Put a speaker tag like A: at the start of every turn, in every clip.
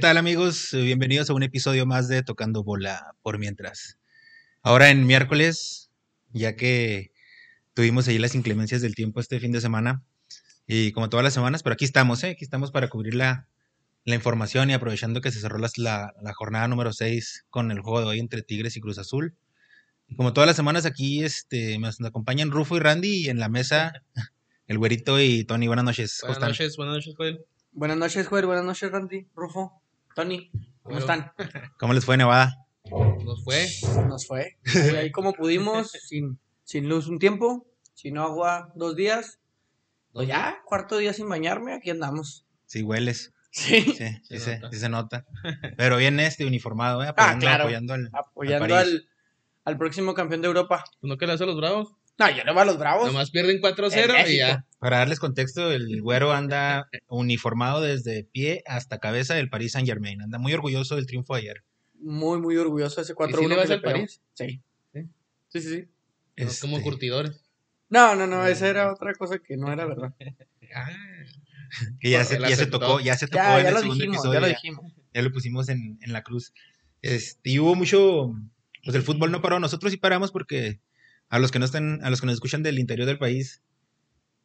A: tal amigos? Bienvenidos a un episodio más de Tocando Bola por mientras. Ahora en miércoles, ya que tuvimos ahí las inclemencias del tiempo este fin de semana y como todas las semanas, pero aquí estamos, ¿eh? aquí estamos para cubrir la, la información y aprovechando que se cerró las- la, la jornada número 6 con el juego de hoy entre Tigres y Cruz Azul. Y como todas las semanas aquí este, nos acompañan Rufo y Randy y en la mesa el güerito y Tony. Buenas noches. ¿Cómo están?
B: Buenas noches, buenas noches, Joel.
C: Buenas noches, Joel. Buenas noches, Randy, Rufo, Tony.
B: Bueno.
C: ¿Cómo están?
A: ¿Cómo les fue Nevada?
B: Nos fue. Pues
C: Nos fue. Y ahí como pudimos, sin, sin luz un tiempo, sin agua dos días. Pues ya, cuarto día sin bañarme, aquí andamos.
A: Sí, hueles.
C: Sí.
A: Sí, sí,
B: Se
A: se,
B: nota.
A: sí se nota. Pero bien este uniformado, ¿eh? apoyando,
C: claro.
A: apoyando al-
C: Apoyando
A: Al
C: al,
A: París.
C: al próximo campeón de Europa.
B: ¿No que le hace a los bravos?
C: No, yo le voy a los bravos.
B: Nomás pierden 4-0 y ya.
A: Para darles contexto, el güero anda uniformado desde pie hasta cabeza del Paris Saint Germain. Anda muy orgulloso del triunfo ayer.
C: Muy, muy orgulloso de ese 4-1.
B: le
C: que
B: vas
C: le
B: al París?
C: pegamos. Sí.
B: ¿Sí?
C: Sí, sí, sí.
B: No, Como
A: Este,
B: curtidores.
C: No, no, no, esa era otra cosa que no era verdad.
B: Ah,
A: que ya se,
B: Él
A: ya se
B: aceptó.
A: tocó, ya se tocó
C: Ya,
A: en
C: ya
A: el
C: lo
A: segundo
C: dijimos, ya
A: episodio.
C: lo
A: Ya,
C: dijimos.
A: ya lo pusimos en, en la cruz. Este, y hubo mucho. Pues el fútbol no paró. Nosotros sí paramos porque a los que no están, a los que nos escuchan del interior del país,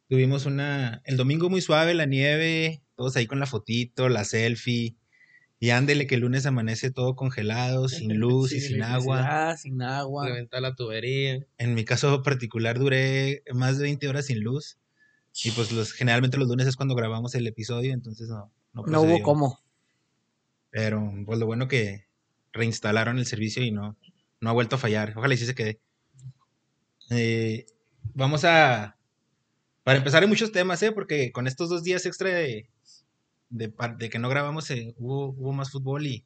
A: tuvimos una. El domingo muy suave, la nieve, todos ahí con la fotito, la selfie. Y ándele que el lunes amanece todo congelado, sin luz y sin agua.
C: electricidad, Ah, Sin agua.
B: Reventar la tubería.
A: En mi caso particular duré más de 20 horas sin luz. Y pues los, generalmente los lunes es cuando grabamos el episodio, entonces no, no,
C: No hubo
A: procedió.
C: cómo.
A: Pero pues lo bueno que reinstalaron el servicio y no, no ha vuelto a fallar. Ojalá y sí se quede. Eh, vamos a... Para empezar hay muchos temas, ¿eh? Porque con estos dos días extra de, de, par- de que no grabamos eh, hubo, hubo más fútbol y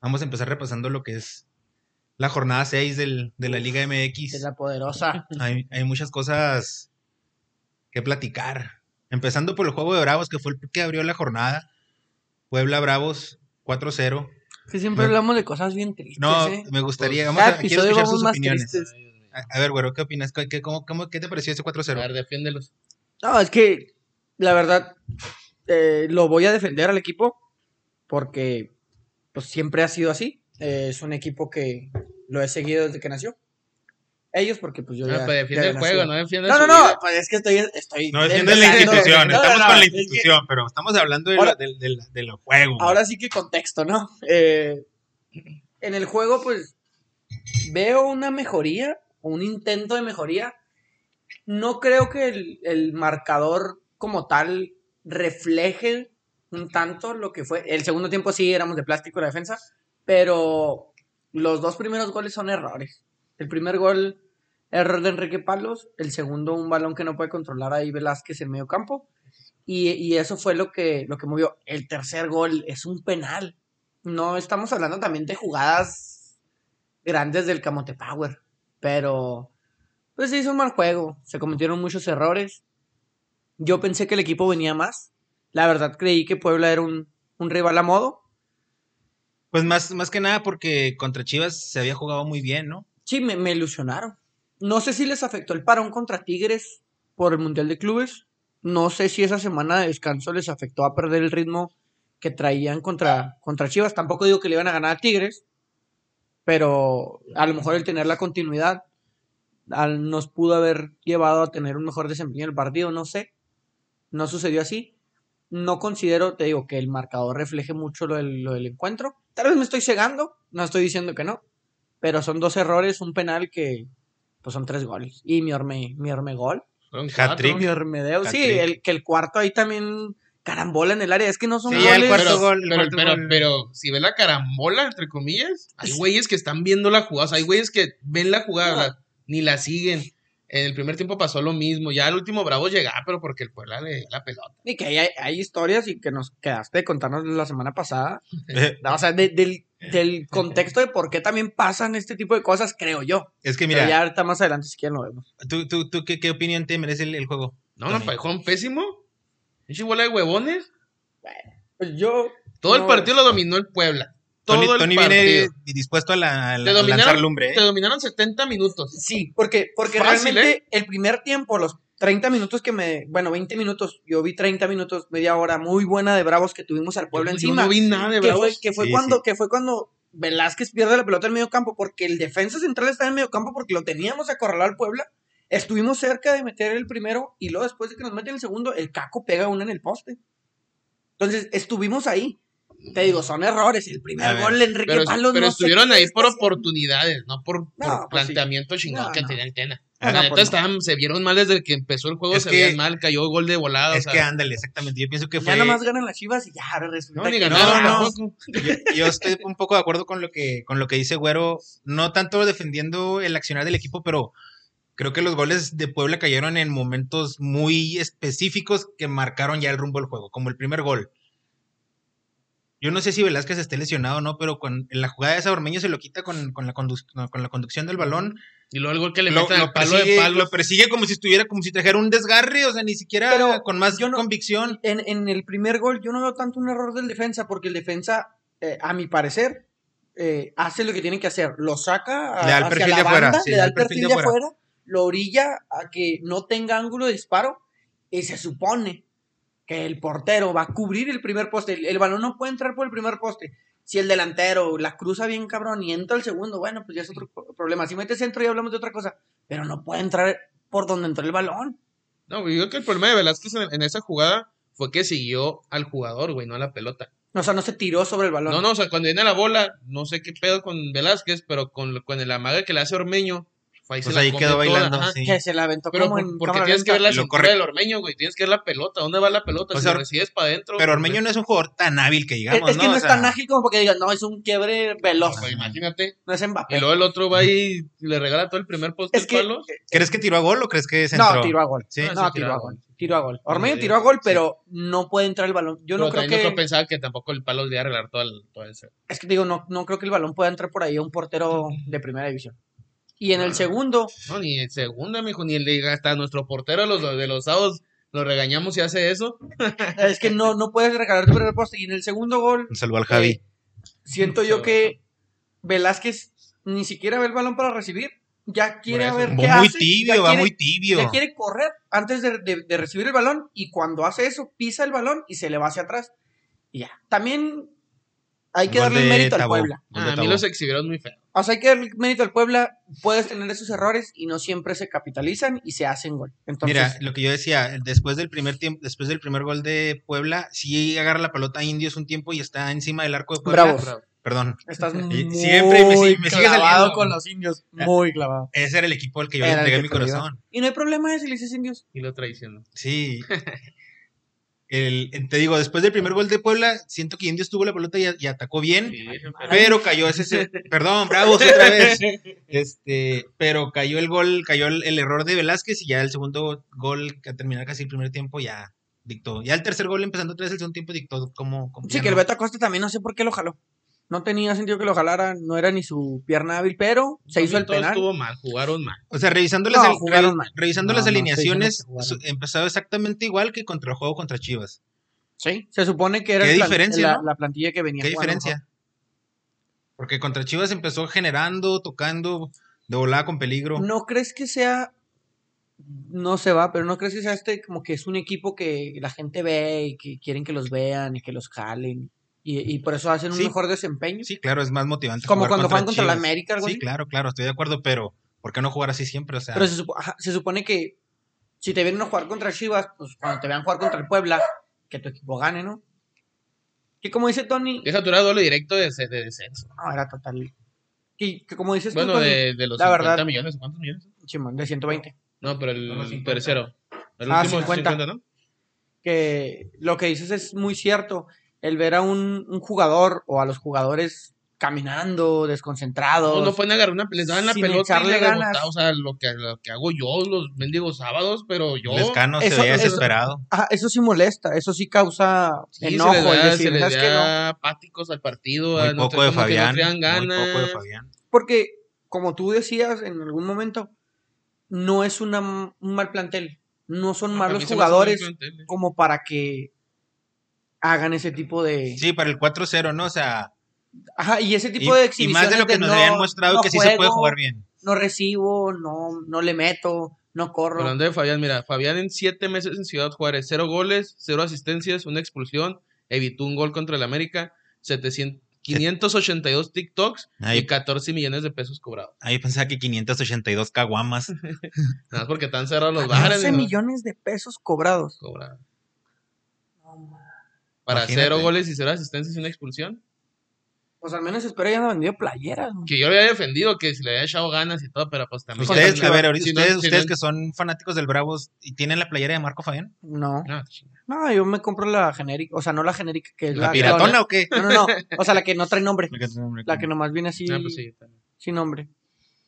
A: vamos a empezar repasando lo que es la jornada 6 del, de la Liga MX.
C: Es la poderosa.
A: Hay, hay muchas cosas que platicar. Empezando por el juego de Bravos, que fue el que abrió la jornada. Puebla Bravos 4-0.
C: Que siempre
A: Me-
C: hablamos de cosas bien tristes.
A: No,
C: ¿eh?
A: me gustaría.
B: Pues,
A: Vamos a,
C: cada
A: quiero
C: episodio
A: escuchar
C: vamos
A: sus
C: más
A: opiniones.
C: tristes. Entonces-
B: Ay, Dios mío.
A: A, a ver, güero, ¿qué opinas? ¿Qué, qué- cómo- cómo- qué te pareció ese
B: A ver,
A: 4-0?
B: defiéndelos.
C: No, es que la verdad eh, lo voy a defender al equipo porque pues siempre ha sido así. Eh, es un equipo que lo he seguido desde que nació. Ellos porque pues
A: Ah,
C: yo
B: No,
C: ya,
B: pues defiende
C: ya
B: el
C: había
B: juego,
C: nacido.
B: no defiende
C: No,
B: su
C: no, no,
B: vida.
C: pues es que estoy estoy
A: No defienden la
C: empezando.
A: institución,
C: No, no,
A: estamos
C: no,
A: con la
C: es que
A: institución, pero estamos hablando de la-
C: Ahora-
A: del del- del juego. güey.
C: ahora sí que contexto, ¿no? Eh, en el juego pues veo una mejoría, un intento de mejoría. No creo que el, el marcador como tal refleje un tanto lo que fue. El segundo tiempo sí éramos de plástico la defensa, pero los dos primeros goles son errores. El primer gol, error de Enrique Palos, el segundo un balón que no puede controlar ahí Velázquez en medio campo. Y, y eso fue lo que, lo que movió. El tercer gol es un penal. No estamos hablando también de jugadas grandes del Camote Power, pero pues se hizo un mal juego. Se cometieron muchos errores. Yo pensé que el equipo venía más. La verdad creí que Puebla era un, un rival a modo.
A: Pues más, más que nada porque contra Chivas se había jugado muy bien, ¿no?
C: Sí, me, me ilusionaron. No sé si les afectó el parón contra Tigres por el Mundial de Clubes. No sé si esa semana de descanso les afectó a perder el ritmo que traían contra, contra Chivas. Tampoco digo que le iban a ganar a Tigres, pero a lo mejor el tener la continuidad al- nos pudo haber llevado a tener un mejor desempeño en el partido, no sé. No sucedió así. No considero, te digo, que el marcador refleje mucho lo del, lo del encuentro. Tal vez me estoy cegando, no estoy diciendo que no, pero son dos errores, un penal que pues son tres goles. Y mi orme, mi orme gol.
B: Fueron
A: Hat-trick.
C: Mi
B: cuatro.
C: Ormedeo, sí,
A: Patrick.
C: el, que el cuarto ahí también carambola en el área. Es que no son
A: Sí,
C: goles.
A: el cuarto
B: Pero,
A: gol, el
B: pero,
A: cuarto
B: pero,
A: gol.
B: pero, si ves la carambola, entre comillas, hay güeyes que están viendo la jugada. O sea, hay güeyes que ven la jugada, o sea, ni la siguen. En el primer tiempo pasó lo mismo. Ya el último Bravo llegaba, pero porque el Puebla le dio la pelota.
C: Y que hay, hay- hay historias y que nos quedaste de contarnos la semana pasada.
A: Eh,
C: O sea, de- del, del contexto de por qué también pasan este tipo de cosas, creo yo.
A: es que
C: Mira,
A: mira,
C: ya ahorita más adelante si quieren lo vemos.
A: ¿tú, tú, tú qué, qué opinión te merece el, el juego?
B: No, no,
A: Tony.
B: parejón pésimo. Pinche bola de huevones.
C: Pues yo.
B: Todo el
C: No,
B: partido lo dominó el Puebla. Todo
A: Tony,
B: el
A: Tony
B: partido.
A: viene dispuesto a, la, a la-
B: Te
A: a lanzar
B: dominaron,
A: lumbre. ¿eh?
B: te dominaron 70 minutos.
C: Sí, porque, porque
B: Fácil, ¿eh?
C: realmente el primer tiempo, los 30 minutos que me. Bueno, 20 minutos. Yo vi 30 minutos, media hora muy buena de Bravos que tuvimos al pueblo
B: Yo
C: encima.
B: no vi nada de
C: que fue,
B: bravos.
C: que fue
A: Sí,
C: cuando,
A: sí.
C: que fue cuando Velázquez pierde la pelota en medio campo, porque el defensa central está en medio campo porque lo teníamos acorralado al Puebla. Estuvimos cerca de meter el primero y luego después de que nos meten el segundo, el caco pega una en el poste. Entonces, estuvimos ahí. Te digo, son errores. El
A: A
C: primer
A: ver,
C: gol de Enrique
B: Pero,
C: Palos
B: pero
C: no sé
B: estuvieron
C: qué
B: ahí
C: está
B: por
C: haciendo.
B: oportunidades, no por, por
C: pues sí.
B: planteamiento chingón
C: No,
B: que
C: no.
B: tenía el Tena.
A: Ah,
B: la
C: no,
B: neta
C: pues no.
B: estaban, se vieron mal desde que empezó el juego,
A: Es
B: se
A: que-
B: veían mal, cayó gol de volada.
A: es
B: o
A: que
B: sea,
A: ándale, exactamente. Yo pienso que
C: Ya
A: fue.
C: nomás ganan las chivas y ya ahora resulta
B: no, ni
C: que-
A: no,
B: ganaron
A: no.
B: tampoco.
A: Yo, yo estoy un poco de acuerdo con lo que con lo que dice Güero, no tanto defendiendo el accionar del equipo, pero creo que los goles de Puebla cayeron en momentos muy específicos que marcaron ya el rumbo del juego, como el primer gol. Yo no sé si Velázquez esté lesionado o no, pero con en la jugada de esa Ormeño se lo quita con, con la, conduc- con la conducción del balón.
B: Y luego el gol que le
A: Lo,
B: meten
A: lo
B: al palo de
A: persigue,
B: palo.
A: lo persigue como si estuviera, como si trajera un desgarre, o sea, ni siquiera
C: Pero
A: con más
C: yo no-
A: convicción.
C: en, en el primer gol yo no veo tanto un error del defensa porque el defensa, eh, a mi parecer, eh, hace lo que tiene que hacer. Lo saca a-
A: Le da el
C: hacia
A: perfil
C: la
A: de afuera,
C: banda,
A: sí,
C: le da el perfil de afuera.
A: afuera.
C: lo orilla a que no tenga ángulo de disparo y se supone que el portero va a cubrir el primer poste. El, el balón no puede entrar por el primer poste. Si el delantero la cruza bien cabrón y entra el segundo, bueno, pues ya es otro pro- problema. Si mete centro y hablamos de otra cosa, pero no puede entrar por donde entró el balón.
B: No, güey, yo creo que el problema de Velázquez en, en esa jugada fue que siguió al jugador, güey, no a la pelota.
C: O sea, no se tiró sobre el balón.
B: No, no, o sea, cuando viene la bola, no sé qué pedo con Velázquez, pero con, con el amague que le hace Ormeño, fue ahí se
A: Pues
B: la
A: ahí
B: come
A: quedó
B: toda,
A: bailando.
B: ajá.
A: sí.
C: Que se la aventó
B: Pero
C: como
B: por-
C: en
B: porque
C: cámara
B: tienes que ver
C: lenta.
B: la
A: Lo
B: cintura
A: corre-
B: del Ormeño, güey, tienes que ver la pelota, ¿dónde va la pelota?
A: O
B: si
A: sea,
B: la recibes para adentro.
A: Pero Ormeño no es un jugador tan hábil que
C: Es-
A: digamos,
C: es que no,
A: O
C: es
A: sea,
C: tan ágil como porque digan, no, es un quiebre veloz.
B: pues, imagínate.
C: No es Mbappé.
B: Y luego el otro va y le regala todo el primer poste
C: Eh. Es
B: al
C: que-
B: palo.
A: ¿Crees que tiró a gol o crees que se
C: No, tiró a gol.
A: Sí.
B: Ah,
C: No,
B: sí,
C: tiró a gol. Tiró a gol.
B: Sí.
C: Ormeño tiró a gol, pero no puede entrar el balón. Yo
B: pero
C: no creo
B: también
C: que.
B: otro pensaba que tampoco el palo le iba a arreglar todo, el- todo ese.
C: Es que te digo, no, no creo que el balón pueda entrar por ahí a un portero de primera división. Y en
B: Ah.
C: el segundo,
B: No, ni el segundo, mijo, ni el de hasta nuestro portero de los, de los sábados lo regañamos y hace eso.
C: es que no, no puedes regalar tu primer poste. Y en el segundo gol,
A: Salvó al Javi.
C: eh, siento yo que Velázquez ni siquiera ve el balón para recibir. Ya quiere
B: eso.
C: ver
A: Va
C: qué
A: muy
C: hace,
A: tibio,
C: ya
A: va
C: quiere-
A: muy tibio.
C: Ya quiere correr antes de, de- de recibir el balón y cuando hace eso pisa el balón y se le va hacia atrás. Y ya. También hay que
A: Gol
C: darle el
A: de
C: mérito al
A: Tabó,
C: Puebla.
A: gol Pues de
B: Ah, a mí
A: Tabó.
B: los exhibieron muy feo.
C: O sea, hay que darle el mérito al Puebla. Puedes tener esos errores y no siempre se capitalizan y se hacen gol. Entonces,
A: Mira, lo que yo decía, después del primer tiempo, después del primer gol de Puebla, sí agarra la pelota Indios un tiempo y está encima del arco de Puebla.
C: Bravos.
A: Perdón,
C: estás
A: Y
C: muy
A: siempre me sigue- me sigue
C: clavado
A: saliendo.
C: con los indios. Muy clavado.
A: ese era el equipo al que yo
C: Era
A: le
C: el
A: pegué
C: que
A: mi
C: te lo iba.
A: corazón.
C: Y no hay problema de si le dices indios.
B: Y lo traicionó.
A: Sí. El- te digo, después del primer gol de Puebla, siento que Indios tuvo la pelota y, y atacó bien,
B: Sí,
A: pero cayó ese, ese- perdón, bravos otra vez. Este, pero cayó el gol, cayó el, el error de Velázquez y ya el segundo gol que terminar casi el primer tiempo ya dictó. Ya el tercer gol empezando otra vez el segundo tiempo dictó como
C: Sí, que el Beto Acosta también no sé por qué lo jaló. No tenía sentido que lo jalara, no era ni su pierna hábil, pero se hizo el
B: Pues Todo
C: penal.
B: Estuvo mal, jugaron mal.
A: O sea, revisando las,
C: No,
A: al-
C: jugaron
A: re-
C: mal.
A: revisando
C: No,
A: las
C: no, estoy
A: alineaciones,
C: diciendo que
A: su-
C: jugaron.
A: empezó exactamente igual que contra el juego contra Chivas.
C: Sí, se supone que era
A: ¿Qué
C: el plan-
A: diferencia,
C: la,
A: no?
C: la plantilla que venía.
A: ¿Qué
C: jugando mejor.
A: diferencia? Porque contra Chivas empezó generando, tocando, de volada con peligro.
C: ¿No crees que sea, no se va, pero no crees que sea este como que es un equipo que la gente ve y que quieren que los vean y que los jalen y, y por eso hacen un
A: Sí.
C: mejor desempeño?
A: Sí, claro, es más motivante.
C: como
A: jugar
C: cuando juegan contra la
A: Chivas.
C: América, algo
A: Sí,
C: así.
A: claro, claro, estoy de acuerdo, pero ¿por qué no jugar así siempre? O sea,
C: Pero se, supo- ajá, se supone que si te vienen a jugar contra Chivas, pues cuando te vean jugar contra el Puebla, que tu equipo gane, ¿no? Que como dice Tony,
A: Eh.
B: Deja tu duelo directo de, de descenso.
C: no, era total. Que, que como dices tú,
B: Bueno,
C: Tony,
B: de, de los
C: la
B: 50
C: verdad.
B: millones, ¿cuántos millones?
C: Simón, de 120.
B: No, pero
A: No, los
B: el
A: 50.
B: tercero. El
C: Ah,
B: último
C: 50.
B: 50, ¿no?
C: que lo que dices es muy cierto. El ver a un, un jugador o a los jugadores caminando, desconcentrados.
B: No, no pueden agarrar una, les daban la
C: Sin
B: pelota y
C: echarle
B: la
C: ganas.
B: rebotaban, o sea, lo que, lo que hago yo los mendigos sábados, pero yo...
A: Lescano se
C: eso-
A: veía
C: eso-
A: desesperado.
C: Ah, eso sí molesta, eso sí causa
B: Sí,
C: enojo.
B: se les da,
C: el decir,
B: se les
C: "¿Sabes qué? No".
B: da apáticos al partido,
A: Muy
B: a- no
A: poco de
B: sé, como que no
A: Fabián.
B: traían
A: Muy poco de
B: ganas.
A: Fabián.
C: Porque, como tú decías en algún momento, no es una- un mal plantel. No son
B: A mí
C: malos
B: se me hace muy
C: jugadores
B: plantel.
C: como para que hagan ese tipo de...
A: Sí, para el 4-0, ¿no? O sea,
C: Ajá, y ese
A: y,
C: tipo de
A: y
C: exhibiciones
A: más de lo que nos
C: no-
A: habían mostrado
C: no
A: que sí se puede
C: juego,
A: jugar bien.
C: no recibo, no, no le meto, No corro.
B: Hablando de Fabián, mira, Fabián en siete meses en Ciudad Juárez, cero goles, cero asistencias, una expulsión, evitó un gol contra el América, 700, 582 TikToks y
A: Ahí,
B: 14 millones de pesos cobrados.
A: ahí pensaba que 582 caguamas.
B: Nada más porque están cerrados los bares.
C: 14
B: ¿no?
C: millones de pesos cobrados.
B: Cobrado. Para
A: Imagínate.
B: cero goles y cero asistencias y una expulsión.
C: Pues al menos espero que hayan vendido playeras. ¿no?
B: Que yo le había defendido, que si le había echado ganas y todo, pero pues también.
A: Ustedes,
C: Contra-
A: a ver, ahorita
B: si no-
A: ustedes,
B: si
A: ustedes
B: no-
A: que son fanáticos del Bravos y tienen la playera de Marco Fabián.
C: No.
B: No, chinga.
C: No, yo me compro la genérica. O sea, no la genérica que es
A: ¿La,
C: la.
A: piratona o qué?
C: Ah, No, no, no. O sea, la que no trae nombre.
A: La que-
C: La que nomás viene así.
B: Ah, pues sí, también.
C: Sin nombre.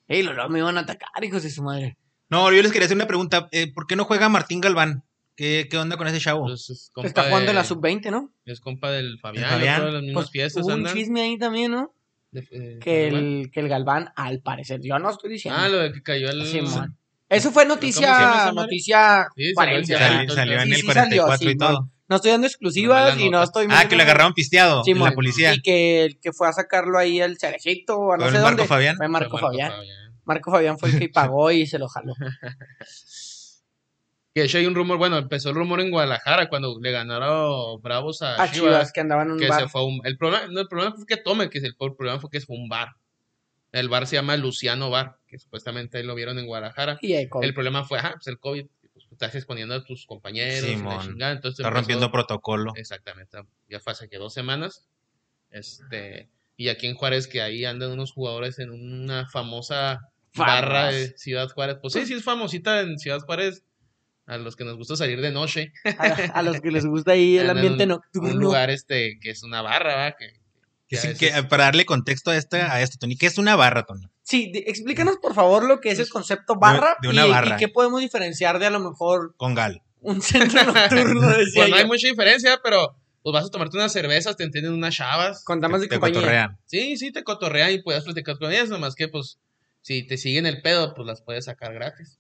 C: Ey, los lobos me iban a atacar, hijos de su madre.
A: No, yo les quería hacer una pregunta. eh, ¿Por qué no juega Martín Galván? ¿Qué, qué onda con ese chavo?
B: Pues es compa
C: Está jugando en la
B: de-
C: sub-20, ¿no?
B: Es compa del Fabián.
A: Fabián.
B: yo creo, las mismas
C: Pues,
B: fiestas
C: hubo un
B: andan.
C: chisme ahí también, ¿no?
B: De- eh,
C: Que
B: Galván.
C: el, que el Galván, al parecer, yo no estoy diciendo.
B: Ah, lo de que cayó el.
C: Simón. Eso fue
B: ¿Cómo se llama
C: noticia,
B: esa madre?
C: noticia
B: Sí, salió
C: Valencia.
B: el día.
A: Sali-
B: entonces,
A: salió en
C: sí,
A: el
C: sí
A: 44
C: salió,
A: y todo.
C: No estoy dando
B: No
C: exclusivas
B: me la
C: y no
B: nota.
C: estoy
A: Ah, que lo
C: metiendo-
A: agarraron pisteado.
C: Simón.
A: La policía.
C: Y que el que fue a sacarlo ahí al Cerejito o a no
A: Con
C: sé
A: Marco
C: dónde.
A: Fabián.
C: Fue
B: Fue
C: Marco Fabián. Marco Fabián fue el que pagó y se lo jaló.
B: Que de hecho hay un rumor, bueno, empezó el rumor en Guadalajara cuando le ganaron Bravos a,
C: A Chivas,
B: Chivas.
C: que andaban en un
B: que
C: bar.
B: se fue a un. El problema, no, el problema fue que tome, que es el, el problema fue que fue un bar. El bar se llama Luciano Bar, que supuestamente ahí lo vieron en Guadalajara.
C: Y ahí cobró.
B: El problema fue, ajá, pues el COVID. Pues, estás exponiendo a tus compañeros. y la
A: Simón.
B: chingada, entonces
A: Está
B: empezó-
A: rompiendo protocolo.
B: Eh, Exactamente, ya fue hace que dos semanas. Este, y aquí en Juárez, que ahí andan unos jugadores en una famosa barra de Ciudad Juárez. Pues sí, sí es famosita en Ciudad Juárez. A los que nos gusta salir de noche,
C: A, a los que les gusta ahí el
B: Andan
C: ambiente
B: en
C: nocturno.
B: un lugar este que es una barra, ¿va? Que, que a
A: Dicen
B: veces-
A: que, para darle contexto a, esta, a esto, Tony, ¿qué es una barra, Tony?
C: Sí, di- explícanos por favor lo que es el concepto barra,
A: de una
C: y,
A: barra.
C: y qué podemos diferenciar de a lo mejor
A: Con Gal.
C: un centro nocturno. decía
B: pues no hay
C: yo.
B: mucha diferencia, pero pues vas a tomarte unas cervezas, te entienden unas chavas.
C: Con damas de
A: Te
C: compañía.
A: cotorrean.
B: Sí, sí, te cotorrean y puedes platicar con ellas, nomás que pues si te siguen el pedo, pues las puedes sacar gratis.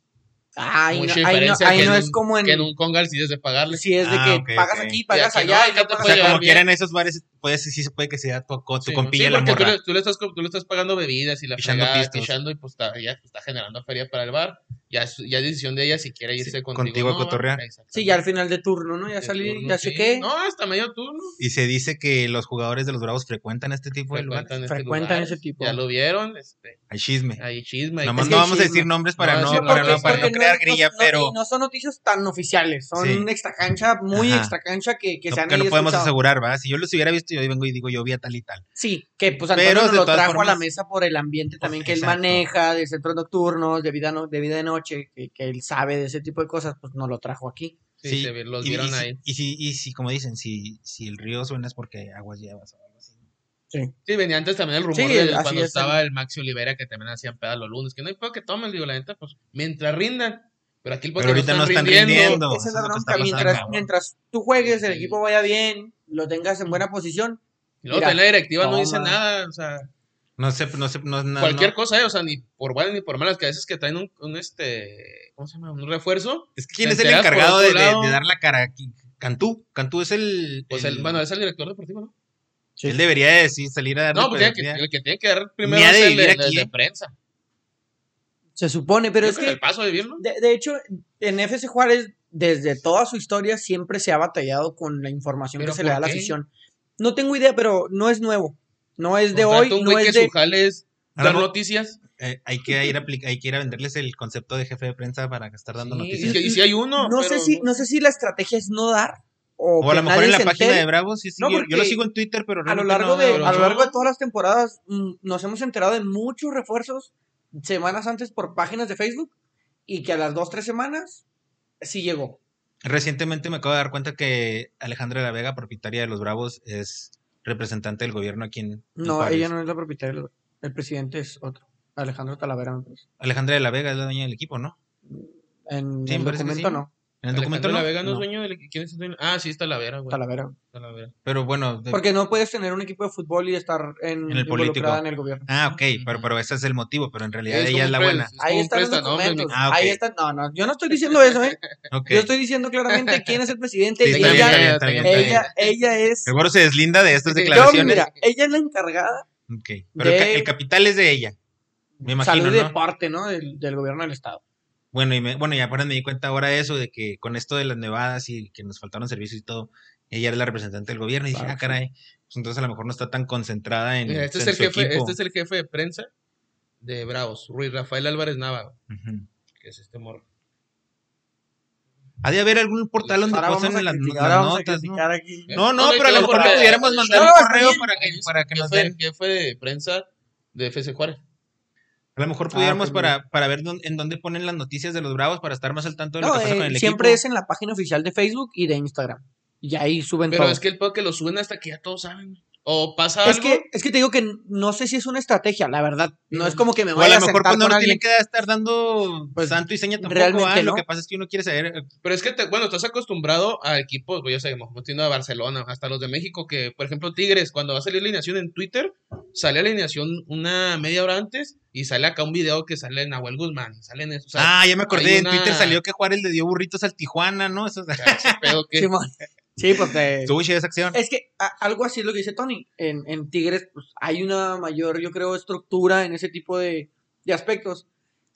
C: Ay, no,
B: Mucha
C: ahí no-
B: diferencia
C: ahí
B: que
C: no
B: en
C: es
B: un-
C: como en...
B: Que en un congal si de pagarles.
C: Si es de
A: Ah,
C: que
A: ok,
C: pagas
A: ok.
C: aquí,
B: Y
C: pagas
B: aquí no,
C: allá.
B: acá
C: y acá
B: te
A: O
C: pagas
A: sea,
B: puede
C: allá.
B: llevar
A: como
B: bien.
A: quieran esos bares, puede, sí se puede que sea tu, con tu
B: Sí,
A: compilla
B: sí,
A: la
B: porque tú
A: morra.
B: le, tú le estás, co- tú le estás pagando bebidas y la
A: Pichando
B: fregada,
A: pistos.
B: pichando, y pues está, ya está generando feria para el bar. Ya es, ya es decisión de ella si quiere
A: Sí,
B: irse contigo.
A: contigo
B: o
A: a
B: no, ¿va?
A: cotorrear.
B: Exactamente.
C: Sí, ya al final de turno, ¿no? Ya
B: De
C: salí,
B: turno,
C: ya
B: sí.
C: chequé.
B: No, hasta medio turno.
A: Y se dice que los jugadores de los Bravos frecuentan este tipo de lugares.
B: Frecuentan, este
C: Frecuentan
B: lugar,
C: ese tipo.
B: Ya lo vieron, este,
A: Hay chisme.
B: ahí chisme. ahí
A: Nomás
C: es que
A: no
C: hay
A: vamos a decir
C: chisme.
A: nombres para
B: No,
A: no,
B: sí,
A: para
B: porque-
A: no, para no
B: porque
A: crear
C: no-
A: grilla,
C: no-
A: pero
C: y no son noticias tan oficiales, son
A: Sí.
C: extra cancha, muy
A: Ajá.
C: extra cancha que, que
A: no-
C: se han
A: que no
C: ahí
A: podemos
C: escuchado.
A: asegurar, ¿verdad? Si yo los hubiera visto, yo vengo y digo, yo vi a tal y tal.
C: Sí, que pues
A: Pero,
C: Antonio nos
A: de
C: lo
A: todas
C: trajo a la
A: formas-
C: mesa por el ambiente también que él
A: Exacto.
C: maneja, de centros nocturnos, de vida, no- de, vida de noche, que, que él sabe de ese tipo de cosas, pues nos lo trajo aquí.
B: Sí, se vi- los
A: y- y
B: vieron
A: si-
B: ahí.
A: Y si, y si, como dicen, si, si el río suena es porque aguas llevas o algo así.
B: Sí, venía antes también el rumor
C: Sí,
B: de
C: el- así
B: cuando
C: es,
B: estaba el Maxi Olivera que también hacían pedas los lunes. Que no hay pedo que tomen, digo, la neta, pues mientras rindan. Pero aquí el
A: Pero ahorita no están
B: rindiendo.
A: rindiendo.
C: Esa
A: eso
C: es la
A: es lo que está
C: bronca,
A: pasando,
C: mientras,
A: cabrón.
C: mientras tú juegues, el
B: Sí.
C: equipo vaya bien, lo tengas en buena posición,
B: Y luego
C: Mira,
B: también la directiva no
C: toma.
B: dice nada, o sea.
A: No sé, no sé, no, no-
B: cualquier
A: no.
B: cosa, eh, o sea, ni por buenas ni por malas, que a veces que traen un, un, este, ¿cómo se llama? Un refuerzo,
A: Es que quién
B: te
A: es el
B: enteras por
A: encargado
B: otro
A: de, de-
B: lado.
A: de dar la cara aquí. Cantú, Cantú es el.
B: pues el, bueno, es el director deportivo, ¿no?
A: Él debería de decir, salir a dar
B: No, pues tiene que, el que tiene que dar primero
A: Ni ha de
B: es el de,
A: vivir
B: el
A: aquí,
B: de
A: eh.
B: prensa.
C: se supone, pero
B: Yo
C: es
B: creo que
C: que
B: el paso de vivirlo.
C: De, de hecho, en FC Juárez, desde toda su historia, siempre se ha batallado con la información que
B: ¿Pero
C: se le
B: por
C: da a la
B: qué?
C: afición. No tengo idea, pero no es nuevo. No es de hoy,
B: un
C: no
B: güey
C: es
B: que
C: de...
B: su jale es
A: Ahora
B: dar
A: no-
B: noticias.
A: Eh, hay, que ir a apli- hay que ir a venderles el concepto de jefe de prensa para estar dando
B: Sí,
A: noticias.
B: Y, si- y si hay uno.
C: No, sé
B: pero
C: si, no sé si la estrategia es no dar o,
A: O a
C: que
A: lo mejor
C: nadie
A: en la
C: se
A: página
C: entere.
A: de Bravos, sí, sí,
C: No,
A: yo, yo lo
C: porque
A: sigo en Twitter, pero
C: A lo
A: realmente no,
C: largo de
A: no,
C: a lo
A: no.
C: largo de todas las temporadas mm, nos hemos enterado de muchos refuerzos semanas antes por páginas de Facebook y que a las dos tres semanas sí llegó.
A: Recientemente me acabo de dar cuenta que Alejandra de la Vega, propietaria de los Bravos, es representante del gobierno aquí en en
C: No,
A: Juárez.
C: ella no es la propietaria, el- el presidente es otro, Alejandro Talavera me parece.
A: Alejandra de la Vega es la dueña del equipo, ¿no?
C: En
A: Sí,
C: el
A: me parece que
C: documento
A: sí.
C: no,
A: En el documento
B: Alejandro
A: no,
B: La Vega no, es
C: No.
B: dueño del. ¿Quién es el dueño? Ah, sí, está la Vera, güey.
C: Talavera.
B: Talavera.
A: pero bueno. de-
C: Porque no puedes tener un equipo de fútbol y estar en,
A: En el político.
C: involucrada en el gobierno.
A: Ah, ok, pero,
B: Ujú.
A: pero ese es el motivo, pero en realidad
B: Es como
A: ella es
B: un
A: la
B: pre-
A: buena.
B: es como
C: Ahí
B: un
C: están los
B: prestanombre,
C: documentos.
A: Ah, ok.
C: Ahí están. No, no, yo no estoy diciendo eso, ¿eh?
A: Ok.
C: Yo estoy diciendo claramente quién es el presidente.
A: Sí,
C: y
A: está bien,
C: ella,
A: está bien, está bien, está bien.
B: este
C: ella, ella es.
A: Seguro se deslinda de estas
B: Sí, sí.
C: Yo,
A: declaraciones.
C: mira, ella es la encargada
A: Ok, Pero el, ca-
C: de-
A: el capital es de ella. Me
C: salud
A: imagino,
C: de
A: ¿no?
C: parte, ¿no? Del, del gobierno del Estado.
A: Bueno, y, me, bueno, y aparte me di cuenta ahora de eso, de que con esto de las nevadas y que nos faltaron servicios y todo, ella era la representante del gobierno y dije,
C: Claro,
A: ah, caray, pues entonces a lo mejor no está tan concentrada en,
B: Mira, este, es
A: en
B: el
A: su
B: jefe,
A: equipo.
B: este es el jefe de prensa de Bravos, Ruiz Rafael Álvarez Nava, güey,
A: Ujú.
B: que es este morro.
A: Ha de haber algún portal donde
C: Ahora vamos a
A: posten las,
C: criticar,
A: las
C: ahora vamos a
A: notas, ¿no?
C: criticar aquí.
A: No, no, pero a lo
B: yo
A: mejor
B: creo que-
A: pudiéramos mandar un
C: No, está
A: correo
C: bien.
A: para que, para que nos
B: Jefe-
A: den.
B: Jefe de prensa de FC Juárez.
A: A lo mejor
C: Ah,
A: pudiéramos
C: pues mira.
A: para, para ver dónde- en dónde ponen las noticias de los Bravos para estar más al tanto de lo
C: No,
A: que pasa
C: eh,
A: con el
C: siempre
A: equipo.
C: es en la página oficial de Facebook y de Instagram. Y ahí suben
B: Pero
C: todo.
B: es que el pedo que lo suben hasta que ya todos saben. güey. O pasa
C: Es
B: algo.
C: que, es que te digo que no sé si es una estrategia, la verdad. No es como que me
A: O a
C: vaya a,
A: lo mejor
C: sentar
A: pues, no
C: con
A: nos
C: alguien.
A: tienen que estar dando
C: Pues,
A: santo y seña tampoco.
C: realmente
A: ah, Lo
C: no.
A: que pasa es que uno quiere saber. eh,
B: Pero es que, te- bueno, estás acostumbrado a equipos, güey, ya sabemos, como tiendo a Barcelona, hasta los de México, que, por ejemplo, Tigres, cuando va a salir la alineación en Twitter, sale la alineación una media hora antes y sale acá un video que sale en Nahuel Guzmán, sale en eso, o sea,
A: ah, ya me
B: hay
A: acordé. En Twitter
B: una-
A: salió que Juárez le dio burritos al Tijuana, ¿no? Eso es-
B: ese pedo que...
C: Simón. Sí, pues eh,
A: estuvo chida esa acción.
C: es que a- algo así es lo que dice Tony. En, en Tigres pues, hay una mayor, yo creo, estructura en ese tipo de, de aspectos.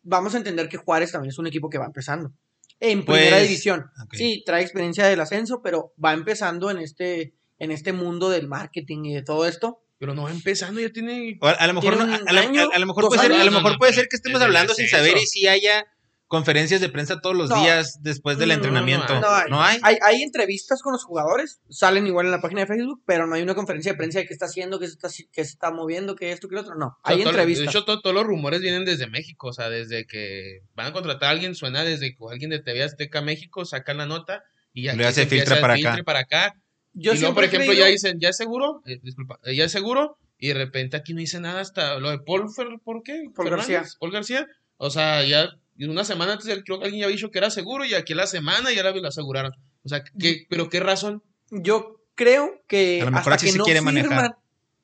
C: Vamos a entender que Juárez también es un equipo que va empezando. En primera
A: Pues,
C: división.
A: Ok.
C: Sí, trae experiencia del ascenso, pero va empezando en este, en este mundo del marketing y de todo esto.
B: Pero no va empezando, ya tiene...
A: O a, a lo mejor,
C: Tiene
A: no- a,
C: un
A: a lo-
C: año,
A: a- a lo mejor
C: dos
A: puede ser, a
C: años.
A: lo
B: No,
A: mejor
B: no,
A: puede
B: no,
A: ser que estemos
B: desde el
A: hablando sin
B: descenso.
A: saber y si haya conferencias de prensa todos los
C: No.
A: días después del
B: No, no, no,
A: entrenamiento.
B: no
A: No
C: hay.
A: hay.
C: Hay, hay entrevistas con los jugadores, salen igual en la página de Facebook, pero no hay una conferencia de prensa de qué está haciendo, qué se está, haci- qué se está moviendo, qué esto, qué lo otro. No,
B: O sea,
C: hay
B: todo-
C: entrevistas.
B: De hecho, to- todos los rumores vienen desde México, o sea, desde que van a contratar a alguien, suena desde que alguien de TV Azteca México sacan la nota y aquí
A: Le hace
B: se empieza
A: filtra
B: el
A: para
B: filtre
A: acá.
B: para acá.
C: Yo
B: y luego, por
C: siempre he
B: ejemplo,
C: creído-
B: ya dicen, ya es seguro, Eh, disculpa, eh, ya es seguro, y de repente aquí no dice nada hasta lo de Paul, Fer- ¿por qué?
C: Paul
B: Fernández,
C: García.
B: Paul García, o sea, ya una semana antes creo que alguien ya había dicho que era seguro y aquí la semana ya la- lo aseguraron. O sea, ¿qué, ¿pero qué razón?
C: Yo creo que
A: A lo mejor
C: hasta
A: así
C: que
A: se
C: no
A: quiere
C: firman,
A: manejar.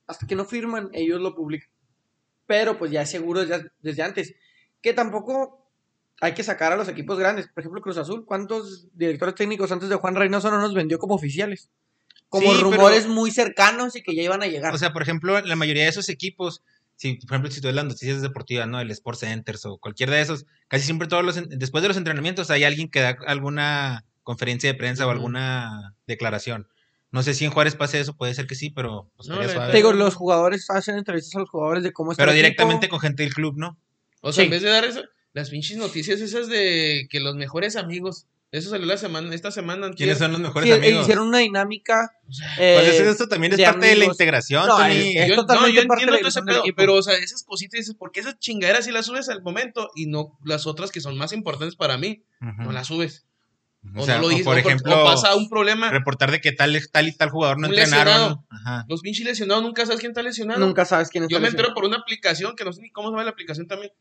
C: hasta que no firman, ellos lo publican. Pero pues ya es seguro desde, desde antes. Que tampoco hay que sacar a los equipos grandes. Por ejemplo, Cruz Azul, ¿cuántos directores técnicos antes de Juan Reynoso no nos vendió como oficiales? Como
A: Sí, pero-
C: rumores muy cercanos y que ya iban a llegar.
A: O sea, por ejemplo, la mayoría de esos equipos, si, por ejemplo, si tú ves las noticias deportivas, ¿no? El Sport Centers o cualquier de esos, casi siempre todos los, en- después de los entrenamientos hay alguien que da alguna conferencia de prensa o
B: Ujú.
A: alguna declaración. No sé si en Juárez pase eso, puede ser que sí, pero pues,
B: No,
A: estaría
B: la
A: suave.
C: Te digo, los jugadores hacen entrevistas a los jugadores de cómo está
A: Pero
C: el equipo.
A: directamente con gente del club, ¿no?
B: O sea,
C: Sí.
B: en vez de dar eso, las pinches noticias esas de que los mejores amigos, eso salió la semana, esta semana. antier.
A: ¿Quiénes son los mejores
C: Sí, eh,
A: amigos?
C: hicieron una dinámica.
B: O sea,
A: Pues
C: eh,
A: eso- eso también es
C: de
A: parte de la
C: amigos.
A: integración,
C: No,
A: Tony.
C: es- es-
B: yo, no,
C: totalmente
B: yo
C: parte de
B: entiendo
C: la
B: todo ese
C: visión del
B: pedo,
C: equipo.
B: pero o sea, esas cositas dices, ¿por qué esas chingaderas si las subes al momento y no las otras que son más importantes para mí,
A: Ujú.
B: no las subes?
A: Ujú.
B: O,
A: O sea,
B: no lo
A: o
B: dices,
A: por
B: o por-
A: ejemplo,
B: o pasa un problema.
A: reportar de que tal, tal y tal jugador no
B: Un
A: entrenaron.
B: lesionado.
A: Ajá.
B: Los pinches lesionados nunca sabes quién está lesionado.
C: Nunca sabes quién es
B: Yo me entero por una aplicación que no sé ni cómo se llama la aplicación también.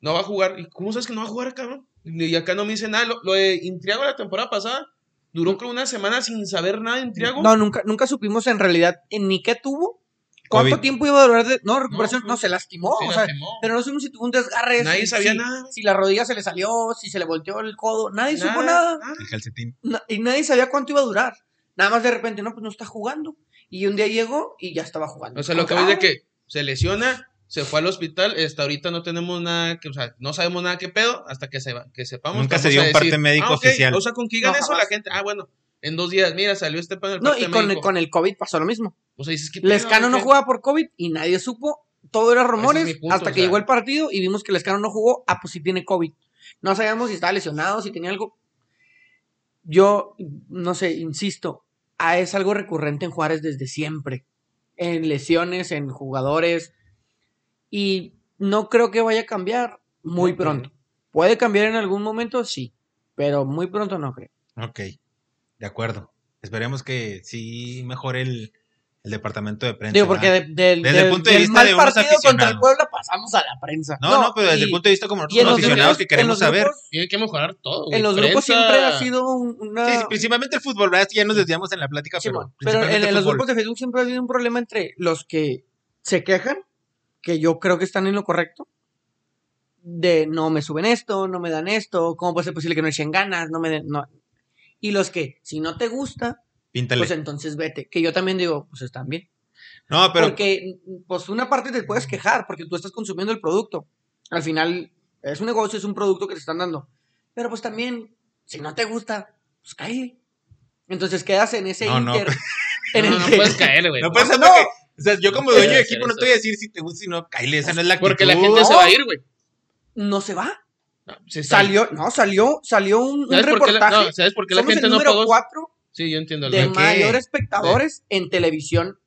B: No va a jugar. ¿Y cómo sabes que no va a jugar, cabrón? Y acá no me dice nada. Lo, lo de Intriago la temporada pasada duró creo una semana sin saber nada de Intriago.
C: No, nunca, nunca supimos en realidad eh, ni qué tuvo. ¿Cuánto
A: COVID.
C: tiempo iba a durar? De, no, recuperación.
B: No,
C: No, se lastimó.
B: Sí,
C: o
B: la
C: sea,
B: quemó.
C: pero no supimos si tuvo un desgarre.
B: Nadie
C: si,
B: sabía
C: si-
B: nada. güey.
C: Si la rodilla se le salió, si se le volteó el codo. Nadie supo nada.
A: El calcetín.
C: Na- y nadie sabía cuánto iba a durar. Nada más de repente, no, pues no está jugando. Y un día llegó y ya estaba jugando.
B: O sea, lo que
C: Como
B: ves de
C: ah,
B: que se lesiona, se fue al hospital, hasta ahorita no tenemos nada que, o sea, no sabemos nada que pedo hasta que se va- que sepamos.
A: Nunca
B: vamos
A: se dio
B: a
A: un parte médico
B: "Ah, ok".
A: oficial.
B: O sea, con que digan
C: No,
B: eso
C: jamás.
B: la gente, ah, bueno, en dos días, mira, salió este pedo en el
C: No,
B: parte
C: y con el,
B: médico.
C: con el COVID pasó lo mismo.
B: O sea, dices, "¿Qué pedo,
C: Lescano no
B: qué?".
C: jugaba por COVID y nadie supo. Todo era rumores
B: mi punto,
C: hasta
B: o
C: que
B: sea.
C: llegó el partido y vimos que Lescano no jugó. Ah, pues sí tiene COVID. No sabíamos si estaba lesionado, si tenía algo. Yo, no sé, insisto, ah, es algo recurrente en Juárez desde siempre. En lesiones, en jugadores. Y no creo que vaya a cambiar muy
B: Ok.
C: pronto. ¿Puede cambiar en algún momento? Sí. Pero muy pronto no creo.
A: Ok, de acuerdo. Esperemos que sí mejore el, el departamento de prensa.
C: Digo, porque
A: ¿verdad?
C: de- del,
A: Desde el
C: del-
A: punto de
C: del
A: vista
C: mal
A: de unos
C: partido contra el
A: aficionados.
C: Puebla pasamos a la prensa.
A: No, no, pero desde el
C: y-
A: punto de vista como
C: Y
A: nosotros
C: en
A: como
C: los
A: aficionados
C: grupos,
A: que
C: en
A: queremos
C: los
A: saber.
C: grupos,
B: Tiene que mejorar todo. güey.
C: en los grupos
B: Prensa,
C: siempre ha sido un- una.
A: Sí, sí, principalmente el fútbol, ¿verdad? Es que ya nos desviamos en la plática,
C: ah, Simón,
A: pero,
C: pero en,
A: principalmente
C: en los
A: fútbol.
C: grupos de Facebook siempre ha habido un problema entre los que se quejan, que yo creo que están en lo correcto, de no me suben esto, no me dan esto, cómo puede ser posible que no echen ganas, no me den. no. Y los que, si no te gusta,
A: Píntale.
C: pues entonces vete. Que yo también digo, pues están bien.
A: no, pero
C: Porque, pues, una parte te puedes quejar porque tú estás consumiendo el producto. Al final, es un negocio, es un producto que te están dando. Pero pues también, si no te gusta, pues cae. Entonces quedas en ese
A: No, no.
C: inter. en
B: No,
C: el
B: no
C: que-
B: puedes caer, güey.
A: No pasa
C: No.
A: nada. O sea, yo como dueño de
B: Puede
A: equipo
B: ser
A: no
B: eso.
A: te voy a decir si te gusta y no, Kyle, esa no es la actitud.
B: Porque la gente se va a ir, güey.
C: no se va.
B: No, se sale.
C: Salió, no, salió, salió un, un
B: ¿Sabes por qué la,
C: reportaje.
B: no, ¿sabes por qué la
C: Somos
B: gente
C: el
B: no
C: número
B: pagó?
C: cuatro
B: Sí, yo entiendo.
C: de
A: ¿De
B: la-
A: qué?
C: mayor espectadores en televisión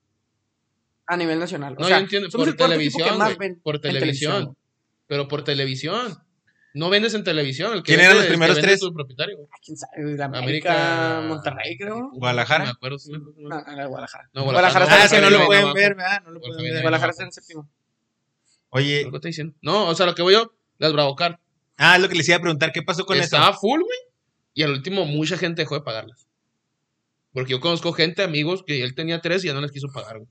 C: a nivel nacional. O
B: No,
C: sea,
B: yo entiendo.
C: somos
B: Por
C: el cuarto equipo que
B: televisión,
C: más
B: güey,
C: ven
B: por
C: en
B: televisión. Pero por televisión. No vendes en televisión. El que
A: ¿Quién eran
B: vende
A: los
B: es- que
A: primeros
B: vende
A: tres?
B: Tu propietario, güey.
C: Ah, ¿Quién sabe? La América,
B: América-
C: Monterrey, creo.
A: ¿Guadalajara?
B: No me acuerdo. sí.
C: No, no, no, Guadalajara.
B: No,
C: Guadalajara
A: Ah,
C: está
A: es que
C: en
A: no
C: el
A: lo
C: séptimo.
A: pueden ver, ¿verdad? No lo
B: Porque
A: pueden ver.
B: viene-
C: Guadalajara está en el séptimo.
A: Oye,
B: ¿Qué está diciendo? No, o sea, lo que voy yo, las Bravocar.
A: ah, es lo que les iba a preguntar, ¿qué pasó con eso?
B: Estaba full, güey. Y al último, mucha gente dejó de pagarlas. Porque yo conozco gente, amigos, que él tenía tres y ya no les quiso pagar, güey.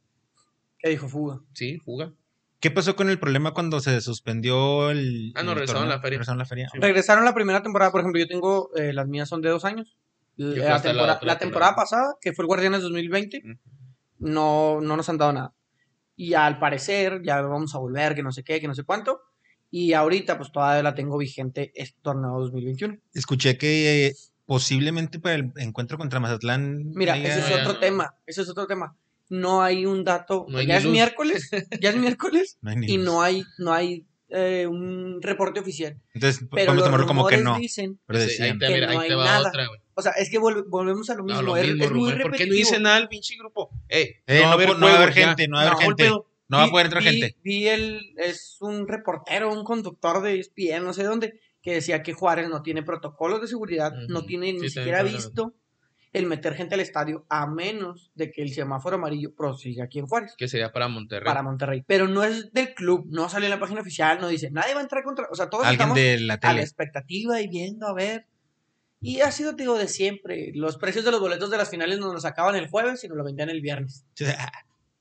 C: ¿Qué dijo Fuga?
B: Sí, fuga.
A: ¿Qué pasó con el problema cuando se suspendió el
B: Ah, no,
A: el
B: regresaron
A: torneo?
B: la feria.
A: Regresaron la feria.
B: Sí.
C: Regresaron la primera temporada, por ejemplo, yo tengo, eh, las mías son de dos años.
B: creo
C: La,
B: hasta la
C: tempora-
B: otra
C: la temporada
B: temporada.
C: pasada, que fue el Guardianes 2020,
B: Ujú.
C: no, no nos han dado nada. Y al parecer, ya vamos a volver, que no sé qué, que no sé cuánto. Y ahorita, pues todavía la tengo vigente este torneo 2021.
A: Escuché que eh, posiblemente para el encuentro contra Mazatlán.
C: Mira,
A: haya-
C: ese es
B: no, ya
C: otro
B: no.
C: tema, ese es otro tema. No hay un dato,
B: No hay
C: ya
B: ni
C: es
B: luz.
C: miércoles, ya es miércoles,
A: no hay ni
C: y
A: luz.
C: no hay, no hay eh, un reporte oficial.
A: Entonces, p-
C: Pero
A: vamos a
C: los
A: tomarlo como que
C: rumores
A: no.
C: dicen,
A: Pero
B: Sí, ahí
A: decían,
B: te,
C: que
B: mira,
C: no
B: ahí
C: hay
B: te va
C: nada.
B: otra, güey.
C: o sea, es que vol- volvemos a lo mismo,
B: No, lo
C: es,
B: mismo,
C: es
B: Rubén.
C: muy
B: ¿Por qué no
C: repetitivo.
B: dice nada el pinche grupo? Eh,
A: Eh, no po- no va a haber
B: juegos, ya.
A: gente, no va a haber gente.
B: el pedo.
A: no va a
C: Vi-
A: poder entrar
C: vi-
A: gente.
C: Vi el, es un reportero, un conductor de E ESPN, no sé dónde, que decía que Juárez no tiene protocolos de seguridad, no
B: Ujú,
C: tiene ni
B: sí,
C: siquiera
B: también está
C: visto el meter gente al estadio, a menos de que el semáforo amarillo prosiga aquí en Juárez,
B: Que sería para Monterrey.
C: para Monterrey. Pero no es del club, no sale en la página oficial, no dice, nadie va a entrar contra, o sea, todos
A: Alguien
C: estamos
A: de la
C: a la
A: tele.
C: expectativa y viendo, a ver. Y ha sido, te digo, de siempre. Los precios de los boletos de las finales no nos sacaban el jueves, sino lo vendían el viernes.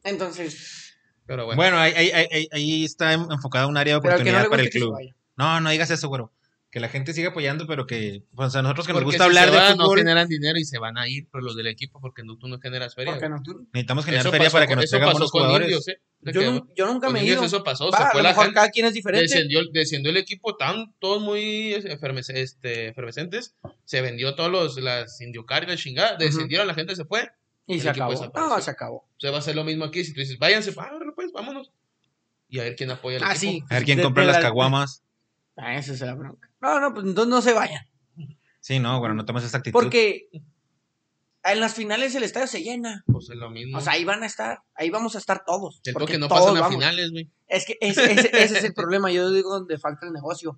C: Entonces,
B: Pero bueno.
A: Bueno, ahí, ahí- ahí- ahí- ahí está en- enfocada un área de
C: pero al que no
A: oportunidad
C: le
A: para
C: guste
A: el
C: que se
A: club.
C: vaya.
A: No, no digas eso, güero. Que la gente siga apoyando, pero que. pues, O sea, nosotros que
B: Porque
A: nos gusta
B: si
A: hablar
B: se
A: de
B: van,
A: fútbol,
B: No generan dinero y se van a ir, pero los del equipo, porque no, tú no generas feria.
C: Porque
B: güey.
C: no, tú-
A: necesitamos generar
B: Eso
A: feria
B: pasó
A: para
B: con-
A: que nos
B: eso
A: traigan
B: pasó
A: buenos
B: con
A: jugadores.
B: Indios, ¿eh? De
C: yo,
B: que-
C: nun- yo nunca
B: con
C: me he
B: Indios
C: ido.
B: eso pasó.
C: Va,
B: se
C: a
B: fue
C: lo
B: la
C: mejor
B: gente.
C: cada quien es diferente.
B: Descendió, descendió el equipo, tan, todos muy efermes- este, efervescentes. Se vendió todos los las indiocargas, chingada. Descendieron, la gente se fue.
C: y
B: el
C: se
B: equipo
C: acabó.
B: desapareció.
C: No, se acabó.
B: Se va a hacer lo mismo aquí. Si tú dices, váyanse, ah, bueno, pues vámonos. Y a ver quién apoya al
C: Ah,
B: equipo.
C: sí.
A: A ver quién
C: De-
A: compra
C: de
A: las
C: la-
A: caguamas.
C: Ah, esa es la bronca. No, no, pues entonces no se vayan.
A: Sí, no, bueno, no tomas esa actitud.
C: Porque en las finales el estadio se llena.
B: Pues es lo mismo.
C: O sea, ahí van a estar, ahí vamos a estar todos.
B: el
C: porque
B: toque no
C: todos
B: pasan a
C: vamos.
B: finales, güey.
C: Es que ese, ese- ese es el problema, yo digo donde falta el negocio.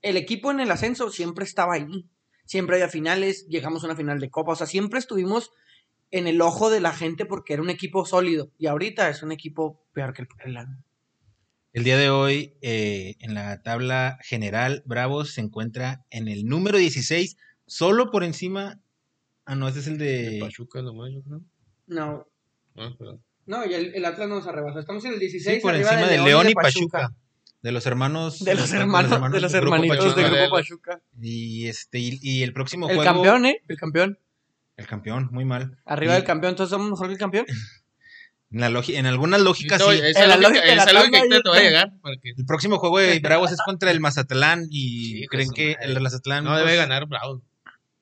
C: El equipo en el ascenso siempre estaba ahí, siempre había finales, llegamos a una final de copa, o sea, siempre estuvimos en el ojo de la gente porque era un equipo sólido y ahorita es un equipo peor que el Puebla.
A: El día de hoy, eh, en la tabla general, Bravos se encuentra en el número 16, solo por encima. Ah, no, este es el
B: De
A: de.
B: Pachuca nomás, yo creo.
C: No,
B: Ah, perdón.
C: no, y el, el Atlas nos arrebasó, estamos en el
A: Sí,
C: 16
A: por
C: arriba
A: encima
C: de
A: de León y Pachuca. De los hermanos.
C: De los hermanos, de los
A: del grupo
C: hermanitos
A: Pachuca.
C: del
B: Pachuca.
C: Grupo Pachuca.
A: Y, este, y, y el próximo
C: El
A: juego.
C: campeón, ¿eh? El campeón.
A: El campeón, muy mal.
C: Arriba
A: Y
C: del campeón, entonces somos mejor que el campeón.
A: En, la logi- en algunas lógicas,
B: No,
A: sí.
B: Esa
C: En la
B: es
C: lógica de la
B: esa lógica
C: tabla,
B: ahorita
C: yo
B: te va a
C: creo.
B: llegar. Porque
A: El próximo juego de Bravos es contra el Mazatlán y
B: Hijo de
A: creen
B: su
A: que
B: madre.
A: el Mazatlán
B: no
A: pues,
B: debe ganar Bravo.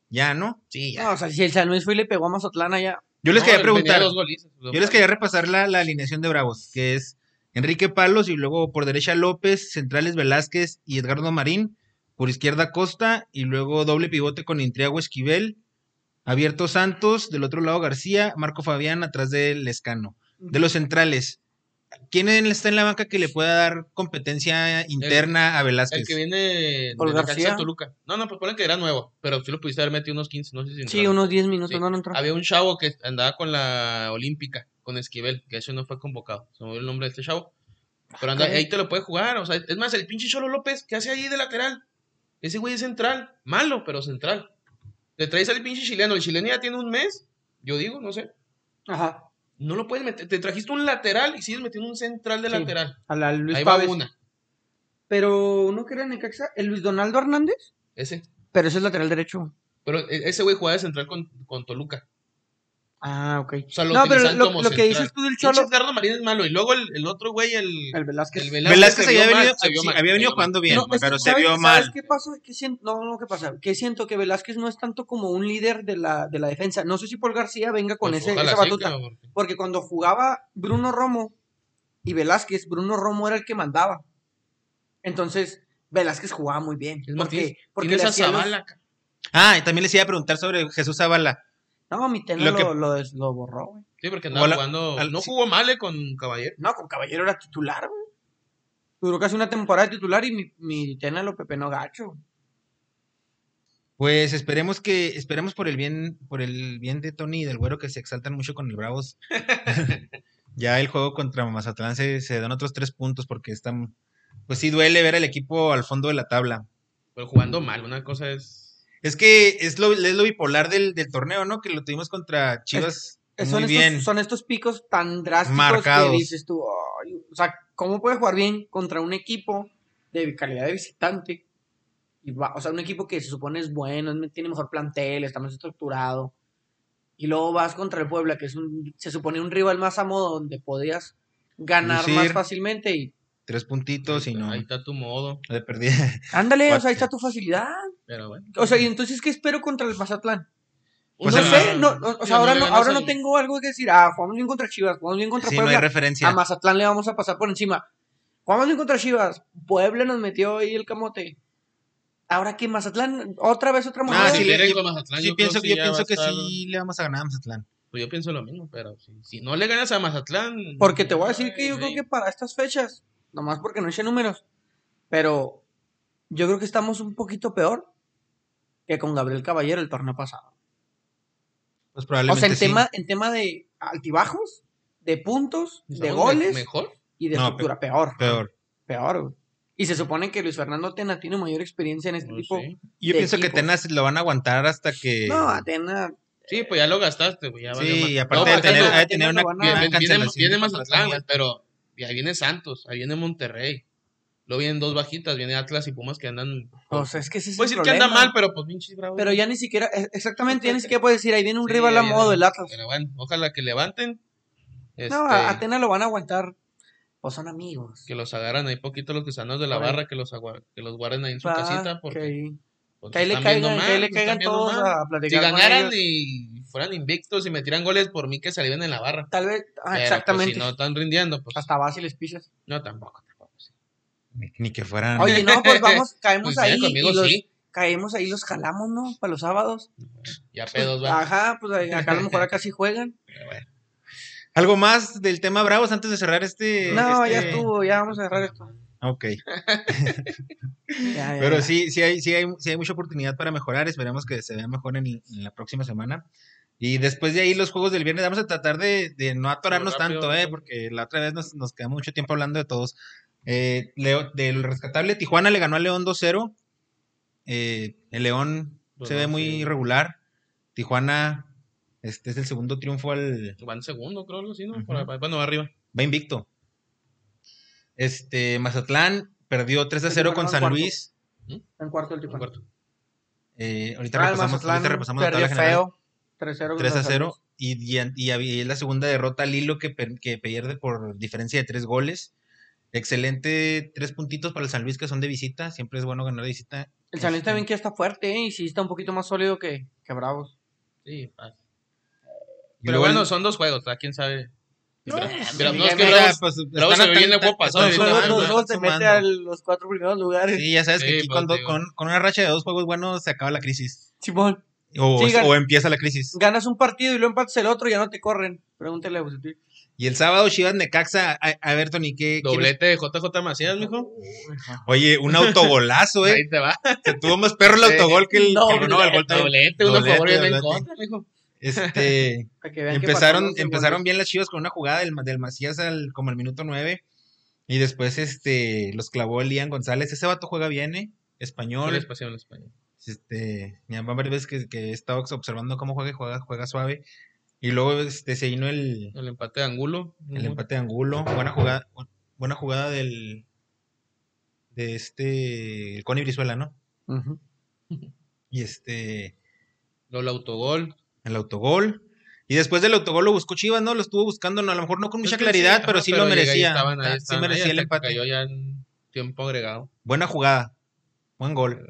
A: Ya, ¿no?
B: Sí, ya.
C: No, o sea, si el San Luis fue y le pegó a Mazatlán allá,
A: Yo les
B: No,
A: quería
B: venía
A: preguntar,
B: dos golizas, dos
A: yo les quería repasar la, la alineación de Bravos, que es Enrique Palos y luego por derecha López, centrales Velázquez y Edgardo Marín, por izquierda Costa y luego doble pivote con Intriago Esquivel, Abierto Santos, del otro lado García, Marco Fabián atrás del Escano. De los centrales, ¿quién está en la banca que le pueda dar competencia interna a Velázquez?
B: El que viene
C: Paul
B: de la cancha
C: García.
B: de Toluca. No, no, pues ponen que era nuevo. Pero sí lo pudiste haber metido unos 15, no sé si.
C: sí,
B: entraron.
C: unos 10 minutos
B: Sí.
C: no, no entró.
B: Había un chavo que andaba con la Olímpica, con Esquivel, que eso no fue convocado. Se me olvidó el nombre de este chavo. Pero anda,
C: Ah, caray.
B: ahí te lo puede jugar. O sea, es más, el pinche Cholo López, ¿qué hace ahí de lateral? Ese güey es central. Malo, pero central. Le traes al pinche chileno. El chileno ya tiene un mes, yo digo, no sé.
C: Ajá.
B: No lo puedes meter. Te trajiste un lateral y sigues metiendo un central de
C: Sí.
B: lateral.
C: A la Luis
B: ahí
C: Pavés.
B: va una.
C: Pero uno que era Necaxa, el Luis Donaldo Hernández.
B: Ese.
C: Pero ese es lateral derecho.
B: Pero e- ese güey jugaba de central con, con Toluca.
C: Ah, ok.
B: O sea, lo
C: no, pero
B: utilizan
C: lo,
B: como
C: lo que
B: central.
C: dices tú del
B: Pinche
C: Cholo,
B: Edgardo Marín es malo. Y luego el, el otro güey, el,
C: el Velázquez.
B: el
A: Velázquez
B: se
A: había
B: vio mal,
A: venido,
B: se vio
A: sí,
B: mal,
A: había
B: se
A: venido
B: vio mal.
A: jugando bien,
C: No, es
A: pero
C: que,
A: se
C: ¿sabes-
A: vio
C: ¿sabes
A: mal.
C: qué pasa? Que siento, no, no, ¿qué pasa? Que siento que Velázquez no es tanto como un líder de la, de la defensa. No sé si Paul García venga con
B: Pues
C: ese,
B: ojalá
C: esa
B: sí,
C: batuta.
B: cabrón.
C: Porque cuando jugaba Bruno Romo y Velázquez, Bruno Romo era el que mandaba. Entonces, Velázquez jugaba muy bien.
B: Es más,
C: Porque, porque le
B: Tienes a
C: hacía los-
B: Zavala, ca-
A: Ah, y también les iba a preguntar sobre Jesús Zavala.
C: No, mi tena
A: Lo
C: lo,
A: que-
C: lo des- lo borró, güey.
B: Sí, porque andaba
A: Hola,
B: jugando.
A: al-
B: no
A: sí.
B: jugó mal eh, con Caballero.
C: No, con Caballero era titular, güey. Duró casi una temporada de titular y mi, mi tena lo pepenó gacho. güey.
A: Pues esperemos que, esperemos por el bien, por el bien de Tony y del güero que se exaltan mucho con el Bravos. ya el juego contra Mazatlán se, se dan otros tres puntos porque están, pues sí duele ver al equipo al fondo de la tabla.
B: Pero jugando mal. Una cosa es.
A: Es que es lo, es lo bipolar del, del torneo, ¿no? Que lo tuvimos contra Chivas
C: Son
A: muy
C: estos,
A: bien.
C: son estos picos tan drásticos
A: Marcados.
C: que dices tú, "Ay", o sea, ¿cómo puede jugar bien contra un equipo de calidad de visitante? Y va- o sea, un equipo que se supone es bueno, es- tiene mejor plantel, está más estructurado. Y luego vas contra el Puebla, que es un, se supone un rival más a modo donde podías ganar más
A: Lucir.
C: fácilmente. Y
A: Tres puntitos y no,
B: Ahí está tu modo.
A: de perdida.
C: ándale, o sea,
A: Cuate.
C: ahí está tu facilidad.
B: Pero bueno.
C: O sea, ¿y entonces qué espero contra el Mazatlán?
A: Pues
C: no
A: el-
C: sé, no, o- o sea, ahora,
B: le
C: no,
B: ganas
C: ahora no
B: al-
C: tengo algo que decir. Ah, jugamos bien contra Chivas, jugamos bien contra
A: Sí, no
C: Puebla.
A: hay referencia.
C: A Mazatlán le vamos a pasar por encima. Jugamos bien contra Chivas. Puebla nos metió ahí el camote. Ahora que Mazatlán, otra vez otra
A: Ah,
C: mamada.
B: si
A: sí,
B: pierden
A: yo-
B: con Mazatlán,
A: Sí,
B: yo creo
A: pienso,
B: sí
A: yo
B: ya va
A: pienso
B: a
A: que
B: estar-
A: sí le vamos a ganar a Mazatlán.
B: Pues yo pienso lo mismo, pero si, si no le ganas a Mazatlán.
C: Porque te voy a decir que yo
B: ay,
C: creo
B: güey.
C: que para estas fechas, nomás porque no eché números, pero yo creo que estamos un poquito peor que con Gabriel Caballero el torneo pasado.
A: Pues
C: O
A: probablemente
C: sea, en,
A: sí.
C: tema, en tema de altibajos, de puntos, de
B: Estamos
C: goles
B: me- Mejor.
C: y de
A: No,
C: estructura, peor.
A: Peor.
C: Peor, güey. Y se supone que Luis Fernando Tena tiene mayor experiencia en este
B: No
C: tipo.
B: sé.
A: Yo
C: de
A: pienso que
C: equipos.
A: Tenas lo van a aguantar hasta que.
C: No, a Tena
B: Sí, pues ya lo gastaste, güey. ya valió
A: sí,
B: madre.
A: y aparte
B: No,
A: de tener,
B: Mazatlán,
A: ha de tener una,
C: Mazatlán no van a-
A: una
B: viene- Viene,
A: cancelación.
B: viene Mazatlán, güey, pero. Y ahí viene Santos, ahí viene Monterrey. Luego vienen dos bajitas, viene Atlas y Pumas que andan.
C: O sea, es que Pues, ese es
B: Puedes
C: el
B: decir que anda
C: problema.
B: mal, pero pues pinches bravos.
C: Pero ya ni siquiera, e- exactamente, ya ni siquiera puedes decir, ahí viene un
B: Sí,
C: rival a
B: ya, ya,
C: modo
B: ya.
C: del Atlas.
B: Pero bueno, ojalá que levanten. Este,
C: No, a Atena lo van a aguantar. O son amigos.
B: Que los agarran ahí poquito los que están los de la
C: Por ahí.
B: barra, que los, agua- que los guarden ahí en su
C: Ah,
B: casita.
C: que,
B: Porque,
C: ahí-
B: pues,
C: que ahí le
B: están viendo
C: caigan, que ahí
B: mal, pues,
C: le
B: están
C: caigan
B: viendo
C: todos
B: mal.
C: a
B: Si pues,
C: platicar. con
B: ganaran
C: ellos.
B: y fueran invictos y metieran goles por mí que salían en la barra.
C: Tal vez, ah,
B: Pero, pues,
C: exactamente.
B: si no están rindiendo, pues
C: Hasta vas y les pisas.
B: no tampoco. tampoco sí.
A: Ni, ni que fueran.
C: Oye, no, pues vamos, caemos
B: Pues,
C: ahí.
B: eh, conmigo
C: y los,
B: sí.
C: Caemos ahí, los jalamos, ¿no? Para los sábados.
B: Ya pedos, va.
C: Ajá, pues ahí- acá a lo mejor acá sí juegan.
B: Pero bueno.
A: ¿Algo más del tema Bravos antes de cerrar este.
C: No, ya
A: este-
C: estuvo, ya vamos a cerrar esto.
A: Ok.
C: Ya, ya,
A: Pero
C: ya.
A: sí, sí hay, sí, hay, sí hay mucha oportunidad para mejorar. Esperemos que se vea mejor en, en la próxima semana. Y después de ahí, los juegos del viernes, vamos a tratar de, de no atorarnos
B: Rápido,
A: tanto, eh,
B: rápido.
A: porque la otra vez nos, nos quedamos mucho tiempo hablando de todos. Eh, Leo- del rescatable, Tijuana le ganó a León 2-0. Eh, el León
B: Pues
A: se
B: no,
A: ve muy
B: sí.
A: irregular. Tijuana, este es el segundo triunfo al.
B: Van segundo, creo, algo así, ¿no?
A: Ujú.
B: Por ahí- bueno, va arriba.
A: Va invicto. Este, Mazatlán perdió 3-0 con
C: Perdón,
A: San
C: cuarto.
A: Luis.
C: En cuarto el
B: en
C: Tijuana.
B: cuarto.
A: Eh, ahorita,
C: Ah, el
A: repasamos,
C: Mazatlán
A: ahorita repasamos la
C: perdió
A: tabla general.
C: feo. 3-0.
A: 3
C: contra
A: a
C: San
A: 0
C: Luis.
A: y, y, y había- es la segunda derrota al hilo que, per- que pierde por diferencia de tres goles. Excelente, tres puntitos para el San Luis que son de visita. Siempre es bueno ganar de visita.
C: El San Luis
A: Este,
C: también que está fuerte, ¿eh? Y sí está un poquito más sólido que, que Bravos.
B: Sí, pasa.
A: y
B: Pero
A: luego
B: bueno,
A: el-
B: son dos juegos, ¿a quién sabe?
C: No,
B: Mira,
C: sí,
B: mira, no,
C: ya
B: es que
C: me-
B: Bravos-
A: pues,
B: Bravos se
A: están-
B: ve bien
A: están-
B: guapo,
A: están
B: pasado,
C: Los
B: sí,
A: sumando,
C: juegos,
A: están
B: sí, sí,
C: los juegos se mete
A: sumando.
C: a los cuatro primeros lugares.
A: Sí, ya sabes que
B: Sí,
A: aquí
B: pues,
A: cuando-
B: digo.
A: con, con una racha de dos juegos buenos se acaba la crisis.
C: Simón,
A: O,
C: Sí, gan-
A: o empieza la crisis.
C: ganas un partido y luego empatas el otro y ya no te corren. Pregúntale a Bucetich. y
A: Y el sábado Chivas Necaxa. A, a ver, Tony, ¿qué quieres?
B: Doblete de JJ Macías, mijo.
A: Oye, un autogolazo, eh.
B: Ahí te va.
A: Se tuvo más perro el autogol que el, que el- no, el gol también.
B: Doblete, uno a
A: Doblete,
B: favor y uno en
A: doblete.
B: contra, mijo.
A: Este.
C: Para que vean que
A: empezaron,
C: pasaron los
A: empezaron
C: goles.
A: bien las Chivas con una jugada del, del Macías al, como al minuto 9 y después este los clavó el Ian González. Ese vato juega bien, ¿eh?
B: Gol
A: Español.
B: español, español.
A: Este, ya van varias veces que, que he estado observando cómo juega, y juega, juega suave. Y luego este, se vino el,
B: El empate de Angulo.
A: el empate de Angulo. Buena jugada, bu- buena jugada del de este Connie Brizuela, ¿no?
C: Ujú.
A: Y este
B: Luego el autogol.
A: el autogol. Y después del autogol lo buscó Chivas, ¿no? Lo estuvo buscando, no, a lo mejor no con mucha
B: Es que
A: claridad,
B: sí,
A: pero
B: ajá,
A: sí lo
B: llega, ahí
A: merecía.
B: estaban, ahí
A: Ah, sí
B: estaban,
A: merecía
B: ahí
A: el
B: hasta que
A: empate.
B: Cayó ya en tiempo agregado.
A: Buena jugada. Buen gol.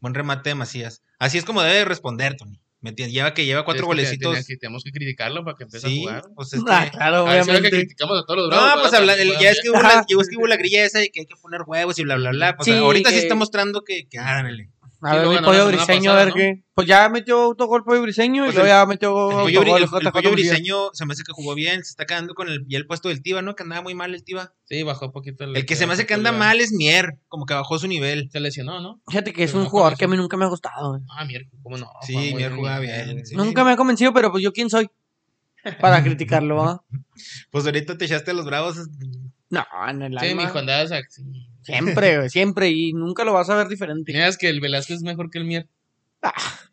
A: Buen remate de Macías. Así es como debe de responder, Tony. Me entiendes? Lleva que lleva cuatro
B: Es que te-
A: golecitos.
B: tenía que- tenemos que criticarlo para que empiece
A: Sí,
B: a jugar.
A: pues es que-
C: Ah, claro,
B: A ver si ahora que
C: obviamente.
B: criticamos a todos los bravos.
A: No, pues
B: ahora
A: habla-
B: también
A: el-
B: juegan
A: ya es que
B: bien.
A: hubo la,
C: Ajá.
A: ya es que hubo la grilla esa de que hay que poner huevos y bla, bla, bla. Pues
C: Sí, eh,
A: ahorita sí
C: que-
A: está mostrando que, que ándale.
C: A
B: Sí,
C: ver,
B: lo
C: mi
B: ganó la
C: pollo
B: semana pasada,
C: briseño, a ver
B: ¿no?
C: qué. Pues ya metió autogol pollo briseño y
A: Pues
C: luego
A: el-
C: ya metió
A: El
C: autogol
A: pollo, Bri- el- el
C: JJ
A: Pollo
C: Macías.
A: briseño se me hace que jugó bien, se está quedando con el, y el puesto del Tiba, ¿no? Que andaba muy mal el Tiba.
B: Sí, bajó un poquito.
A: El que se me hace que anda mal es Mier, como que bajó su nivel.
B: Se lesionó, ¿no?
C: Fíjate que es
B: Pero
C: un
B: no
C: jugador
B: conoce.
C: que a mí nunca me ha gustado. güey.
B: Ah, mierda, ¿cómo no?
A: Sí,
B: Juega muy
A: Mier jugaba
B: güey.
A: bien, sí.
C: Nunca me ha convencido, pero pues yo quién soy para criticarlo, ¿va?
A: Pues ahorita te echaste a los bravos.
C: No, en el
B: Sí,
C: alma.
B: mi Juan sí.
C: Siempre, güey, siempre. Y nunca lo vas a ver diferente.
B: Tenías que el Velázquez es mejor que el Mier.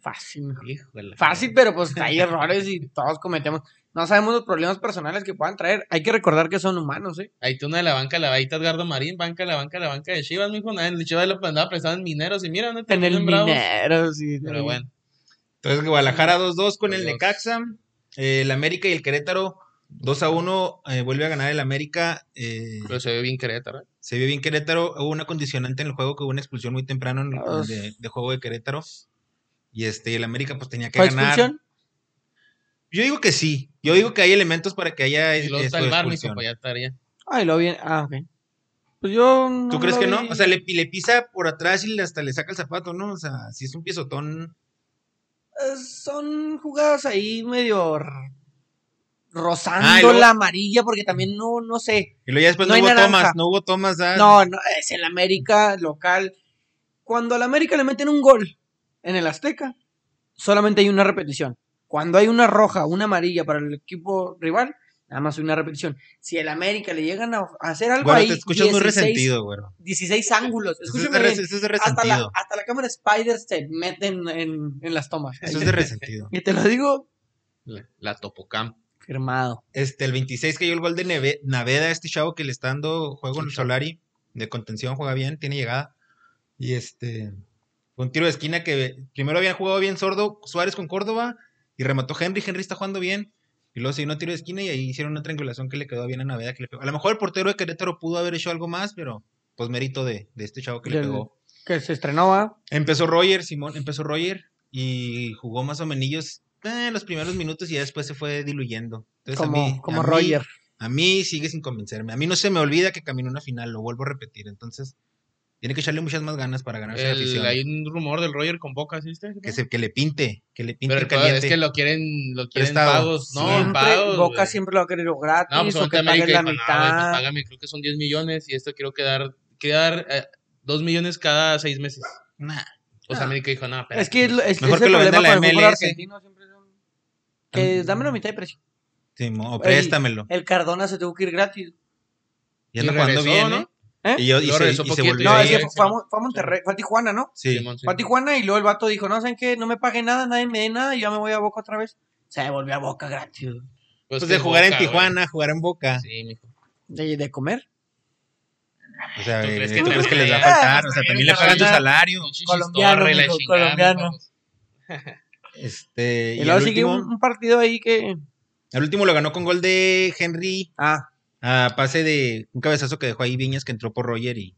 C: Fácil. güey.
B: Híjole.
C: Fácil, pero pues hay errores y todos cometemos. No sabemos los problemas personales que puedan traer. Hay que recordar que son humanos, ¿eh?
B: Ahí tú una de la banca, la baita Edgardo Marín, banca, la banca, la banca de Chivas, mijo. Nada, en el Chivas lo andaba prestado en mineros y mira, no
C: En el
B: terminó Bravos.
C: minero, sí.
B: Pero bueno,
A: Entonces, Guadalajara 2-2 con el
B: Adiós.
A: Necaxa. Eh, el América y el Querétaro 2-1. eh, vuelve a ganar el América. eh,
B: pero se ve bien Querétaro. ¿eh?
A: se vio bien Querétaro. Hubo una condicionante en el juego que hubo una expulsión muy temprano en el-
C: Ah.
A: de, de juego de Querétaro. Y este, el América pues tenía que
C: ¿Fue
A: ganar.
C: expulsión?
A: Yo digo que sí. Yo digo que hay elementos para que haya
B: Y
A: es-
B: luego está
A: esto
B: el
A: de
B: bar, mijo,
A: expulsión.
B: pues ya estaría.
C: Ay, lo vi. en- Ah, ok. Pues yo. no
A: ¿Tú crees
C: lo
A: que no?
C: vi.
A: O sea, le, le pisa por atrás y le- hasta le saca el zapato, ¿no? O sea, si es un pisotón.
C: Eh, Son jugadas ahí medio. r- rozando
A: Ah, y luego-
C: la amarilla, porque también no, no sé.
A: Y luego ya después
C: No
A: no,
C: hay
A: hubo
C: naranja.
A: tomas, no hubo tomas. ah,
C: No, no, es el América local. Cuando al América le meten un gol en el Azteca, solamente hay una repetición. Cuando hay una roja, una amarilla para el equipo rival, nada más una repetición. Si el América le llegan a a hacer algo
A: Güero,
C: ahí,
A: te escuchas muy
C: 16
A: resentido, güero.
C: 16 ángulos.
A: Eso es
C: Escúchame
A: de, res-
C: bien.
A: eso es de
C: Hasta la,
A: resentido.
C: hasta la cámara Spider se mete en, en- en las tomas.
A: Eso es de resentido.
C: Y te lo digo
B: La, la Topocam.
C: firmado.
A: Este, el 26 cayó el gol de Neve- Naveda, este chavo que le está dando juego en el
B: Sí, chavo.
A: Solari. De contención, juega bien, tiene llegada. Y este, un tiro de esquina que primero habían jugado bien sordo Suárez con Córdoba y remató Henry. Henry está jugando bien. Y luego se dio un tiro de esquina y ahí hicieron una triangulación que le quedó bien a Naveda. Que le pegó. A lo mejor el portero de Querétaro pudo haber hecho algo más, pero pues mérito de, de este chavo que le
C: Del-
A: pegó.
C: Que se estrenó, ¿va?
A: Empezó Roger, Simón, empezó Roger y jugó más o menos eh, los primeros minutos y ya después se fue diluyendo. Entonces, a
C: Como,
A: mí-
C: como
A: a mí-
C: Roger.
A: a mí sigue sin convencerme. A mí no se me olvida que caminó una final, lo vuelvo a repetir. Entonces, tiene que echarle muchas más ganas para ganarse la
B: El-
A: afición.
B: Hay un rumor del Roger con Boca, ¿sí? viste?
A: Que, se, que le pinte, que le pinte
B: Pero
A: el
B: el pedo
A: caliente.
B: es que lo quieren, lo quieren
A: Prestado.
B: pagos. No,
A: Siempre,
B: en pagos.
C: Boca
B: güey.
C: siempre lo ha querido gratis
B: No, pues
C: o
B: ahorita
C: que
B: América
C: pague
B: dijo,
C: la
B: no, güey, pues
C: mitad.
B: págame, creo que son 10 millones y esto quiero quedar, quedar eh, 2 millones cada 6 meses.
A: Nah.
B: Pues
A: Ah.
B: América dijo, no, espérate.
C: es que es, es
A: Mejor
C: el
A: que lo venda
C: problema
A: la
C: con el fútbol
A: MLS.
C: argentino. siempre son- Que
A: Mm.
C: dame la mitad de precio.
A: Sí, mo- o préstamelo.
C: El Cardona se tuvo que ir gratis.
A: Y
B: y
A: anda jugando
B: regresó,
A: bien,
B: ¿no?
A: ¿eh?
C: ¿Eh?
A: Y, yo, y,
B: Luego
A: se,
B: regresó
A: y se
B: poquito y
A: volvió
C: No,
A: a
C: es que
A: ir.
B: sí,
C: fue a,
B: sí.
C: Mon- fue a Monterrey, fue a Tijuana, ¿no?
A: Sí.
B: Simón, sí. pues,
C: Fue a Tijuana y luego el vato dijo, no, ¿saben qué? No me paguen nada, nadie me dé nada y yo me voy a Boca otra vez. Se volvió a Boca gratis.
B: Pues
A: Pues
B: que
A: de jugar
B: Boca,
A: en
B: güey.
A: Tijuana, jugar en Boca.
B: Sí, mijo.
C: De, de comer.
A: O sea,
B: ¿Tú
A: eh, ¿tú
B: crees
A: crees,
B: que te-
A: que les va a
B: Ah,
A: faltar? O
C: pues
A: sea,
C: también
A: también
C: la
A: le pagan su
C: verdad.
A: salario.
C: Colombiano,
B: Torre, la
C: mijo,
B: chingada,
C: colombiano.
B: mijo.
A: Este,
C: Y,
A: y,
C: luego
A: el
C: sigue
A: último,
C: un, un partido ahí que...
A: el último lo ganó con gol de Henry
C: Ah,
A: a pase de un cabezazo que dejó ahí Viñas que entró por Roger y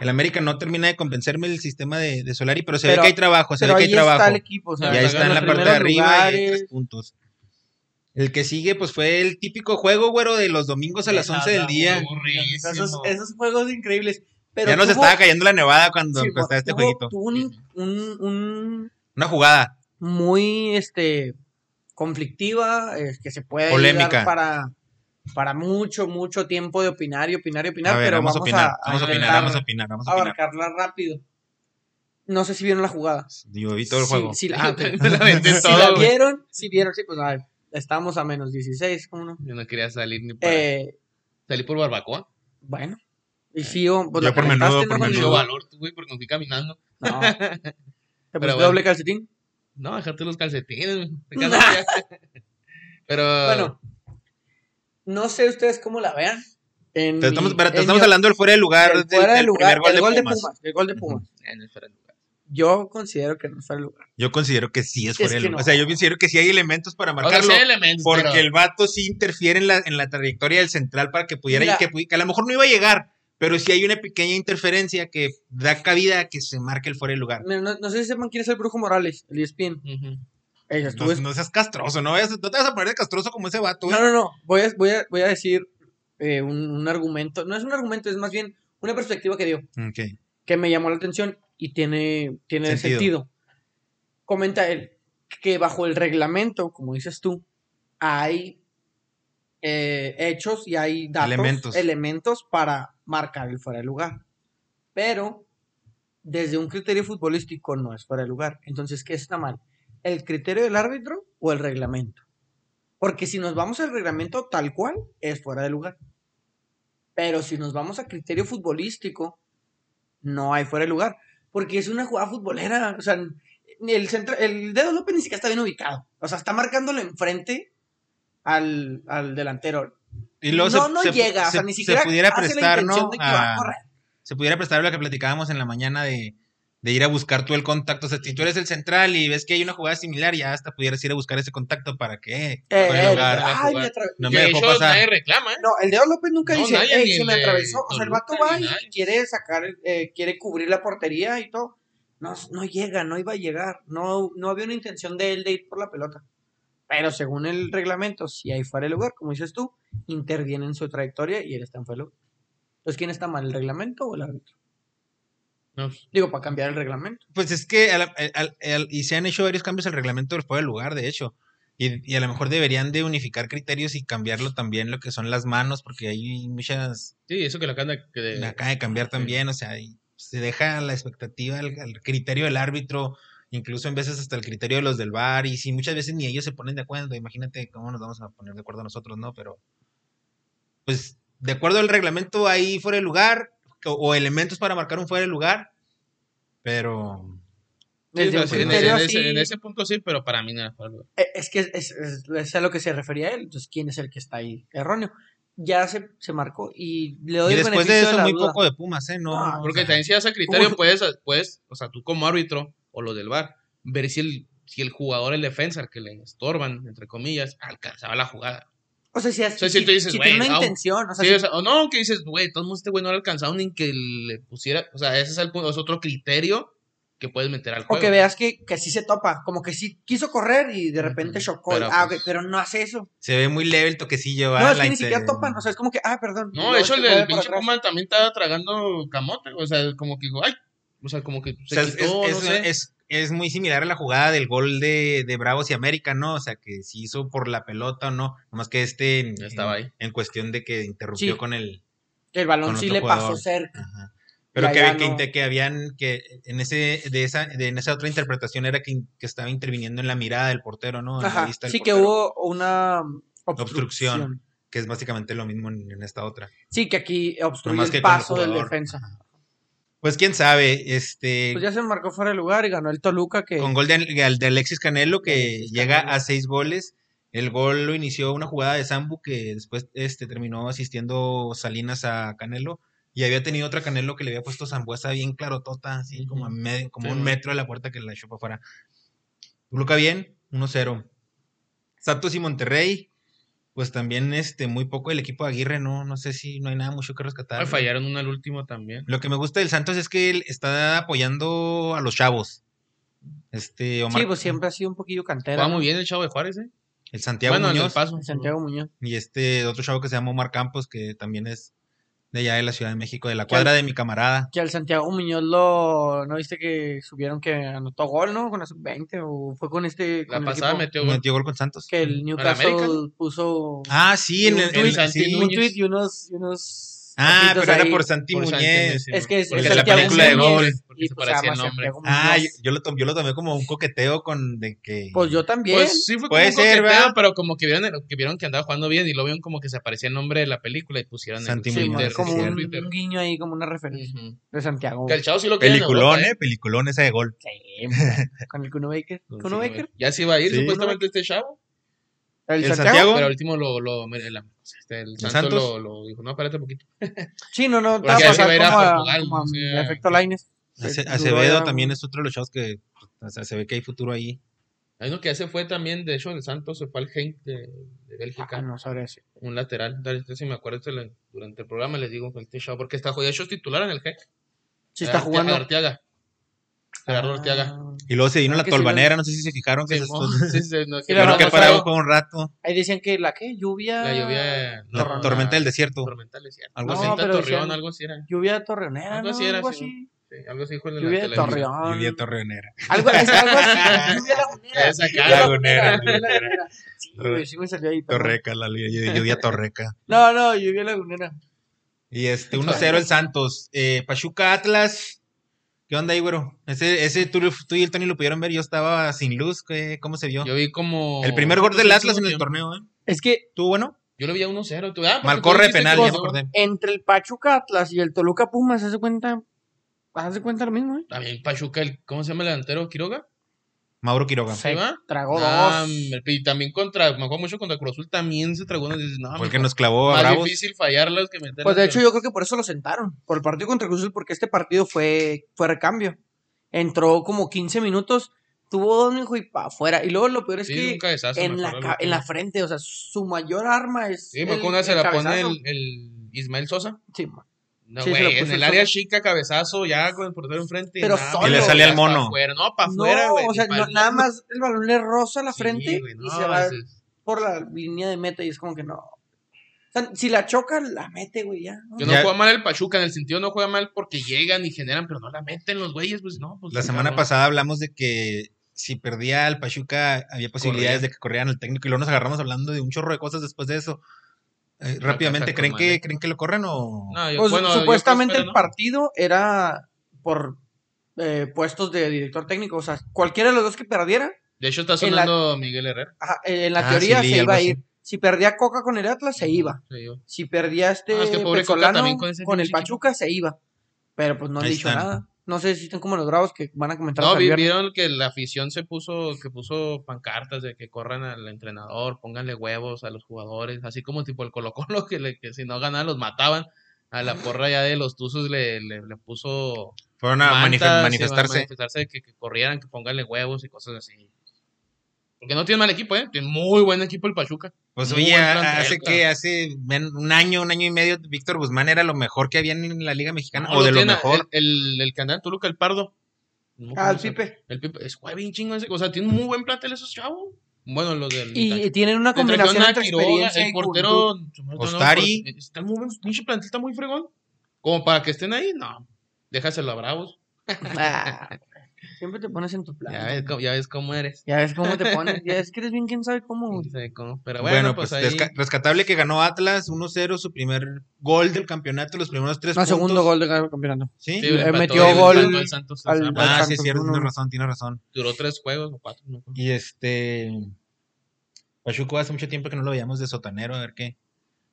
A: el América no termina de convencerme el sistema de, de Solari, pero se
C: Pero-
A: ve que hay trabajo, se ve
C: pero
A: que
C: ahí
A: hay
C: está
A: trabajo.
C: el equipo. O
A: Y
C: sea,
A: ahí
B: Está
A: está en
B: ganando
A: la
B: en
A: parte de arriba
C: primeros
A: y hay
C: lugares.
A: tres puntos. El que sigue, pues fue el típico juego, güero, de los domingos a las 11 del día.
B: Aburridísimo.
C: Esos, esos juegos increíbles. Pero
A: ya nos
C: tuvo-
A: estaba cayendo la nevada cuando
C: sí,
A: empezó este
C: tuvo-
A: jueguito.
C: tuvo un- un- un
A: Una jugada.
C: muy este conflictiva, eh, que se puede ir
A: Polémica.
C: dar para, para mucho, mucho tiempo de opinar y opinar y opinar,
A: A ver,
C: pero
A: vamos a opinar, vamos a opinar,
C: intentar
A: vamos a opinar, vamos a opinar.
C: abarcarla rápido. No sé si vieron la jugada.
A: Yo vi todo el
C: Si-
A: juego.
C: Si, la, ah, ok.
B: Me la aventé
C: Si
B: todo,
C: la
B: güey.
C: vieron, si vieron, sí, pues a ver, estamos a menos 16, ¿cómo no?
B: Yo no quería salir ni para...
C: Eh,
B: Salí por barbacoa.
C: bueno. Y sí, o- pues
A: Yo
C: la
A: por
C: comentaste,
A: menudo, por
C: ¿no?
B: Me dio
A: menudo.
B: valor, tú, güey, porque me fui caminando.
C: No. ¿Te pusiste
B: bueno.
C: doble calcetín?
B: No, dejarte los calcetines. mijo. Te cansaste. Pero...
C: Bueno,
A: Ah.
C: no sé ustedes cómo la vean. En
A: Te
C: mi-
A: estamos, pero te
C: en
A: estamos
C: mi
A: hablando del fuera de lugar,
C: del
A: del,
C: fuera de
A: del
C: lugar,
A: primer gol,
C: del
A: de, Pumas.
C: El gol de Pumas.
B: en el fuera de lugar.
C: yo considero que no fue el lugar.
A: Yo considero que sí es
C: Es
A: fuera de
C: que
A: lugar.
C: no.
A: O sea, yo considero que sí hay elementos para
B: O sea,
A: marcarlo.
B: sí hay elementos,
A: porque
B: pero-
A: el vato sí interfiere en la, en la trayectoria del central para que pudiera
C: Mira.
A: y que, pudi- que a lo mejor no iba a llegar, pero sí hay una pequeña interferencia que da cabida a que se marque el fuera de lugar.
C: Mira, no, no sé si sepan quién es el Brujo Morales, el E ESPN.
B: Ujú.
C: Eh, yo
A: No,
C: estuve-
A: no seas castroso, no, vayas- no te vas a poner de castroso como ese vato.
C: No,
A: güey.
C: no, no. Voy a, voy a, voy a decir eh, un, un argumento. No es un argumento, es más bien una perspectiva que dio,
A: Ok.
C: que me llamó la atención y tiene, tiene sentido.
A: Sentido.
C: Comenta él que bajo el reglamento, como dices tú, hay eh, hechos y hay datos,
A: Elementos.
C: elementos para marcar el fuera de lugar. Pero desde un criterio futbolístico no es fuera de lugar. Entonces, ¿qué está mal? ¿El criterio del árbitro o el reglamento? Porque si nos vamos al reglamento tal cual, es fuera de lugar. Pero si nos vamos a criterio futbolístico, no hay fuera de lugar. Porque es una jugada futbolera. O sea, ni el, centro, el dedo López ni siquiera está bien ubicado. O sea, está marcándolo enfrente al, al delantero.
A: Y luego
C: no,
A: se-
C: no
A: se-
C: llega. o sea,
A: se-
C: ni
A: se
C: siquiera
A: pudiera
C: hace
A: prestar,
C: la intención
A: ¿no? Ah.
C: de que va a
A: a-
C: correr.
A: se pudiera prestar lo que platicábamos en la mañana de, de ir a buscar tú el contacto. O sea, si tú eres el central y ves que hay una jugada similar, ya hasta pudieras ir a buscar ese contacto para que eh,
C: Eh,
A: fuera de
C: eh,
A: lugar.
B: va a
C: ay,
B: jugar.
C: me atra-
A: no
B: Que
A: me
B: de
A: dejó
B: hecho, nadie
A: pasar.
B: reclama, ¿eh?
C: No, el dedo López nunca
B: No,
C: dice,
B: nadie,
C: "Ey,
B: ni
C: se
B: el
C: me
B: de
C: atravesó. O sea, el
B: Toluca,
C: vato va
B: ni
C: y
B: nadie.
C: quiere sacar, eh, quiere cubrir la portería y todo. No, no llega, no iba a llegar. No, no había una intención de él de ir por la pelota. Pero según el reglamento, si hay fuera de lugar, como dices tú, interviene en su trayectoria y él está en fuera de lugar. Entonces, ¿quién está mal, el reglamento o el árbitro?
B: No.
C: Digo, para cambiar el reglamento.
A: Pues es que, a la- al- al- y se han hecho varios cambios al reglamento del fuera de lugar, de hecho. Y, y a lo mejor deberían de unificar criterios y cambiarlo también lo que son las manos, porque hay muchas...
B: Sí, eso que la canta que de-
A: la acaba de cambiar
B: Eh, sí.
A: también, o sea, y se deja la expectativa al, al criterio del árbitro, incluso en veces hasta el criterio de los del VAR, y si muchas veces ni ellos se ponen de acuerdo, imagínate cómo nos vamos a poner de acuerdo nosotros, ¿no? Pero, pues, de acuerdo al reglamento, ahí fuera de lugar, o, o elementos para marcar un fuera de lugar, pero...
B: Sí,
C: Desde
B: pero
C: un
B: sí, en, ese,
C: criterio
B: en ese-
C: así-
B: en ese punto sí, pero para mí no era fuera de lugar.
C: Eh, Es que es, es- es a lo que se refería él. Entonces, ¿quién es el que está ahí erróneo? Ya se, se marcó y le doy
A: Y
C: el
A: después de
C: beneficio
A: eso,
C: la
A: muy
C: duda.
A: poco de Pumas, ¿eh? No,
C: Ah,
A: o
B: Porque
A: sea,
B: también si vas a criterio,
C: Uy.
B: puedes, puedes, o sea, tú como árbitro o los del bar, ver si el, si el jugador, el defensa, al que le estorban, entre comillas, alcanzaba la jugada.
C: O sea, si,
B: sea,
C: si-
B: si tú dices,
C: si
B: "Güey,
C: tiene una
B: au".
C: intención, o sea,
B: Sí,
C: si-
B: o sea, o no, que dices, güey, todo el mundo este güey no lo ha alcanzado ni que le pusiera. O sea, ese es, el, punto- es otro criterio que puedes meter al
C: o
B: juego.
C: que veas que, que sí se topa, como que sí quiso correr y de repente
B: Ujú,
C: chocó.
B: pero
C: ah,
B: pues-
C: ok, pero no hace eso.
A: se ve muy leve el toquecillo.
C: No,
A: ¿va?
C: es
A: La
C: que ni siquiera
A: inter-
C: topan, o sea, es como que, ah, perdón.
B: No,
C: luego
B: de hecho,
C: se
B: el,
C: mueve
B: el
C: para
B: pinche
C: atrás.
B: Puma también estaba tragando camote. O sea, como que dijo, ay. O sea, como que se
A: O sea, es-
B: quitó,
A: es,
B: no
A: es-
B: sé.
A: es- es muy similar a la jugada del gol de, de Bravos y América, ¿no? O sea, que si hizo por la pelota o no. Nomás que este en,
B: Ya estaba
A: en-
B: ahí.
A: en cuestión de que interrumpió
C: Sí.
A: con el.
C: Que El balón
A: con
C: sí
A: otro
C: le pasó
A: jugador.
C: cerca.
A: ajá. Pero
C: Ya,
A: que,
C: ya
A: había- que,
C: no.
A: inte- que habían. que en ese de esa de, en esa otra interpretación era que, in- que estaba interviniendo en la mirada del portero, ¿no? En la
C: Ajá,
A: vista del
C: sí que
A: portero,
C: hubo una um,
A: Obstrucción.
C: obstrucción.
A: Que es básicamente lo mismo en, en esta otra.
C: Sí, que aquí obstruyó
A: Nomás
C: el
A: que con el
C: paso del
A: jugador.
C: defensa.
A: Pues quién sabe, este.
C: Pues ya se marcó fuera de lugar y ganó el Toluca que...
A: con gol de, de Alexis Canelo que
C: Alexis
A: llega
C: Canelo.
A: a seis goles. El gol lo inició una jugada de Zambu que después este, terminó asistiendo Salinas a Canelo. Y había tenido otra Canelo que le había puesto Zambuesa bien clarotota, así
B: Ujú.
A: como, a medio- como
B: Sí,
A: un
B: man.
A: metro de la puerta que la echó para afuera. Toluca bien, 1-0. Santos y Monterrey, pues también este, muy poco el equipo de Aguirre, no, no sé si no hay nada mucho que rescatar.
B: Ay, fallaron una al último también.
A: Lo que me gusta del Santos es que él está apoyando a los chavos. Este, Omar,
C: Sí, pues siempre ha sido un poquillo cantera.
B: Va
C: ¿no?
B: muy bien el chavo de Juárez, ¿eh?
A: el Santiago
B: bueno, en el
A: Muñoz
B: paso.
C: Santiago Muñoz.
A: y este otro chavo que se llama Omar Campos, que también es de allá de la Ciudad de México, de la
C: Que
A: cuadra
C: al-
A: de mi camarada.
C: Que al Santiago Muñoz lo... ¿No viste que subieron que anotó gol, no? Con la sub-20 o fue con este...
B: La
C: con el
B: pasada
C: equipo
B: metió gol.
A: Metió gol con Santos.
C: Que el Newcastle
B: América?
C: puso
A: Ah, sí,
C: y
A: en
C: un
A: el. en
B: tuit,
A: el-
B: Santi
A: sí.
C: un
B: Núñez.
C: tweet y unos... y unos
A: Ah,
C: ojitos
A: pero era
C: ahí.
A: por Santi
B: Por Santi
A: Muñez.
B: Muñez,
C: Es que es,
A: Porque
C: es
A: la
C: Santiago
A: película de
C: Muñez
A: goles,
B: porque
C: y
B: se
C: pues se
B: parecía
C: llama
B: el nombre.
C: Santiago Muñoz.
A: Ah, yo, yo lo, tom- yo lo tomé como un coqueteo con de que.
C: Pues yo también.
B: Pues sí fue como
A: Puede
B: un
A: ser,
B: coqueteo,
A: ¿verdad?
B: pero como que vieron, que vieron que andaba jugando bien y lo vieron como que se aparecía el nombre de la película y pusieron el
A: Santi
C: Sí,
A: Muñoz,
B: Twitter,
A: es
C: como
A: cierto.
C: un,
B: Twitter.
C: un guiño ahí, como una referencia
B: Ujú.
C: de Santiago.
B: Que al chavo sí lo quieren en
A: Peliculón,
B: Europa,
A: ¿eh? Peliculón esa de gol.
C: Sí, hombre, con el Kuno Baker.
B: Con
C: Kuno
B: Kuno
C: Baker.
B: Becker. Ya se iba a ir
A: ¿eh? Sí.
B: supuestamente este chavo,
A: ¿El Santiago?
B: pero al último lo, lo, el, este, el Santos,
A: Santos?
B: Lo, lo dijo, no, espérate un poquito.
C: Sí, no, no,
B: Porque
C: estaba
B: así va a ir a
C: como a,
B: Portugal,
C: como a
B: o sea,
C: efecto Este, Lainez.
A: Ace-
C: Duró
A: Acevedo
C: ya-
A: también es otro de los chavos que o sea, se ve que hay futuro ahí.
B: Hay uno que ya se fue también, de hecho, el Santos se fue al Genk de, de Bélgica,
C: Ah, no sabría decir.
B: un lateral. Tal vez, si me acuerdo, se lo- durante el programa les digo, este show, porque está jugando, de hecho, es titular en el Genk. Ah,
C: Si está
B: Arti-
C: jugando.
B: Arteaga. Gerardo Arteaga.
C: Ah.
A: Y luego se vino
C: Ah,
A: la
C: que sí, la-
A: tolvanera, no sé si se fijaron que se
B: Simón,
A: estu-
B: sí, sí, no, que
C: la
A: tuvieron
B: no
A: que parar
C: Ramón
B: pasaba.
C: Sago.
A: un rato.
C: Ahí decían que la qué, lluvia.
B: La lluvia.
A: La
C: Tormenta.
A: tormenta del desierto.
B: Tormenta del desierto.
A: Algo
B: Algo
A: así.
B: así.
C: No, pero
B: Torreón,
C: decían-
B: algo así era.
C: Lluvia torreonera,
B: Algo
C: ¿no?
B: así era,
C: Algo
B: sí,
C: así.
B: Sí, algo así dijo en la
C: Lluvia de
B: televisión.
C: Torreón.
A: Lluvia torreonera.
C: Algo, es algo así. lluvia lagunera.
B: Esa
C: Lluvia
B: cara.
A: Lagunera,
C: lluvia lagunera. Sí, güey, sí me salió ahí. perdón.
A: Torreca, la lluvia, lluvia torreca.
C: No, no, lluvia lagunera.
A: Y este 1-0 el Santos. Eh, Pachuca Atlas. ¿Qué onda ahí, güero? Ese, ese tú, tú y el Tony lo pudieron ver. Yo estaba sin luz. ¿qué- ¿Cómo se vio?
B: Yo vi como.
A: El primer gol del
B: Sí,
A: Atlas en el
B: tiempo.
A: torneo, ¿eh?
C: Es que
A: ¿Tú, bueno?
B: Yo lo vi a 1-0. tú- ah, porque
A: Marcó
B: tú
A: re
B: dijiste
A: penal,
B: que
A: ya me
B: yo-
A: acordé.
C: entre el Pachuca Atlas y el Toluca Pumas, ¿se hace cuenta? ¿Haz de cuenta lo mismo, eh?
B: También Pachuca, el, ¿cómo se llama el delantero? ¿Quiroga?
A: Mauro Quiroga.
B: ¿Se va?
C: Tragó
B: Ah,
C: dos.
B: hombre, y también contra, me acuerdo mucho contra Cruz Azul también se tragó uno y dices, no,
A: Porque
B: mijo,
A: nos clavó a
B: más
A: Bravos.
B: difícil fallarlas que meterlas.
C: Pues de hecho yo creo que por eso lo sentaron, por el partido contra Cruz Azul, porque este partido fue, fue recambio. Entró como 15 minutos, tuvo dos, mijo, y para afuera. Y luego lo peor es
B: sí, un
C: que
B: cabezazo. me
C: en la,
B: acuerdo,
C: ca- en
B: lo
C: la
B: que-
C: frente, o sea, su mayor arma es
B: Sí, me
C: el-
B: acuerdo una se
C: el
B: la pone
C: cabezazo.
B: el, el Ismael Sosa.
C: Sí, ma.
B: No,
C: Sí, se
B: güey,
C: la
B: en
C: puso
B: el
C: el
B: área chica, cabezazo, ya con el portero enfrente.
C: Pero
B: nada,
C: solo.
A: Y le
B: güey,
A: sale al
B: pa'
A: mono.
B: afuera, no, para afuera,
C: No,
B: güey.
C: o
B: ni
C: sea,
B: pa'
C: no-
B: el-
C: nada más el balón le roza la
B: Sí,
C: frente
B: güey,
C: y
B: no,
C: se va
B: ese es-
C: por la línea de meta y es como que no. O sea, si la choca, la mete, güey, ya. ¿no?
B: Que no
A: Ya-
B: juega mal el Pachuca, en el sentido no juega mal porque llegan y generan, pero no la meten los güeyes, pues no. Pues,
A: La semana
B: cabrón.
A: pasada hablamos de que si perdía el Pachuca había posibilidades
B: Corría.
A: de que corrieran al técnico y luego nos agarramos hablando de un chorro de cosas después de eso. Eh,
B: No,
A: rápidamente,
B: está
A: ¿creen
B: con
A: que,
B: madre.
A: ¿creen que lo corran o...?
B: Ah, No, yo-
C: Pues,
B: bueno, yo creo que
C: supuestamente
B: espera,
C: el
B: ¿no?
C: partido era por eh, puestos de director técnico. O sea, cualquiera de los dos que perdiera,
B: De hecho, está
C: en la-
B: sonando Miguel Herrera.
C: ajá, eh, en la
A: Ah,
C: teoría
A: sí,
C: se
A: algo
C: iba a
A: así.
C: ir. Si perdía Coca con el Atlas, se iba.
B: Sí, yo.
C: Si perdía este
B: Ah, es que pobre Coca
C: Pezzolano
B: también con
C: con,
B: ese
C: el
B: pinche
C: Pachuca, se iba. Pero pues no han
A: Ahí
C: dicho
A: están.
C: nada. No sé si están como los bravos que van a comentar.
B: No,
C: hasta el
B: vi-
C: viernes.
B: vieron que la afición se puso, que puso pancartas de que corran al entrenador, pónganle huevos a los jugadores, así como tipo el Colo Colo, que, le- que si no ganaban los mataban. A la porra ya de los Tuzos le, le, le puso
A: Fueron a manife-
B: mantas,
A: manifestarse.
B: sí, manifestarse de que, que corrieran, que pónganle huevos y cosas así. Porque no tiene mal equipo, ¿eh? Tiene muy buen equipo el Pachuca.
A: pues
B: Muy
A: oye,
B: buen
A: a-
B: plantel,
A: hace
B: claro.
A: que hace men- un año, un año y medio, Víctor Guzmán era lo mejor que había en la Liga Mexicana,
B: No,
A: o de lo
B: tiene- eh,
A: mejor.
B: El, el, el canal Toluca, el Pardo. No,
C: Ah, el
B: o sea,
C: Pipe.
B: El Pipe es güey, bien chingo ese. O sea, tiene un muy buen plantel esos chavos. Bueno, los del.
C: Y
B: Necaxa.
C: eh, tienen una
B: Le trajeron
C: combinación
B: a
C: entre
B: Quiroga,
C: experiencia
B: el
C: y
B: portero.
C: juventud.
B: se me olvidó el nombre,
A: Ostari.
B: pero eh, Está muy buen. Pinche plantel está muy fregón. Como para que estén ahí, no. Déjaselo a Bravos.
C: Ah, siempre te pones en tu plan.
B: Ya ves, cómo- ya ves cómo eres.
C: Ya ves cómo te pones. Ya es que eres bien, quién sabe cómo. güey.
B: No sé cómo, Pero
A: bueno,
B: bueno,
A: pues,
B: pues, ahí.
A: desca- rescatable que ganó Atlas 1-0, su primer gol del campeonato, los primeros tres
C: No,
A: puntos.
C: Ah, segundo gol de campeonato.
A: Sí.
B: Sí, le
C: Eh, metió
B: le
C: gol
B: empató al Santos,
C: al-
B: o sea,
C: al-
A: Ah, sí,
C: Santos,
A: es cierto, tienes
C: 1-1.
A: razón, tienes razón.
B: Duró tres juegos o cuatro. no me acuerdo.
A: Y este. Pachuco hace mucho tiempo que no lo veíamos de sotanero, a ver qué.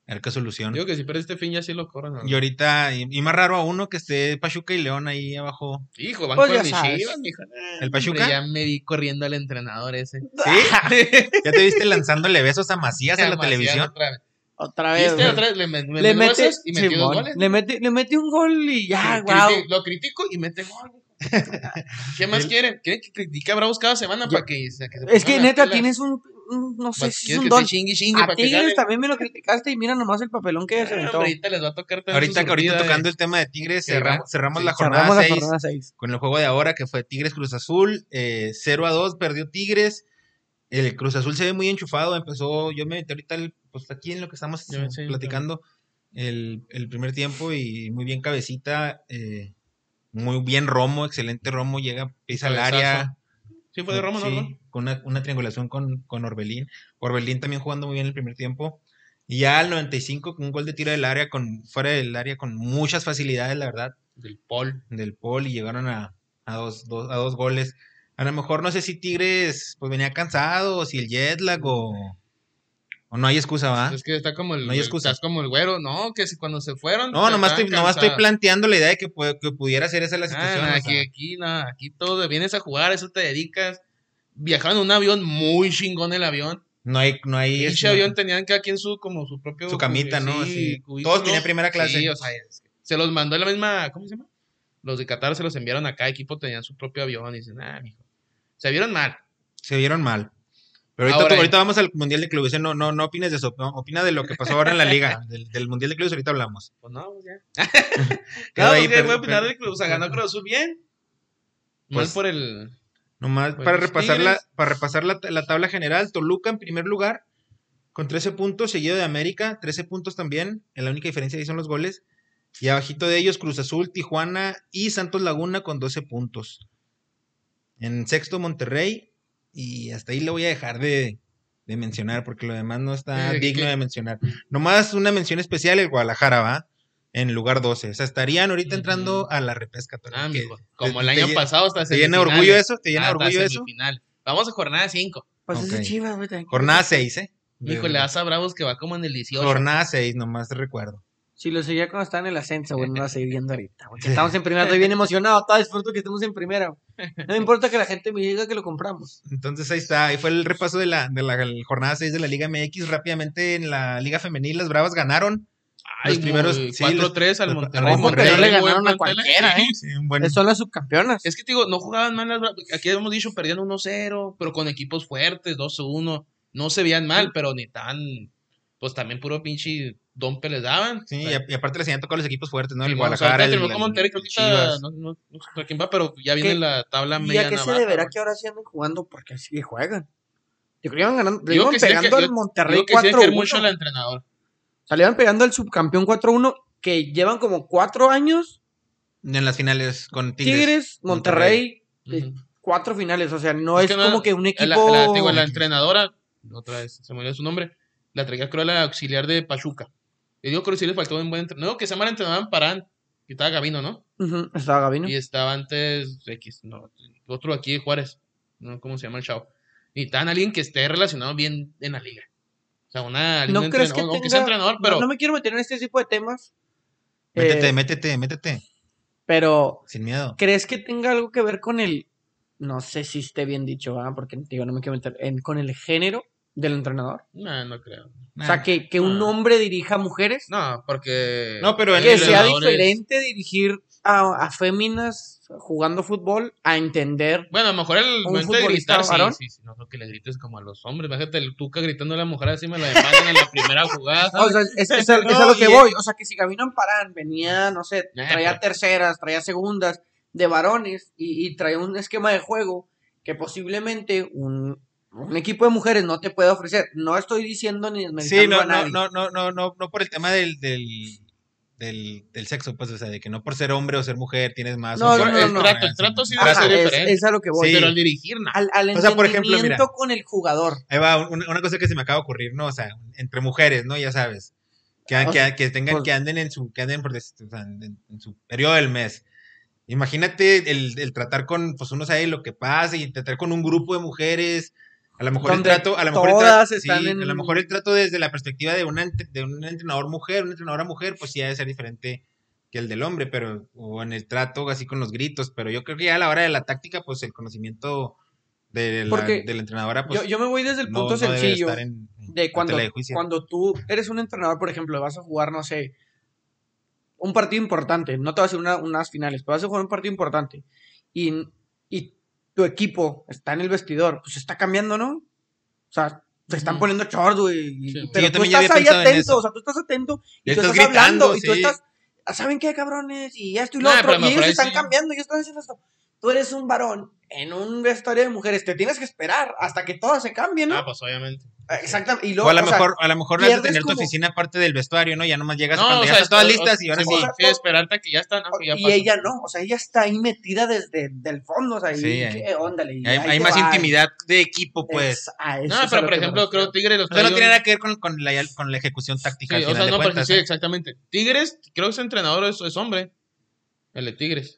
A: A ver qué solución.
B: Digo que si pierde este fin ya sí lo corran. ¿no?
A: Y ahorita, y, y más raro aún, ¿no? que esté Pachuca y León ahí abajo.
B: Hijo, van
C: Pues
B: con
C: ya
B: mis
C: sabes.
B: chivas, mijo.
A: ¿El
B: Hombre,
A: Pachuca?
B: Ya me vi corriendo al entrenador ese.
A: ¿Sí? ¿Ya te viste lanzándole besos a Macías en la
B: Demasiado
A: televisión?
B: otra vez.
C: Otra vez.
B: ¿Viste?
C: güey.
B: Otra vez le, me- me
C: le
B: metió
C: mete,
B: esos y metió
C: Simón,
B: dos goles.
C: le mete le mete un gol y ya,
B: Criti-
C: Ah, guau.
B: Lo critico y mete gol. ¿Qué más
A: El-
B: quieren? ¿Quieren que critique a Bravos cada semana
C: Ya.
B: para que, se- que se pongan
C: Es que
B: las
C: neta
B: pilas?
C: tienes un, un- no sé
B: Pues,
C: si es
B: ¿quieres
C: un
B: que te
C: don.
B: chingue y chingue
C: A
B: para que
C: Tigres
B: ganen?
C: también me lo criticaste y mira nomás el papelón que se
B: Ah,
C: aventó.
B: hombre, Ahorita les va a tocar tener
A: Ahorita,
B: su
A: ahorita
B: surtida
A: tocando
B: de-
A: el tema de Tigres,
B: que
A: cerramos,
B: ganó.
A: cerramos
B: Sí,
A: la
C: Cerramos
A: jornada
C: la
A: 6
C: jornada 6.
A: con el juego de ahora que fue Tigres Cruz Azul. eh, 0 a 2, perdió Tigres. El Cruz Azul se ve muy enchufado. Empezó, yo me metí ahorita, el- pues aquí en lo que estamos
B: Yo me estoy
A: platicando, el, el primer tiempo y muy bien cabecita. eh, muy bien Romo, excelente Romo. Llega, pisa al
B: Cabezazo.
A: área.
B: Sí, fue de Roma, ¿no?
A: Sí,
B: ¿no?
A: Con una, una triangulación con, con Orbelín. Orbelín también jugando muy bien el primer tiempo. Y ya al 95, con un gol de tiro del área, con, fuera del área, con muchas facilidades, la verdad,
B: Del Paul.
A: del Pol y llegaron a, a dos, dos- a dos goles. A lo mejor no sé si Tigres pues venía cansado, o si el jet lag, o, o no hay excusa, ¿va?
B: Es que está como el.
A: Ah. No hay
B: el-
A: excusa.
B: Estás como el güero. No, que si cuando se fueron.
A: No,
B: que
A: nomás
B: estaban
A: estoy, nomás estoy
B: cansados.
A: planteando la idea de que, pu- que pudiera ser esa la
B: Ah,
A: situación. o
B: aquí,
A: sea.
B: aquí, no, aquí todo. Vienes a jugar, eso te dedicas. Viajaron en un avión muy chingón el avión.
A: no hay, no hay.
B: Y
A: es-
B: ese avión tenían cada quien su, como su propio.
A: Su camita, ¿no? Sí.
B: cubículo.
A: Todos tenían primera clase.
B: Sí, o sea, es- se los mandó en la misma. ¿Cómo se llama? Los de Qatar se los enviaron acá, equipo tenían su propio avión y dicen, ah, mijo. Se vieron mal.
A: Se vieron mal. Pero ahorita,
B: Ahora-
A: ahorita vamos al Mundial de Clubes. eh, No, no, no opines de eso. no, opina de lo que pasó ahora en la liga. Del, del Mundial de Clubes ahorita hablamos.
B: Pues no, pues ya.
A: Quedó
B: Claro,
A: ahí,
B: pues ya,
A: pero-
B: voy a opinar
A: pero-
B: del club. O sea, ganó Cruz Azul bien. Mal
A: Pues-
B: por el.
A: Nomás
B: Pues
A: para,
B: los
A: repasar la,
B: Tigres.
A: para repasar la, la tabla general, Toluca en primer lugar con 13 puntos, seguido de América, 13 puntos también. En la única diferencia ahí son los goles. Y abajito de ellos Cruz Azul, Tijuana y Santos Laguna con 12 puntos. En sexto Monterrey y hasta ahí lo voy a dejar de, de mencionar porque lo demás no está
B: Eh,
A: digno
B: que-
A: de mencionar. Nomás una mención especial el Guadalajara, ¿va? En lugar 12. O sea, estarían ahorita
B: Ujú.
A: entrando a la repesca. Tony,
B: Ah,
A: que
B: mijo. Como el
A: te- te
B: año
A: lle-
B: pasado hasta
A: ¿Te llena orgullo eso? ¿Te llena orgullo eso?
B: Final. Vamos a jornada 5.
C: Pues es
A: Ok.
C: de Chivas, güey. tranquilo.
A: Jornada 6, ¿eh?
B: Mijo,
A: De-
B: le das a Bravos que va como en el 18.
A: Jornada 6, nomás te recuerdo.
C: Si lo seguía cuando estaba en el ascenso, güey, no lo va a seguir viendo ahorita, güey. Que estamos en primera, estoy bien emocionado, todo disfruto que estemos en primera, güey. No me importa que la gente me diga que lo compramos.
A: Entonces ahí está, ahí fue el repaso de la, de la jornada 6 de la Liga MX. Rápidamente en la Liga Femenil, las Bravas ganaron.
B: Ay,
A: Los primeros-
B: muy-
A: sí,
B: 4-3 al
A: los-
B: Monterrey.
A: al Monterrey.
B: Monterrey,
A: No le
B: buen
C: ganaron a
B: plantel.
C: cualquiera, ¿eh?
A: Sí, un buen-
C: Son las subcampeonas.
B: Es que te digo, no jugaban mal las Bravos. Aquí hemos dicho, perdían 1-0, pero con equipos fuertes, 2-1. No se veían mal, pero ni tan. Pues también puro pinche dompe les daban.
A: sí, y, a- y aparte les habían tocado los equipos fuertes, ¿no?
B: Sí,
A: El
B: bueno, o sea,
A: Guadalajara,
B: ahorita
A: el,
B: terminó con
A: el
B: Monterrey, creo que
A: Chivas.
B: está- no, no, no sé a quién va, pero ya viene
C: ¿Qué?
B: la tabla
C: ¿Y
B: media
C: a qué se
B: navaja,
C: deberá
B: güey.
C: que ahora sí anden jugando? Porque sí juegan. Yo creo que iban ganando. Le
B: Digo
C: iban
B: que sí,
C: pegando
B: que-
C: al
B: yo-
C: Monterrey
B: Creo que sí hay que ver mucho
C: 4-1.
B: al entrenador.
C: O sea, le iban pegando al subcampeón 4-1, que llevan como 4 años.
A: En las finales con Tigres.
C: Tigres, Monterrey,
B: Ujú.
C: cuatro finales. O sea, no
B: Es
C: es,
B: que no-
C: como que un
B: La,
C: equipo.
B: la- te digo, la entrenadora, otra vez, se me olvidó su nombre, la traía creo la auxiliar de Pachuca. Le digo creo que sí le faltó un buen entrenador, que se mal entrenador en Parán, que estaba Gabino, ¿no?
C: Ujú, estaba Gavino.
B: Y estaba antes X, no, otro aquí de Juárez, no cómo se llama el chavo. Y tan alguien que esté relacionado bien en la liga. O sea, una
C: ¿No
B: un
C: crees
B: entrenador,
C: que
B: aunque sea
C: tenga-
B: entrenador,
C: No-
B: pero
C: no, me quiero meter en este tipo de temas.
A: Métete,
C: eh,
A: métete, métete.
C: Pero,
A: Sin miedo.
C: ¿crees que tenga algo que ver con el. No sé si esté bien dicho, ¿ah? porque te digo, no me quiero meter. en- con el género del entrenador.
B: no, no creo.
C: o sea, que, que un
B: ah.
C: hombre dirija a mujeres.
B: No, porque
A: No, pero el-
C: que
A: el
C: sea
B: entrenador es-
C: diferente dirigir a, a féminas jugando fútbol a entender.
B: Bueno, a lo mejor el
C: ¿Un
B: momento de
C: futbolista
B: gritar, sí,
C: varón?
B: sí, sí, no creo que le grites como a los hombres. Imagínate el Tuca gritando a la mujer así, me la demandan en la primera jugada.
C: O sea, es, es- es a- es a
B: No,
C: lo que
B: y-
C: voy. O sea, que si Gabino Amparán venía, no sé,
B: Nah,
C: traía
B: pero-
C: terceras, traía segundas de varones y, y traía un esquema de juego que posiblemente un, un equipo de mujeres no te puede ofrecer. No estoy diciendo ni
A: Sí,
C: desmeritando
A: no,
C: a
A: no,
C: nadie.
A: no, no, no, no, no por el tema del, del, del, del sexo, pues, o sea, de que no por ser hombre o ser mujer tienes más.
C: No,
A: o
C: no,
A: menos,
C: no,
A: sí,
C: no.
A: o sea,
B: El trato, el trato sí
A: trato.
C: Ajá,
B: ser
C: es,
B: diferente.
C: es a lo que voy.
A: Sí.
B: Pero al dirigir, no.
C: Al, al
A: O sea, por ejemplo, mira.
C: entendimiento con el jugador.
A: Ahí va una, una cosa que se me acaba de ocurrir, ¿no? O sea, entre mujeres, ¿no? Ya sabes. Que,
C: Ah,
A: que, que tengan,
C: pues-
A: que anden en su, que anden por des- o sea, en, en su periodo del mes. Imagínate el, el tratar con, pues uno sabe lo que pasa y tratar con un grupo de mujeres. A lo mejor el
C: Donde
A: trato, a lo mejor el
C: todas
A: trato, sí,
C: están en-
A: a lo mejor el trato desde la perspectiva de una, ent- de un entrenador mujer, una entrenadora mujer, pues sí ha de ser diferente que el del hombre, pero, o en el trato así con los gritos, pero yo creo que ya a la hora de la táctica, pues el conocimiento de la,
C: Porque
A: de la entrenadora, pues
C: Yo, yo me voy desde el
A: no-
C: punto
A: no debe
C: sencillo.
A: estar en- en
C: de
A: la
C: cuando,
A: tela de juicio.
C: cuando tú eres un entrenador, por ejemplo, vas a jugar, no sé, un partido importante, no te vas a hacer unas finales, pero vas a jugar un partido importante y, y tu equipo está en el vestidor, pues está cambiando, ¿no? O sea, te están
B: Ujú.
C: poniendo short, güey, y-
B: Sí.
A: Sí, yo
C: pero tú
A: también ya
C: estás
A: había
C: ahí
A: pensado en
C: atento,
A: eso.
C: o sea, tú estás atento y
A: Le
C: tú
A: estás
C: estás,
A: gritando,
C: hablando y tú
A: sí.
C: estás, "Ah, ¿saben qué, cabrones? Y esto y lo
B: Nah, pero
C: otro,
B: a lo
C: y ellos
B: mejor ahí
C: están
B: sí.
C: cambiando, ellos están haciendo esto. Tú eres un varón en un vestuario de mujeres, te tienes que esperar hasta que todas se cambien, ¿no?
B: Ah, pues obviamente.
C: Exactamente. Y
A: o
C: luego,
A: a lo
C: o sea,
A: mejor, a lo mejor le has de
C: pierdes
A: tener tu
C: como-
A: oficina aparte del vestuario, ¿no? Ya nomás llegas
B: No,
A: cuando
B: o
A: ya
B: sea,
A: estás todas
B: o- o-
A: listas y ahora
B: sí,
A: sí.
C: o sea,
B: sí, esperarte que ya están. ah, pues ya
C: y
B: pasó.
C: ella no, o sea, ella está ahí metida desde el fondo, o sea,
A: Sí,
C: y,
A: ahí.
C: qué onda, le- y
A: hay
C: ahí
A: hay
C: te
A: más
C: va,
A: intimidad de equipo,
C: es-
A: pues.
C: a eso
B: No,
C: es a
B: pero por
C: lo que me
B: ejemplo,
C: refiero.
B: creo Tigres los
A: O sea, no
B: trae
A: tiene
B: un-
A: nada que ver con, con la, con la ejecución táctica.
B: Sí,
A: al
B: o
A: final
B: sea,
A: de
B: no, pero
A: cuentas,
B: sí,
A: ¿eh?
B: exactamente. Tigres, creo que su entrenador es, es hombre. El de Tigres.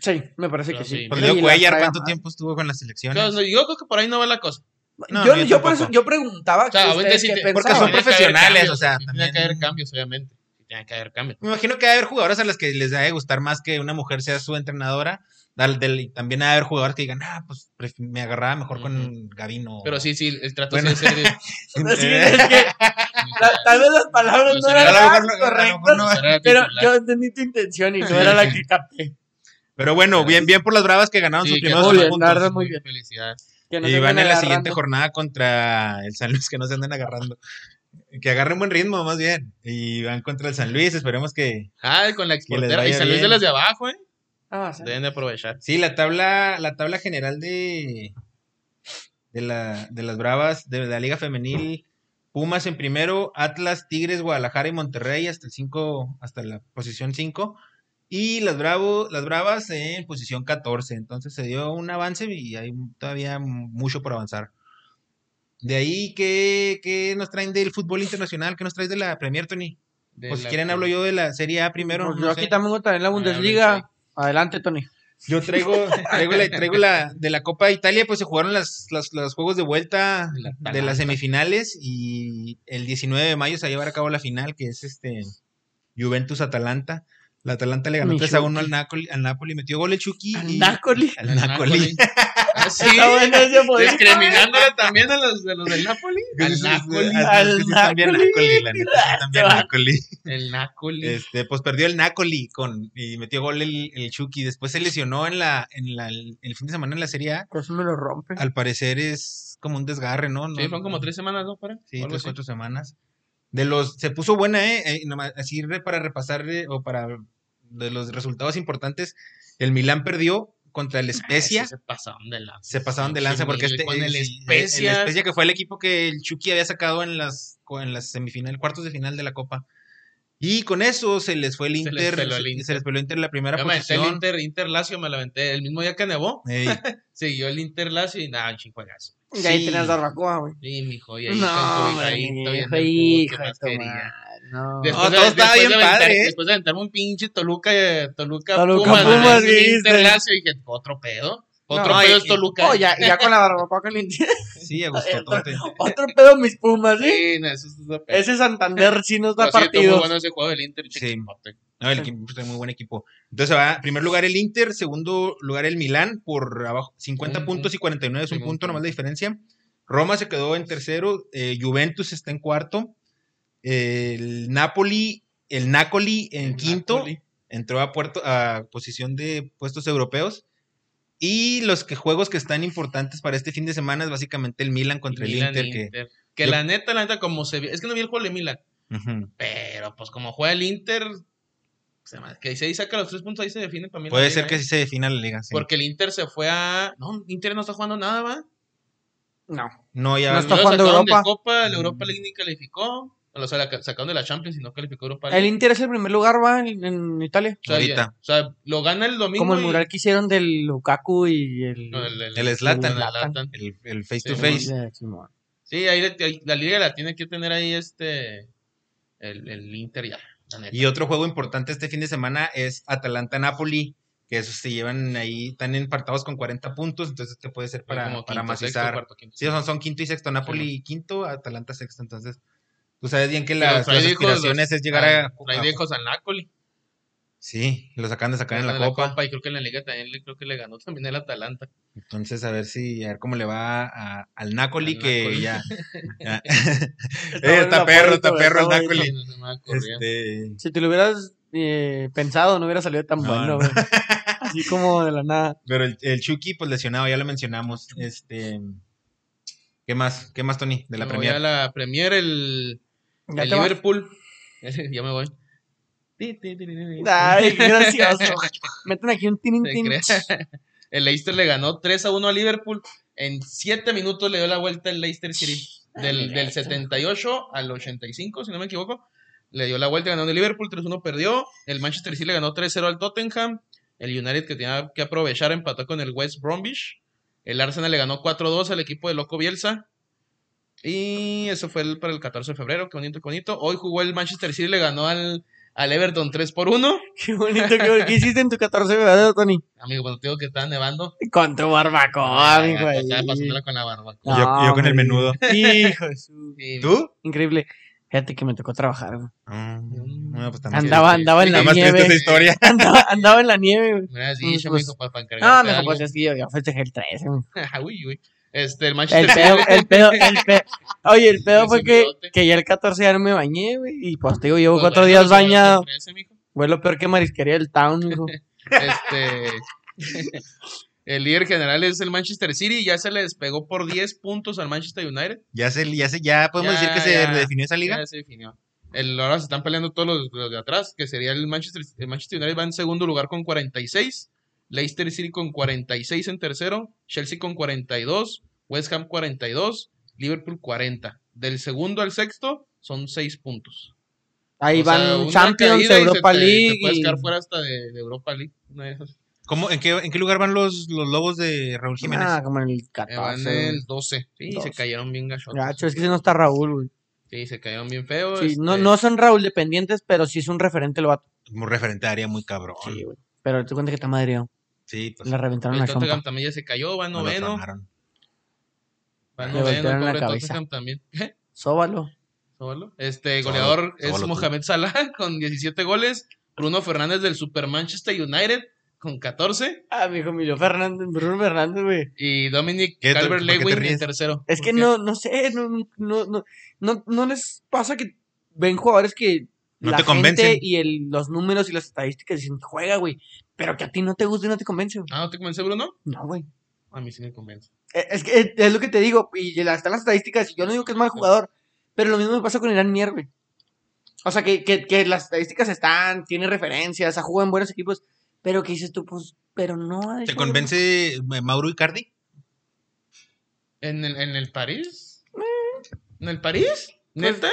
C: Sí, me parece que
B: Pero
C: sí.
B: sí.
A: Pues
C: Y
A: Leo
C: la
A: Cuellar,
C: trae
A: ¿cuánto
C: más.
A: tiempo estuvo con la selección?
B: Claro, yo creo que por ahí no va la cosa.
A: No,
C: yo,
A: yo
C: yo por
A: tampoco.
C: eso yo preguntaba
B: O sea,
C: Pues, que
B: obviamente
C: ustedes
B: sí
C: qué
B: te-
A: porque
C: pensaban.
A: son
B: Tiene que haber
A: profesionales,
B: cambios,
A: o sea,
B: sí,
A: también-
B: Tiene que haber cambios, obviamente. Sí, Tiene que haber cambios.
A: Me imagino que va a haber jugadoras a las que les debe gustar más que una mujer sea su entrenadora. Dal- del- y también va a haber jugadoras que digan, ah, pues pref- me agarraba mejor con Gavino.
B: Pero sí, sí, el trato
A: Bueno.
B: sí es serio.
C: Sí, es que la- tal vez las palabras no
B: Pero a
A: lo mejor no- a lo
C: eran las
A: mejor
C: correctas,
A: no-
B: Será titular.
C: pero yo entendí tu intención y no era la que capté.
A: Pero bueno, bien, bien por las bravas que ganaron
B: Sí,
A: sus
B: que
A: primeros
C: muy
A: dos
C: bien,
A: puntos.
C: la verdad, muy bien.
B: Felicidades.
C: Que no
A: y
C: se
A: van en la
C: agarrando.
A: siguiente jornada contra el San Luis, que no se anden agarrando. Que agarren buen ritmo, más bien. Y van contra el San Luis, esperemos que...
B: Ah, con la
A: les
B: exportera. Y
A: vaya
B: San Luis de
A: bien.
B: las de abajo, ¿eh?
C: Ah, sí.
B: Deben de aprovechar.
A: Sí, la tabla, la tabla general de, de, la, de las Bravas, de la Liga Femenil, Pumas en primero, Atlas, Tigres, Guadalajara y Monterrey hasta el 5, hasta la posición 5. Y las, Bravo, las Bravas en posición 14. Entonces se dio un avance y hay todavía mucho por avanzar. De ahí, ¿qué, qué nos traen del fútbol internacional? ¿Qué nos traes de la Premier, Tony?
B: De
A: Pues si
B: la-
A: quieren hablo yo de la Serie A primero.
C: Pues
A: no
C: yo
A: sé. Ah,
C: aquí también voy a traer la Bundesliga. Adelante, Tony.
A: Yo traigo, traigo, la, traigo la de la Copa de Italia, pues se jugaron las, las- los juegos de vuelta
B: La
A: de
B: Atalanta.
A: las semifinales y el 19 de mayo se va a llevar a cabo la final, que es este Juventus-Atalanta. La Atalanta le ganó
C: Mi
A: 3 a 1 al Napoli, al Napoli, metió gol el Chucky y
C: Nácoli.
A: al Napoli.
B: Ah, sí.
C: Está bueno ese poder.
B: Discriminándole también a los de los del Napoli. Al
A: Al Napoli,
B: Napoli.
A: también
C: Napoli.
A: Napoli, la neta, sí, también
C: Este
A: Napoli.
B: El Napoli.
A: Este, pues perdió el Nácoli con, y metió gol el, el Chucky. Después se lesionó en la, en la, el fin de semana en la Serie A.
C: Eso me lo rompe.
A: Al parecer es como un desgarre, ¿no?
B: Sí,
A: No-
B: fueron como tres semanas, ¿no? Para,
A: Sí, tres, cuatro semanas. De los, se puso buena, ¿eh? Eh, nomás, así re- para repasar eh, o para de los resultados importantes, el Milán perdió contra
B: Ah,
A: el Spezia.
B: Se pasaron de lanza.
A: Se pasaron de lanza porque este,
B: Con el
A: eh, sí, el
B: Especia.
A: Spezia que fue el equipo que el Chucky había sacado en las, co- en las semifinal, cuartos de final de la Copa. Y con eso se les fue el
B: Se les
A: Inter,
B: peló el
A: se-
B: Inter.
A: se les peló el Inter en la primera
B: Yo me aventé el
A: posición.
B: Inter, Inter Lazio, me la aventé. El mismo día que nevó,
A: Ey,
B: siguió el Inter Lazio y nada, un chinguagazo.
C: Y ahí
A: sí.
C: tenías barbacoa, güey.
B: Y mi hijo, y ahí
C: No,
B: con tu
C: hombre,
B: hijadito viendo
C: hijo,
B: el fútbol, ¿qué
C: hijo de
B: más
C: tu
B: quería?
C: madre, no.
A: Después- todo estaba
B: después
A: bien
B: de aventar-
A: padre, ¿eh?
B: Después de aventarme un pinche Toluca, eh, Toluca,
C: Toluca,
B: Pumas,
A: Pumas,
B: Pumas
C: dijiste.
B: Inter Lazio, y dije, otro pedo. Otro
A: No,
B: pedo
A: y-
B: es Toluca.
C: Oh, ya, ya con la barbacoa caliente.
A: sí, a gustotote.
C: Otro pedo mis pumas, ¿sí?
B: Sí, no, eso es otro pedo.
C: Ese Santander sí nos da
B: Por cierto, muy
C: partidos.
B: bueno ese juego del Inter.
A: Sí.
B: chiquipote.
A: No, el equipo pues, es un muy buen equipo. Entonces va, primer lugar el Inter, segundo lugar el Milán por abajo, 50
B: Un-
A: puntos y 49 es un
B: un
A: punto nomás
B: punto.
A: la diferencia. Roma se quedó en tercero, eh, Juventus está en cuarto, el Napoli, el Napoli en
B: El
A: quinto,
B: Napoli.
A: entró a puerto a posición de puestos europeos. Y los que juegos que están importantes para este fin de semana es básicamente el Milan contra el
B: Milan,
A: Inter, que
B: Inter. Que
A: Yo-
B: la neta, la neta, como se ve. Es que no vi el juego de Milan.
A: Ujú.
B: Pero pues como juega el Inter, se ma- que ahí saca los tres puntos, ahí se define para mí. la
A: puede
B: liga,
A: ser que
B: ¿eh?
A: sí se defina la liga. sí.
B: Porque el Inter se fue a. No, Inter no está jugando nada, ¿va?
C: No.
A: No, ya
C: No
A: van-
C: está
B: Lo
C: jugando
B: sacaron
C: Europa.
B: de Copa,
A: Mm.
B: la Europa League ni calificó. O sea, la ca- sacaron de la Champions y no calificó Europa
C: El
B: League.
C: Inter es el primer lugar, va, en, en Italia.
B: O sea, ya-
A: Ahorita.
B: o sea, lo gana el domingo.
C: Como el
B: y-
C: mural que hicieron del Lukaku y el...
B: no, el, el,
A: El Zlatan.
B: el Zlatan.
A: el, el face
B: Sí,
A: to
B: no,
A: face.
C: Sí, Simón.
B: Sí, ahí le- ahí la liga la tiene que tener ahí este. El, el Inter ya. la neta.
A: Y otro juego importante este fin de semana es Atalanta-Napoli, que esos se llevan ahí, están empartados con 40 puntos, entonces este puede ser para,
B: Como
A: para
B: quinto, sexto,
A: macizar.
B: cuarto, quinto.
A: sí, son, son quinto y sexto, Napoli quinto, Atalanta sexto, entonces tú sabes bien que las,
B: Pero pues
A: las
B: trae hijos,
A: aspiraciones es llegar a...
B: Trae
A: a-
B: viejos al Nácoli.
A: sí, los acaban de sacar en la,
B: Ganó
A: copa.
B: y creo que en la liga también le- creo que le ganó también el Atalanta.
A: entonces a ver si, a ver cómo le va a- al Napoli,
B: Al
A: que
B: Napoli.
A: ya... ya. Eh,
C: bueno la
A: está perro,
C: favorita,
A: está perro el
C: está
B: Sí,
A: Napoli.
B: no se me ocurría.
A: Este,
C: Si te lo hubieras eh, pensado, no hubiera salido tan
A: No,
C: bueno,
A: no.
C: güey. Así como de la nada.
A: pero el, el Chucky, pues lesionado, ya lo mencionamos. Este... ¿Qué más? ¿Qué más, Tony? De la
B: Me voy
A: Premier.
B: a la Premier, el,
C: Ya
B: el
C: te vas.
B: Liverpool. ya me voy.
C: Ay, gracioso. Meten aquí un tin,
B: ¿Te
C: tin.
B: crees? El Leicester le ganó 3 a 1 a Liverpool. En 7 minutos le dio la vuelta el Leicester City. Del, del 78 al 85, si no me equivoco. Le dio la vuelta ganando el Liverpool. 3 1 perdió. El Manchester City le ganó 3 0 al Tottenham. El United que tenía que aprovechar empató con el West Bromwich. El Arsenal le ganó 4 2 al equipo de Loco Bielsa. Y eso fue el- para el 14 de febrero. Qué bonito, qué bonito. Hoy jugó el Manchester City, le ganó al, al Everton 3 por 1.
C: Qué bonito, qué bonito. ¿Qué hiciste en tu 14 verdadero, Tony?
B: Amigo, cuando te digo que estaba nevando.
C: Con tu barbacoa,
B: Ah,
C: mi
B: acá
C: güey.
B: pasándola con la barbacoa.
A: Yo- yo con el
C: Ah, hombre.
A: menudo.
C: Hijo de su-
B: Sí.
A: ¿Tú?
C: Increíble. Fíjate que me tocó trabajar, güey.
B: Mm.
A: No, pues
B: Ah,
A: también.
C: Andaba,
B: triste.
C: andaba en
A: Está
C: la
A: más triste esa
C: nieve.
A: historia.
C: Andaba, andaba en la nieve, güey.
B: Me hubieras dicho,
C: Pues-
B: mijo, pa- pa encargarte
C: No, mejor
B: algo.
C: pues es que yo, yo festejé el 13, güey.
B: Ajá, uy, uy. Este, el
C: El
B: Manchester
C: pedo, el pedo, el pedo. Oye, el pedo
B: Ese
C: fue que,
B: bigote.
C: que ya el 14 ya no me bañé, güey. Y pues te digo, llevo
B: Pues,
C: cuatro
B: bueno,
C: días
B: pues, bueno,
C: bañado.
B: trece, mijo.
C: Fue lo peor que marisquería del town, mijo.
B: Este, el líder general es el Manchester City, ya se le despegó por 10 puntos al Manchester United.
A: Ya, se, ya, se, ya podemos
B: Ya,
A: decir que
B: ya.
A: se redefinió esa liga.
B: Ya se definió. El- ahora se están peleando todos los, los de atrás, que sería el Manchester, el Manchester United va en segundo lugar con 46, Leicester City con 46 en tercero, Chelsea con 42, West Ham 42, Liverpool 40. Del segundo al sexto son 6 puntos.
C: Ahí
B: O sea,
C: van
B: una
C: Champions,
B: caída y se
C: Europa
B: te-
C: League.
B: Te puedes
C: y-
B: quedar fuera hasta de, de Europa League. una de esas.
A: ¿Cómo, en, qué, ¿En qué lugar van los, los lobos de Raúl Jiménez?
C: Ah, como en el
B: Eh, Van
C: 14.
B: en el 12. Sí, se
C: 12.
B: cayeron bien gachos.
C: Gacho, es que si no está Raúl, güey.
B: Sí, se cayeron bien feos.
C: Sí, no,
B: este,
C: no son Raúl dependientes, pero sí es un referente el vato.
A: Muy referente a área, muy cabrón.
C: Sí, güey. Pero te cuenta que está madrido.
A: Sí, pues.
C: Le reventaron la
B: El Tottenham
C: chompa.
B: también ya se cayó, va
A: no lo
B: noveno.
A: tronaron.
B: Va
C: Le
B: noveno, el
C: voltearon la
B: pobre
C: cabeza.
B: Tottenham también.
C: Sóbalo.
B: Solo. Este
A: Solo,
B: goleador es
A: solo tú.
B: Mohamed Salah con 17 goles. Bruno Fernández del Super Manchester United con 14.
C: Ah, mi hijo Emilio Fernández, Bruno Fernández, güey.
B: Y Dominic
A: ¿Qué, Tol?
B: Calvert
A: ¿Por qué te
B: Lewin en
A: ríes?
B: tercero.
C: Es
B: ¿Por
C: que
B: qué?
C: no, no sé, no, no, no, no, no les pasa que ven jugadores que
A: No
C: la
A: te
C: gente
A: convencen.
C: y el, los números y las estadísticas dicen, juega, güey. Pero que a ti no te guste y no te convence, güey.
B: Ah, ¿no te convence Bruno?
C: No, güey.
B: A mí sí me convence.
C: Eh, Es que eh, es lo que te digo, y la- están las estadísticas, y yo no digo que es mal jugador, pero lo mismo me pasa con Irán Mier, güey. O sea, que, que, que las estadíticas están, tiene referencias, ha jugado en buenos equipos, pero que dices tú, pues, pero no. ha
A: ¿Te
C: hecho-
A: convence eh, Mauro Icardi?
B: ¿En el, en el París? ¿En el París?
C: Mm. Pues,
B: ¿Neta?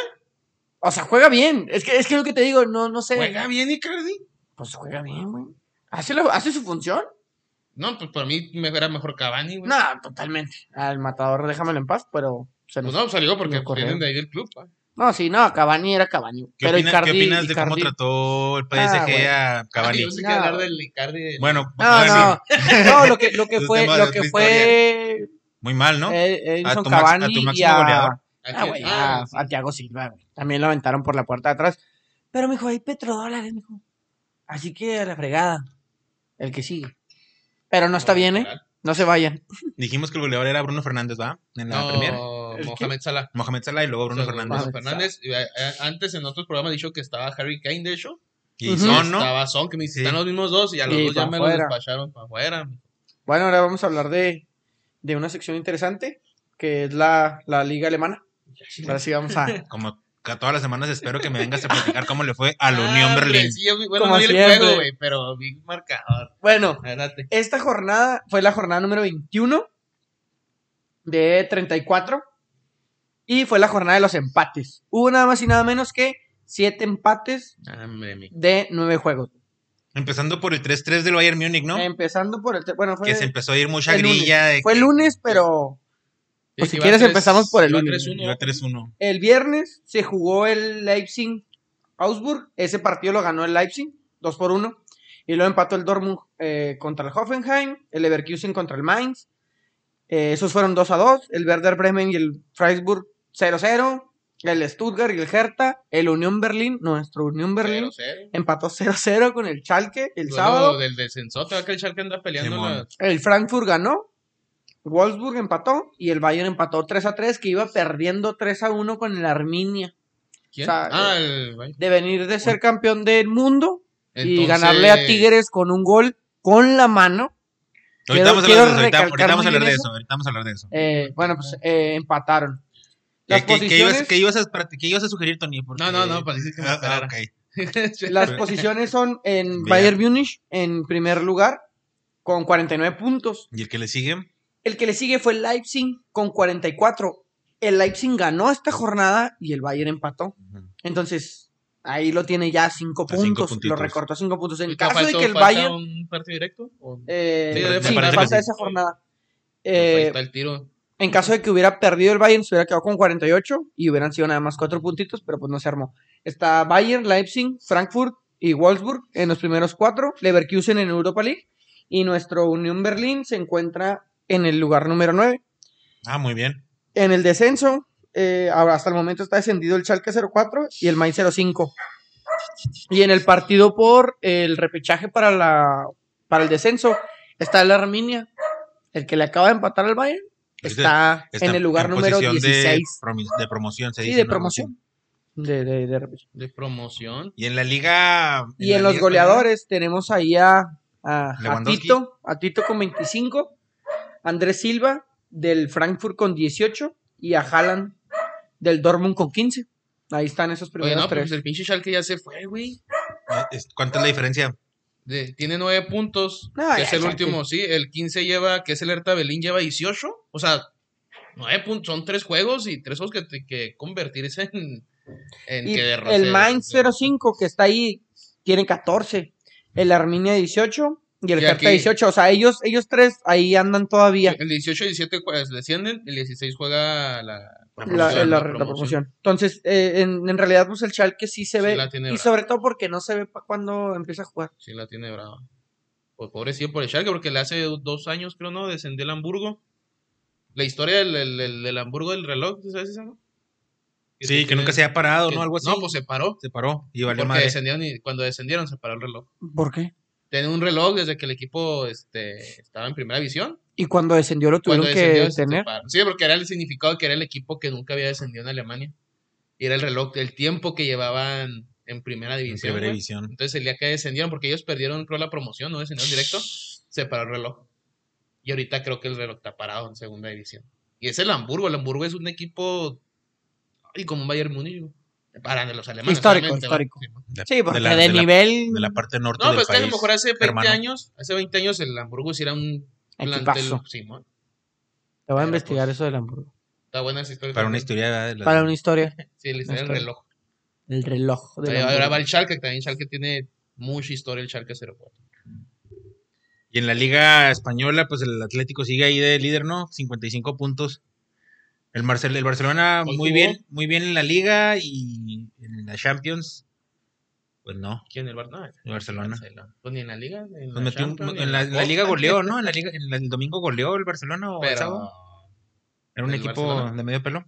C: O sea, juega bien, es que es que lo que te digo, no, no sé.
B: ¿Juega bien Icardi?
C: Pues juega bien, güey. ¿Hace, lo- hace su función?
B: No, pues para mí me era mejor Cavani, güey.
C: No, totalmente. Al matador déjamelo en paz, pero... se
B: Pues
C: nos-
B: no, salió porque
C: lo corrieron.
B: vienen de ahí del club. pa.
C: No, sí, no, Cavani era Cavani.
A: ¿Qué,
C: pero
A: opina-
C: Icardi-
A: qué opinas de cómo
C: Icardi-
A: trató el PSG
C: Ah, güey.
A: a
B: Ah,
A: Cavani?
B: Yo sé que
C: No.
B: hablar del Icardi.
A: Bueno,
C: No,
A: bueno,
C: no,
A: sí,
C: no, lo que, lo que
A: Es
C: fue,
A: tema de
C: lo
A: otra
C: que fue
A: muy mal, ¿no?
C: eh, Edinson
A: A tu max- a
C: Cavani
A: tu
C: y
A: máximo goleador.
C: a,
B: ¿a
C: ah,
B: quién?
C: güey,
B: Ah,
C: a- a Thiago Silva, güey. También lo aventaron por la puerta de atrás. Pero, mijo, hay petrodólares, mijo. Así que a la fregada. El que sigue. Pero no está bien, ¿eh? No se vayan.
A: Dijimos que el goleador era Bruno Fernández, ¿va? En la Premier.
B: No,
C: ¿El qué?
B: Mohamed Salah.
A: Mohamed Salah y luego Bruno
B: O sea,
A: Fernández.
C: Mohamed
B: Fernández, eh, eh, Antes en otros programas he dicho que estaba Harry Kane, de hecho.
A: Y
C: Ujú.
A: Son, ¿no?
B: Estaba Son, que me
A: Sí.
B: están los mismos dos y a los
C: Y
B: dos ya
C: pa'
B: me
C: fuera.
B: los despacharon para afuera.
C: Bueno, ahora vamos a hablar de, de una sección interesante, que es la, la liga alemana. Ahora sí vamos a...
A: Como ca- todas las semanas espero que me vengas a platicar cómo le fue a la
B: Ah,
A: Unión
B: hombre,
A: Berlín.
B: sí, yo vi- bueno,
C: Como
B: no vi el
C: siempre.
B: juego, güey, pero vi el marcador.
C: Bueno,
B: Adelante.
C: esta jornada fue la jornada número 21 de 34 y fue la jornada de los empates. Hubo nada más y nada menos que 7 empates
B: Ah, Hombre, mi.
C: de 9 juegos.
A: Empezando por el 3-3 del Bayern Múnich, ¿no?
C: Empezando por el... te- Bueno, Eh, fue,
A: que se empezó a ir mucha
C: el lunes.
A: grilla. de
C: fue
A: que
C: lunes, pero Pues
B: Sí,
C: si
B: iba
C: quieres
B: tres-
C: empezamos por el
B: iba
C: lunes.
B: 3-1.
A: iba 3-1.
C: el viernes se jugó el Leipzig. Augsburg, ese partido lo ganó el Leipzig, 2 por 1. Y luego empató el Dortmund eh, contra el Hoffenheim, el Leverkusen contra el Mainz. Eh, esos fueron 2 a 2. El Werder Bremen y el Freiburg 0 0. El Stuttgart y el Hertha. El Unión Berlín, nuestro Unión Berlín,
B: 0-0.
C: empató 0 0 con el Schalke el
B: Duelo
C: sábado.
B: del descensote, va que el Schalke anda peleando.
A: Simón.
B: las-
C: El Frankfurt ganó. Wolfsburg empató y el Bayern empató 3 a 3, que iba perdiendo 3 a 1 con el Arminia.
B: ¿Quién?
C: O sea,
B: ah, el. güey.
C: De venir de ser campeón del mundo y
B: Entonces,
C: ganarle a Tigres con un gol con la mano. Quiero-
A: Ahorita vamos a
C: quiero
A: hablar de eso. Ahorita, ahorita
C: recalcar
A: vamos a
C: muy
A: hablar de
C: bien
A: eso. Ahorita vamos a hablar de eso.
C: Eh, bueno, pues eh, empataron. Las
A: ¿Qué, qué- qué ibas,
C: posiciones,
A: qué ibas a, qué ibas a sugerir, Tony? Porque-
B: No, no, no, pues dice que me
A: Ah,
B: esperara.
A: ok.
C: las posiciones son en
A: Bien.
C: Bayern Múnich en primer lugar con 49 puntos.
A: ¿Y el que le sigue?
C: El que le sigue fue el Leipzig con 44. El Leipzig ganó esta jornada y el Bayern empató. Entonces, ahí lo tiene ya 5
A: cinco
C: puntos. Lo
A: puntitos.
C: recortó 5 puntos. En
B: ¿Y
C: caso de
B: faltó-
C: que el
B: falta
C: Bayern...
B: un partido directo? ¿O
C: eh,
B: Sí, me
C: sí,
A: parece que
C: falta
A: sí.
C: esa jornada.
B: Ahí
C: Eh,
B: está el tiro.
C: En caso de que hubiera perdido el Bayern, se hubiera quedado con 48 y hubieran sido nada más cuatro puntitos, pero pues no se armó. Está Bayern, Leipzig, Frankfurt y Wolfsburg en los primeros cuatro, Leverkusen en Europa League y nuestro Unión Berlín se encuentra en el lugar número 9.
A: Ah, muy bien.
C: En el descenso, eh, ahora hasta el momento está descendido el Schalke 04 y el Mainz 05. Y en el partido por el repechaje para, la, para el descenso está el Arminia, el que le acaba de empatar al Bayern.
A: Ahorita
C: Está,
A: Está
C: en el lugar número
A: posición de
C: 16.
A: promi- De, promoción, se
C: Sí,
A: dice,
C: de
A: ¿no?
C: promoción. De, de- de repechaje.
B: De promoción.
A: Y en la liga.
C: Y en
A: la
C: los
A: liga
C: goleadores tenemos ahí a, a a, a
A: Lewandowski.
C: Tito, a Tito con 25, Andrés Silva del Frankfurt con 18 y a Haaland del Dortmund con 15. Ahí están esos
B: Oye,
C: primeros
B: no, pero
C: tres.
B: pues el pinche Schalke ya se fue, güey.
A: No, Eh, es- ¿Cuánto es la diferencia?
B: De- tiene nueve puntos,
C: Ah,
B: que
C: ya,
B: es el
C: ya,
B: último, sí. El 15 lleva, que es el Hertha Berlín, lleva 18. O sea, nueve puntos, son tres juegos y tres juegos que, te- que convertirse en, en
C: Y
B: que derro-
C: el
B: se-
C: Mainz
B: se-
C: 05 que está ahí tiene 14, el Arminia 18 y el
B: Y
C: Hertha
B: aquí-
C: 18, o sea, ellos ellos tres ahí andan todavía
B: El 18 y 17 jue- descienden, el 16 juega la...
C: la,
B: promoción, la
C: la- la
B: promoción.
C: promoción. Entonces, eh, en, en realidad pues el Schalke sí se
B: Sí
C: ve
B: la tiene
C: y
B: brava.
C: sobre todo porque no se ve para cuando empieza a jugar.
B: Sí, la tiene brava. Pues pobrecillo por el Schalke, porque le hace dos años, creo, ¿no? Descendió el Hamburgo. La historia del, del, del- del Hamburgo del reloj, ¿tú ¿sabes esa, no?
A: Sí, que nunca se ha parado, ¿no? Algo así.
B: No, pues se paró.
A: se paró y valió
B: Porque
A: madre.
B: descendieron y cuando descendieron se paró el reloj.
C: ¿Por qué?
B: Tenía un reloj desde que el equipo este, estaba en primera división.
C: Y cuando descendió lo
B: Cuando
C: tuvieron
B: descendió,
C: que
B: se- se
C: tener.
B: paró. Sí, porque era el significado que era el equipo que nunca había descendido en Alemania. Y era el reloj, el tiempo que llevaban en primera
A: En
B: división.
A: primera
B: güey.
A: división.
B: Entonces el día que descendieron, porque ellos perdieron creo la promoción, no descendieron directo, se paró el reloj. Y ahorita creo que el reloj está parado en segunda división. Y es el Hamburgo, el Hamburgo es un equipo y como un Bayern Múnich, güey. para los alemanes.
C: Histórico,
B: obviamente,
C: histórico.
B: ¿verdad? Sí, ¿no?
A: De-
C: Sí, porque de,
A: la, la-
C: nivel
A: de la parte norte
B: No,
A: del
B: pues que a lo
A: país,
B: mejor hace 20
A: hermano.
B: años, hace 20 años el Hamburgo sí era un plantel
C: equipazo.
B: Simón.
C: Te voy a
B: pero,
C: investigar
B: pues,
C: eso del Hamburgo.
B: Está buena esa historia.
A: Para una
B: también.
A: historia ¿verdad? de las-
C: Para una historia,
B: Sí, la historia
C: una
B: del
C: historia.
B: reloj.
C: el reloj del
B: Ahora ahora va
C: Hamburgo.
B: el Schalke, que también Schalke tiene mucha historia el Schalke 04.
A: Y en la Liga Española, pues el Atlético sigue ahí de líder, ¿no? 55 puntos. El, Marcel, el Barcelona
B: Hoy
A: muy
B: jugó.
A: bien, muy bien en la Liga y en la Champions. Pues no,
B: ¿Quién el Bar- no, el
A: el Barcelona.
B: Barcelona. Pues ni en la liga, ni en
A: Pues
B: la,
A: metió un-
B: Champions, ni
A: en la, en la
B: Copa.
A: Liga goleó, ¿no? En la Liga, en la- el domingo goleó el Barcelona o el sábado. Era
B: Pero
A: un
B: el
A: equipo
B: Barcelona.
A: de medio pelo.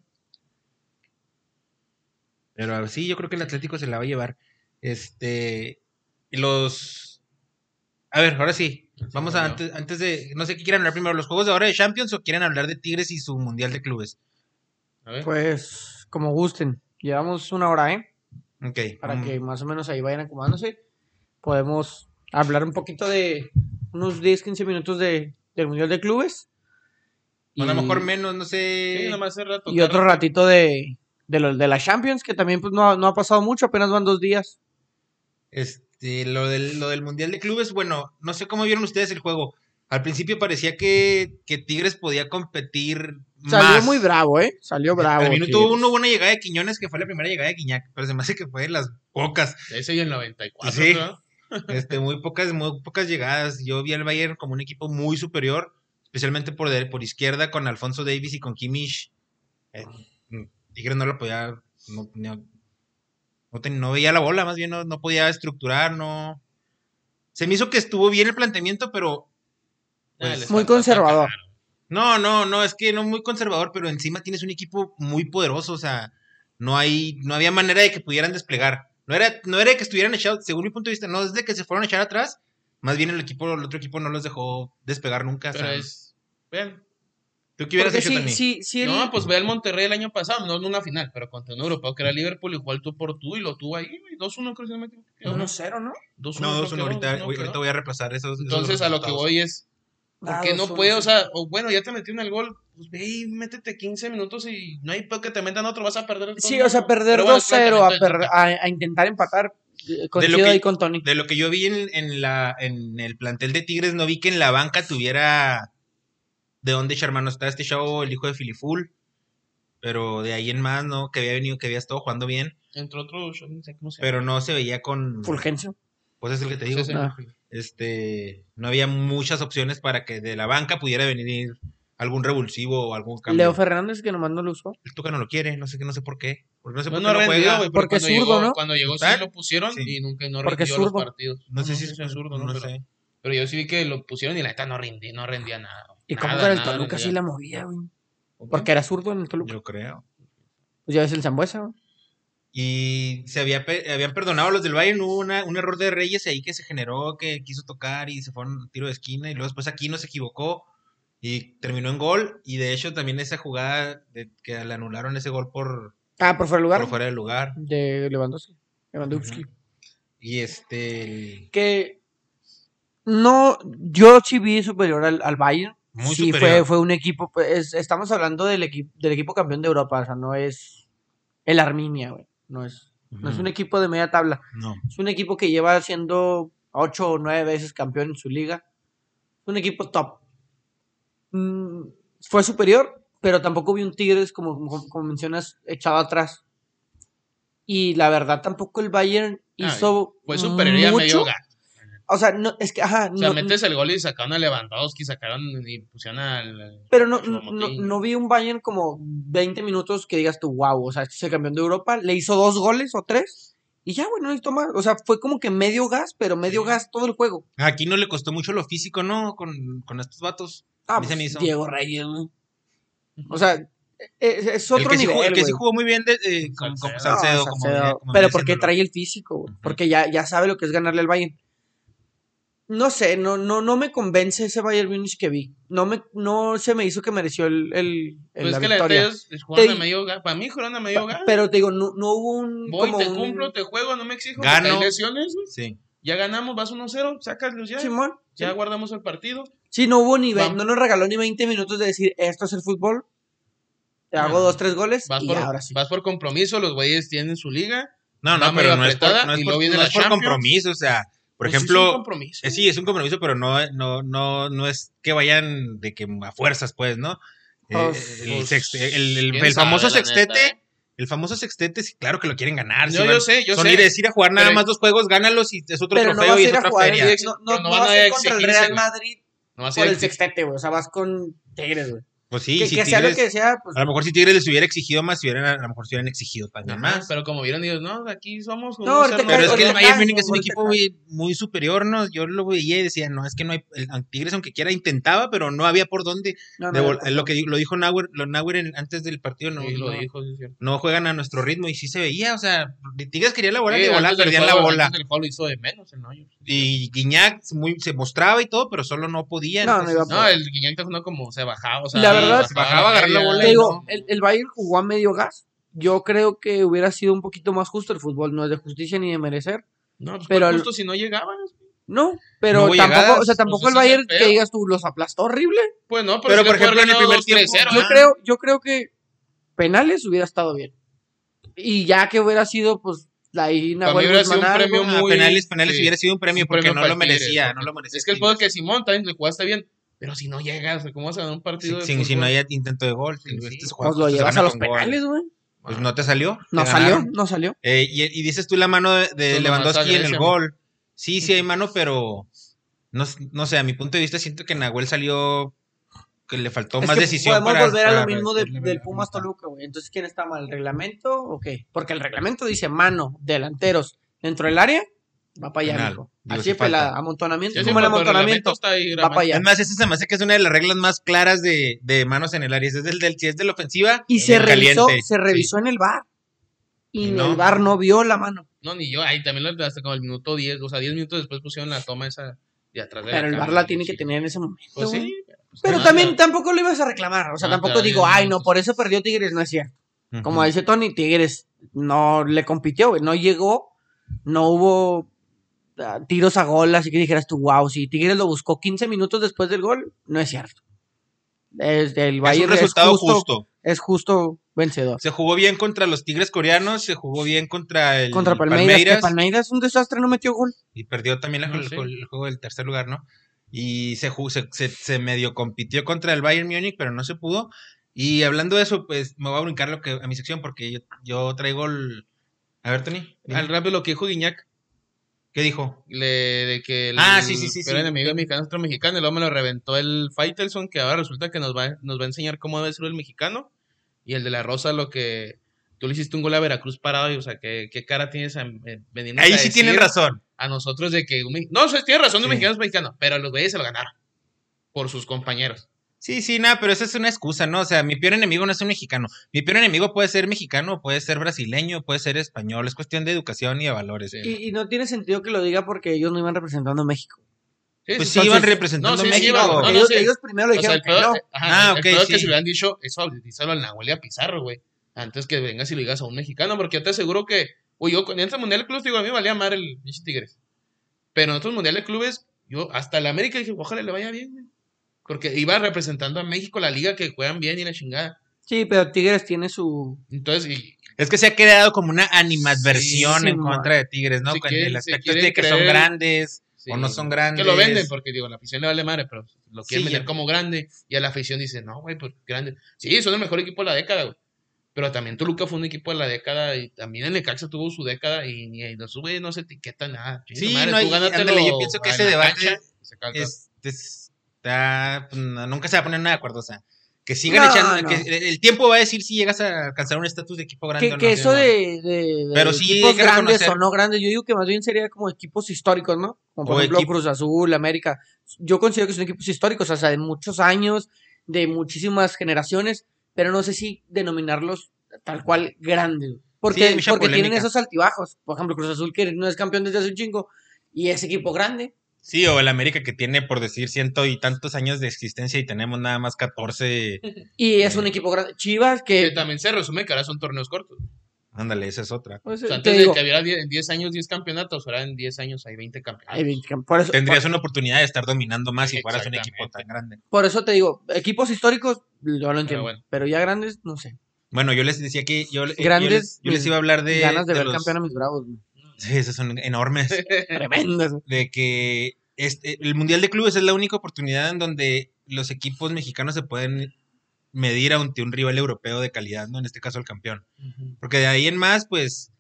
A: Pero ah, sí, yo creo que el Atlético se la va a llevar. Este. y Los. A ver, ahora sí. Vamos a
B: bueno.
A: antes, antes de. No sé qué quieran hablar primero. ¿Los juegos de ahora de Champions o quieren hablar de Tigres y su Mundial de Clubes?
B: a ver,
C: Pues, como gusten. Llevamos una hora, ¿eh?
A: Ok.
C: Para
A: mm,
C: que más o menos ahí vayan acomodándose. Podemos hablar un poquito de unos 10, 15 minutos de, del Mundial de Clubes.
A: o a lo
C: Y-
A: mejor menos, no sé.
B: sí, nada más hace rato.
C: Y otro ratito de, de, lo- de la Champions, que también pues, no, ha- no ha pasado mucho, apenas van dos días.
A: Este, lo del, lo del Mundial de Clubes, bueno, no sé cómo vieron ustedes el juego. Al principio parecía que, que Tigres podía competir
C: Salió
A: más.
C: muy bravo, ¿eh? Salió bravo.
A: Al minuto
C: Tigres.
A: uno hubo una llegada de Quiñones que fue la primera llegada de Quiñac, pero se me hace que fue de las pocas,
B: Ese y el 94.
A: Sí.
B: ¿no?
A: este, muy pocas, muy pocas llegadas. Yo vi al Bayern como un equipo muy superior, especialmente por, de- por izquierda con Alfonso Davis y con Kimmich. Eh, mm, Tigres no lo podía, no, no, no ten- no veía la bola, más bien no, no podía estructurar, no. Se me hizo que estuvo bien el planteamiento, pero pues,
B: Ah, les
C: Muy
B: faltó
C: conservador.
B: atacar.
A: No, no, no, es que no muy conservador, pero encima tienes un equipo muy poderoso, o sea, no hay, no había manera de que pudieran desplegar. No era, no era de que estuvieran echados, según mi punto de vista, no es de que se fueron a echar atrás, más bien el equipo, el otro equipo no los dejó despegar nunca. o
B: Pero
A: sea,
B: es. Vean.
A: ¿Tú qué hubieras
C: Porque
A: hecho,
C: sí,
A: Tony?
C: sí, sí, el-
B: No, pues ve al Monterrey el año pasado, no en una final, pero contra un europeo que era Liverpool y jugó al tú por tú y lo tuvo ahí, güey. 2-1 creo que se me equivoco. quedó, ¿no?
C: 1-0,
B: 2-1
C: ¿no?
A: No,
B: creo
A: dos, uno,
B: quedó,
A: ahorita,
B: 2-1
A: voy-
B: quedó.
A: ahorita voy a repasar esos. esos
B: Entonces a lo que
A: resultados.
B: voy es, ¿por
C: Ah,
B: qué no
C: 2-1,
B: puede? O
C: sí.
B: sea, o bueno, ya te metí en el gol, pues ve y métete 15 minutos y no hay por qué te metan otro, vas a perder. de todos
C: Sí, o sea,
B: modos.
C: perder
B: Pero bueno,
C: 2-0 a,
B: el planteamiento de
C: per-
B: Tuca.
C: a, a intentar empatar. eh, Coincido
A: que-
C: ahí con Tony.
A: De lo que yo vi en, en la, en el plantel de Tigres, no vi que en la banca tuviera de dónde echar mano. Está este chavo, el hijo de Filiful, pero de ahí en más, ¿no? Que había venido, que había estado jugando bien,
B: Entre otros, yo no sé cómo se llama.
A: pero no se veía con...
C: Fulgencio.
A: Pues es el que te digo.
B: Ese es el-
C: Ah.
A: Este, no había muchas opciones para que de la banca pudiera venir algún revulsivo o algún cambio.
C: Leo Fernández, que nomás no lo usó.
A: el Tuca no lo quiere, no sé qué, no sé por qué. Porque no sé
B: No,
A: por
B: no ha
A: qué no
B: rendido,
A: juega.
B: güey.
C: Porque
B: Porque
C: es
B: cuando
C: zurdo,
B: llegó,
C: ¿no?
B: Cuando llegó sí
A: ¿Está?
B: lo pusieron
A: Sí.
B: y nunca no
C: Porque es
B: rindió los
C: zurdo.
B: partidos.
A: no sé si es
B: zurdo, ¿no?
A: no
B: pero,
A: sé.
B: pero yo sí vi que lo pusieron y la neta no rendía, no rendía nada.
C: Y como
B: Nada,
C: con el
B: nada
C: Toluca
B: rendía.
C: sí la movía, güey.
B: ¿Por qué?
C: Porque era zurdo en el Toluca.
A: Yo creo.
C: Pues ya ves el Zambuesa, güey.
A: Y se había pe- habían perdonado a los del Bayern, hubo una- un error de Reyes ahí que se generó, que quiso tocar y se fue a un tiro de esquina y luego después aquí no se equivocó y terminó en gol y de hecho también esa jugada de que le anularon ese gol por,
C: Ah, por fuera de lugar.
A: por fuera del lugar.
C: De Lewandowski. Lewandowski.
A: Ujú. Y este el-
C: Que no, yo sí vi superior al, al Bayern.
A: Muy
C: sí,
A: superior.
C: Fue, fue un equipo. pues, es- estamos hablando del, equipo del equipo campeón de Europa. O sea, no es el Arminia, güey. No es, no es un equipo de media tabla.
A: No.
C: Es un equipo que lleva siendo ocho o nueve veces campeón en su liga. Un equipo top. Mm, fue superior, pero tampoco vi un Tigres, como, como, como mencionas, echado atrás. Y la verdad, tampoco el Bayern
B: Ay,
C: hizo.
B: Fue superioridad a medio
C: Mm, mucho.
B: gato.
C: O sea, no, es que, ajá,
B: O sea,
C: no-
B: metes el gol y sacaron a Lewandowski, sacaron y pusieron al.
C: pero no,
B: Chupo
C: no,
B: Motín.
C: no vi un Bayern como 20 minutos que digas tú, wow, o sea, se campeón de Europa, le hizo dos goles o tres, y ya, bueno, y toma, o sea, fue como que medio gas, pero medio
A: Sí.
C: gas todo el juego.
A: Aquí no le costó mucho lo físico, ¿no? Con, con estos vatos.
C: Ah,
A: A mí se me
C: pues,
A: hizo.
C: Diego Reyes, güey. O sea, e- es, es
A: El
C: otro
A: que, sí
C: nivel,
A: jugó, el que sí
C: güey.
A: jugó muy bien de, eh, como, como
C: No,
A: Salcedo,
C: Salcedo,
A: como venía- como
C: pero
A: venía
C: porque
A: haciéndolo.
C: trae el físico, güey,
A: Ujú.
C: porque ya, ya sabe lo que es ganarle al Bayern. No sé, no, no, no me convence ese Bayern Munich que vi. No me, no se me hizo que mereció el, el- el-
B: Pues
C: la
B: es que la neta,
C: victoria.
B: ellos jugaron
C: Te-
B: a medio gas. Para mí jugaron a medio
C: Pa-
B: gas.
C: Pero te digo, no, no hubo un.
B: Voy,
C: como
B: te
C: un-
B: cumplo, te juego, no me exijo.
A: Gano.
B: porque Hay lesiones, güey.
A: Sí.
B: Ya ganamos, vas 1-0, sacas ya.
C: Simón.
B: Ya guardamos el partido.
C: Sí, no hubo ni. ve-
B: Vam-
C: No nos regaló ni 20 minutos de decir, esto es el fútbol. Te hago
B: No.
C: dos, tres goles.
B: Vas
C: y
B: por,
C: ahora sí.
B: vas por compromiso, los güeyes tienen su liga.
A: No,
B: Va
A: no,
B: medio
A: pero no es por,
B: apretada
A: no es
B: y
A: por,
B: luego viene
A: no
B: la
A: es por
B: Champions.
A: compromiso, o sea, por
B: Pues sí es un
A: ejemplo,
B: compromiso.
A: eh, sí, es un compromiso, pero no, no, no, no es que vayan de que a fuerzas, pues, ¿no? Eh,
C: Pues,
A: el,
B: Pues,
A: sexte- el- el-
B: quién
A: el famoso
B: sabe, la
A: sextete,
B: neta, ¿eh?
A: el famoso sextete, sí, claro que lo quieren ganar. sí
B: No,
A: van-
B: yo sé, yo
A: son
B: sé.
A: ir, es ir a jugar nada
B: Pero-
A: más dos juegos, gánalos y es otro
C: Pero no
A: trofeo
C: vas a
A: y es
C: ir a
A: otra
C: jugar.
A: feria.
C: No,
B: Pero
C: no,
B: no
C: no
B: van
C: vas
B: a
C: a ir contra el
B: exigirse,
C: Real
B: güey.
C: Madrid
B: No así
C: por el
B: de-
C: sextete, güey. O sea, vas con Tigres, güey.
A: Pues sí,
C: que
A: si
C: que sea lo
A: Tigres- Ah,
C: que sea, pues.
A: a lo mejor si Tigres les hubiera exigido más, si hubieran, a lo mejor si hubieran exigido también
B: Ajá,
A: más.
B: Pero como vieron ellos, no, aquí somos
C: No, ahorita
B: unos
A: Pero es que el
C: ahorita
A: Bayern
C: Caño,
A: Múnich es un
C: ahorita
A: equipo güey, muy superior, ¿no? Yo lo veía y decía, no, es que no hay. El Tigres, aunque quiera, intentaba, pero no había por dónde.
C: no, no,
A: De
C: no,
A: vol- eh,
C: no.
A: lo que di- lo dijo Nauer, lo Nauer en- antes del partido, no,
B: Sí, lo
A: no,
B: dijo, sí, es cierto.
A: no juegan a nuestro ritmo y sí se veía, o sea, Tigres quería la bola,
B: Sí,
A: que bola,
B: antes del
A: perdían la
B: juego-
A: bola.
B: antes del juego lo hizo de menos el Neuer.
A: Y Guiñac se muy, se mostraba y todo, pero solo no pues. podía.
C: No, no
A: entonces-
C: iba
B: No, el Guiñac está jugando como se bajaba, o sea,
C: La verdad-
A: Se bajaba, agarraba la bola
C: Te
A: y
C: digo,
A: no.
C: el, el Bayern jugó a medio gas. Yo creo que hubiera sido un poquito más justo. El fútbol no es de justicia ni de merecer.
B: No, pues
C: pero
B: pero
C: al-
B: justo si no llegaban.
C: No, pero
A: hubo
C: tampoco, o
A: llegadas,
C: sea,
A: pues,
B: ese
C: tampoco el
B: es el
C: Bayern que
B: pedo.
C: digas tú los aplastó horrible.
B: Pues no,
A: Pero,
B: pero, sí
A: por
B: le pudo haber
A: ejemplo, en el
B: ganado
A: primer
B: 2-3-0,
A: tiempo,
B: ¿no?
C: yo creo, yo creo que penales hubiera estado bien. Y ya que hubiera sido, pues, ahí
B: Para mí
C: Nahuel
B: hubiera sido
C: Guzmán
B: un
C: algo. pues,
B: premio
A: Ah,
B: muy.
A: penales, penales
B: sí,
A: hubiera sido un premio
B: un
A: porque
B: premio
A: no lo
B: para el Tigres,
A: merecía, no
B: porque
A: lo merecía.
B: Es que el juego que Simón también le jugaste bien, pero si no llegas, ¿cómo vas a ganar un partido
A: Sin, sin-
B: de
A: si no
B: fútbol?
A: hay intento de gol,
B: Sí, sí.
A: este es
C: Pues
A: juego,
C: lo
A: esto se
C: llevas
A: gana
C: a los
A: con gol.
C: penales, güey.
A: Pues no te salió. te
C: No salió,
A: ganaron.
C: no salió.
A: Eh, y, y dices tú la mano de, de
B: Pues nomás
A: Lewandowski en el
B: agrésame.
A: gol. Sí, sí hay mano, pero no, s- no sé, a mi punto de vista siento que Nahuel salió que le faltó
C: Es
A: más
C: que
A: decisión.
C: podemos
A: para-
C: volver a
A: para
C: lo mismo de-
A: decirle,
C: del
A: ¿verdad?
C: Pumas
A: Como
C: Toluca, güey. Entonces, ¿quién está mal? ¿El reglamento o qué? Porque el reglamento dice mano, delanteros, dentro del área, va para allá,
A: Penal.
C: mijo.
A: Digo,
C: Así
A: sí
C: es pelada,
A: falta.
C: amontonamiento.
B: Yo
C: como
B: siempre
C: el
B: por el reglamento
C: amontonamiento?
B: está ahí
C: Va para
B: grabando.
A: está.
C: allá.
A: Además, esa se me hace que es una de las reglas más claras de, de manos en el área. Es del, del- si es de la ofensiva,
C: Y se
A: en
C: revisó,
A: caliente.
C: se revisó en el bar. Y
A: Y
C: en
A: no.
C: el bar no vio la mano.
B: No, ni yo, ahí también lo hasta como el minuto 10, o sea, 10 minutos después pusieron la toma esa de atrás de
C: Pero el
B: cámara,
C: bar la
B: y
C: tiene
B: así.
C: que tener en ese momento.
B: Pues
C: güey.
B: sí. pues
C: Pero
B: no,
C: también
B: no.
C: tampoco lo ibas a reclamar. O sea,
B: No,
C: tampoco
B: pero
C: digo,
B: bien,
C: ay, no,
B: pues".
C: por eso perdió Tigres. No es cierto.
A: Ujú.
C: Como dice Tony, Tigres no le compitió, güey. No llegó, no hubo ah, tiros a gol, así que dijeras tú, wow, si Tigres lo buscó 15 minutos después del gol, no es cierto. Es,
A: es
C: el
A: un
C: Bayern
A: resultado
C: es justo,
A: justo.
C: Es justo vencedor.
A: Se jugó bien contra los Tigres coreanos, se jugó bien contra el
C: Contra Palmeiras, Palmeiras. Que Palmeiras un desastre, no metió gol.
A: y perdió también la-
B: No
A: el,
B: sé.
A: el juego del tercer lugar, ¿no? Y se, ju- se, se- se medio compitió contra el Bayern Múnich, pero no se pudo. Y hablando de eso, pues me voy a brincar lo que, a mi sección porque yo, yo traigo el... A ver, Tony,
B: Al rápido lo que dijo Guiñac,
A: ¿qué dijo?
B: le, de que el
A: Ah, sí, sí, sí,
B: peor
A: sí.
B: enemigo mexicano es otro mexicano, y luego me lo reventó el Faitelson, que ahora resulta que nos va, nos va a enseñar cómo debe ser el mexicano, y el de la Rosa lo que tú le hiciste un gol a Veracruz parado, y o sea, ¿qué, qué cara tienes a, eh, venirnos
A: Ahí
B: a
A: sí
B: decir
A: tienen razón.
B: a nosotros de que... un me- no, o sea, tiene razón,
A: Sí.
B: de un mexicano es mexicano, pero los güeyes se lo ganaron por sus compañeros.
A: Sí, sí, nada, pero esa es una excusa, ¿no? O sea, mi peor enemigo no es un mexicano. Mi peor enemigo puede ser mexicano, puede ser brasileño, puede ser español. Es cuestión de educación y de valores.
B: Sí.
C: Y, y no tiene sentido que lo diga porque ellos no iban representando a México.
A: Pues sí,
B: entonces-
A: iban representando
B: no,
A: a
B: sí, sí,
A: México.
B: iban- no,
C: porque
B: no,
C: ellos,
B: sí.
C: ellos primero lo
B: O sea,
C: dijeron
B: el peor, eh
C: que no.
B: ajá,
A: Ah,
B: el
A: ok,
B: peor es
A: sí.
B: que si le hubieran dicho eso, díselo al Nahuel y a Pizarro, güey. Antes que vengas y lo digas a un mexicano, porque yo te aseguro que, güey, yo con- en este mundial de clubes, digo, a mí me valía madre el pinche Tigres. Pero en otros mundiales de clubes, Yo hasta el América dije, ojalá le vaya bien, güey. Porque iba representando a México la liga que juegan bien y la chingada.
C: Sí, pero Tigres tiene su.
B: Entonces, y-
A: Es que se ha creado como una animadversión
C: Sí,
A: en
C: sí,
A: contra de Tigres, ¿no?
B: Si
A: Con
B: quieren-
A: el
B: si
A: aspecto
B: quieren
A: de que son
B: creer-
A: grandes
B: sí,
A: o no son grandes.
B: Que lo venden, porque digo, la afición le vale madre, pero lo quieren
A: Sí,
B: vender
A: ya.
B: como grande. Y a la afición dice, no, güey, pues grande. Sí, son el mejor equipo de la década, güey. Pero también Toluca fue un equipo de la década y también el Necaxa tuvo su década y ni y los güeyes no se etiqueta nada. Chinga
A: Sí,
B: madre,
A: no
B: tú
A: hay-
B: gánatelo
A: ándale, yo pienso que
B: en
A: ese
B: la
A: debate
B: cancha, se acaba el pedo.
A: Es- es- este, está- pues, no, nunca se va a poner nada de acuerdo, o sea, que sigan
C: No,
A: echando,
C: no.
A: que el- el tiempo va a decir si llegas a alcanzar un estatus de equipo grande
C: Que,
A: o no.
C: que eso
A: Sí, no.
C: de, de- de
A: Pero sí hay
C: equipos
A: que
C: grandes
A: reconocer-
C: o no grandes, yo digo que más bien sería como equipos históricos, ¿no? Como por
A: O
C: ejemplo
A: equipo-
C: Cruz Azul, América. Yo considero que son equipos históricos, o sea, de muchos años, de muchísimas generaciones, pero no sé si denominarlos tal cual grandes.
A: Sí, hay
C: Porque,
A: mucha
C: porque tienen
A: polémica.
C: esos altibajos. Por ejemplo, Cruz Azul, que no es campeón desde hace un chingo, y es equipo grande.
A: Sí, o el América que tiene, por decir, ciento y tantos años de existencia y tenemos nada más 14.
C: Y es
A: Sí.
C: un equipo grande. Chivas, que.
B: Que también se resume que ahora son torneos cortos.
A: Ándale, esa es otra.
B: O
C: pues,
B: sea,
C: te
B: antes
C: digo,
B: de que hubiera die- en 10 años 10 campeonatos, ahora en 10 años hay 20 campeonatos.
C: hay 20 camp- por eso-
A: Tendrías una oportunidad de estar dominando más si fueras un equipo
B: Exactamente.
A: tan grande.
C: Por eso te digo, equipos históricos, yo lo entiendo. Pero,
B: bueno.
C: ya grandes, no sé.
A: Bueno, yo les decía que yo, eh, yo
C: Grandes,
A: les, yo les
C: mis
A: iba a hablar de.
C: Ganas de, ver
A: los-
C: campeón a mis bravos. güey.
A: Sí, esos son enormes.
C: Tremendas.
A: de que este, el Mundial de Clubes es la única oportunidad en donde los equipos mexicanos se pueden medir ante un rival europeo de calidad, ¿no? En este caso el campeón.
B: Ujú.
A: Porque de ahí en más, pues,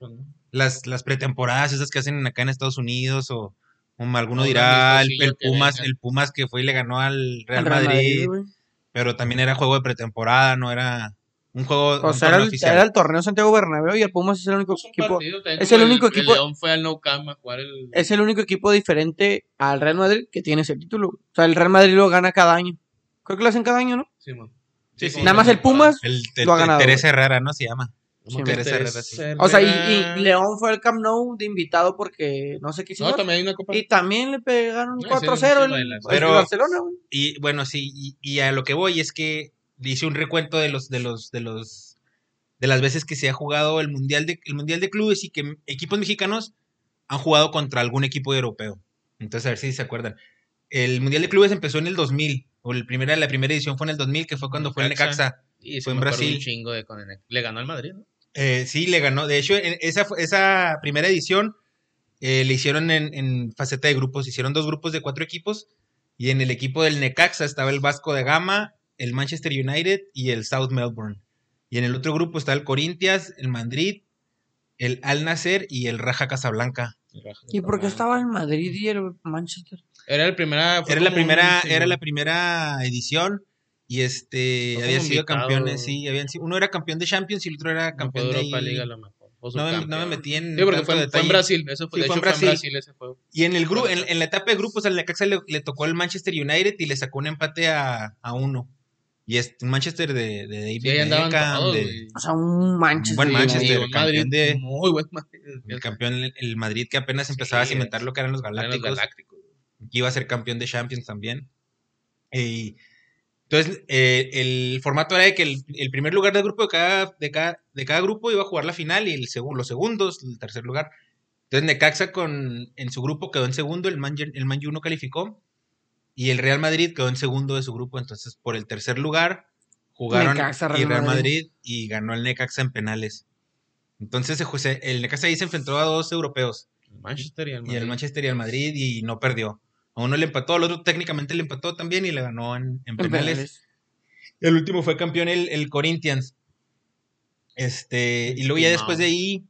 A: las, las pretemporadas esas que hacen acá en Estados Unidos o, o alguno
B: O un
A: dirá el,
B: amistosillo
A: el
B: que
A: Pumas,
B: venga.
A: el Pumas que fue y le ganó al Real
C: Al Real
A: Madrid,
C: güey.
A: pero también era juego de pretemporada, no era un juego
C: O
A: un
C: sea,
A: torneo
C: era el,
A: oficial.
C: era el torneo Santiago Bernabéu y el Pumas es el único
B: Es un
C: equipo.
B: partido, también
C: es
B: como
C: el único equipo-
B: El León fue al No Camp a jugar el.
A: Eh,
C: Es el único equipo diferente al Real Madrid que tiene ese título. güey. O sea, el Real Madrid lo gana cada año. Creo que lo hacen cada año, ¿no?
B: Sí, mo.
A: Sí,
B: Sí,
A: sí.
B: como
C: Nada
B: la
C: más el
B: temporada.
C: Pumas.
A: El, el-
C: Lo ha ganado,
A: Teresa Herrera, ¿no? Se llama.
B: Como
C: Sí,
B: que este,
A: Teresa Herrera,
B: Teresa
A: sí.
B: Herrera.
C: O sea, y, y León fue al Camp Nou de invitado porque no sé qué
B: No,
C: hicieron.
B: también hay una copa.
C: y también le pegaron
B: No, ese es
C: 4-0
B: un
C: el,
B: chico
A: de las-
C: el Barcelona, güey.
A: Y bueno, sí, y, y a lo que voy es que hice un recuento de los, de los, de los, de las veces que se ha jugado el Mundial de, el Mundial de Clubes y que m- equipos mexicanos han jugado contra algún equipo europeo. Entonces, a ver si se acuerdan. El Mundial de Clubes empezó en el 2000, o el primera, la primera edición fue en el 2000, que fue cuando fue el
B: Necaxa.
A: Necaxa.
B: Y sí
A: fue en
B: me acuerdo
A: Brasil.
B: Un chingo de con el- Le ganó al Madrid, ¿no?
A: Eh, sí, le ganó. De hecho, en- esa, fue- esa primera edición eh, le hicieron en, en faceta de grupos. Hicieron dos grupos de cuatro equipos. Y en el equipo del Necaxa estaba el Vasco de Gama, el Manchester United y el South Melbourne. Y en el otro grupo está el Corinthians, el Madrid, el Al Nasser y el Raja Casablanca.
C: ¿Y por qué estaba en Madrid y el Manchester?
B: Era el primera. fue
A: Era la
B: como un-
A: primera,
B: sí,
A: era
B: mo.
A: la primera edición. Y este
B: Fue
A: había
B: como
A: sido
B: invitado.
A: campeones, sí, habían sido- uno era campeón de Champions y el otro era
B: No fue
A: campeón de
B: Europa
A: ahí.
B: Liga, a lo mejor. O
A: No me, no me
B: subcampeón.
A: metí en
B: Sí, porque
A: tanto
B: fue, fue en
A: detalle.
B: Brasil. Eso fue,
A: Sí,
B: de
A: fue
B: hecho,
A: en
B: fue en
A: Brasil.
B: Brasil ese juego.
A: Y en el grupo,
B: Bueno, pues
A: en, en la etapa de grupos, al Necaxa le, le tocó el Manchester United y le sacó un empate a, a uno. Y es un Manchester de, de David
B: Sí, ahí andaban
A: Beckham,
B: todos.
A: de-
B: güey.
C: O sea, un Manchester.
A: buen
B: Sí,
A: Manchester,
B: un
A: campeón
B: Madrid,
A: de-
B: Muy buen Madrid.
A: el campeón el, el Madrid que apenas empezaba a
B: Sí,
A: cimentar lo que eran los
B: Eran los
A: Galácticos,
B: Galácticos.
A: que iba a ser campeón de Champions también. Y, entonces, eh, el formato era de que el, el primer lugar del grupo de cada, de, cada, de cada grupo iba a jugar la final y el segu- los segundos, el tercer lugar. Entonces Necaxa con, en su grupo quedó en segundo, el Man, el Man U no calificó y el Real Madrid quedó en segundo de su grupo. Entonces por el tercer lugar jugaron
C: Necaxa, Real
A: y Real
C: Madrid.
A: Madrid y ganó el Necaxa en penales. Entonces se jue- el Necaxa ahí se enfrentó a dos europeos
B: El Manchester y el
A: y
B: Madrid.
A: el Manchester y el Madrid y no perdió. A uno le empató, al otro técnicamente le empató también y le ganó en, en
C: en
A: penales.
C: penales.
A: El último fue campeón el, el Corinthians. Este, y luego ya
B: Timao.
A: después de ahí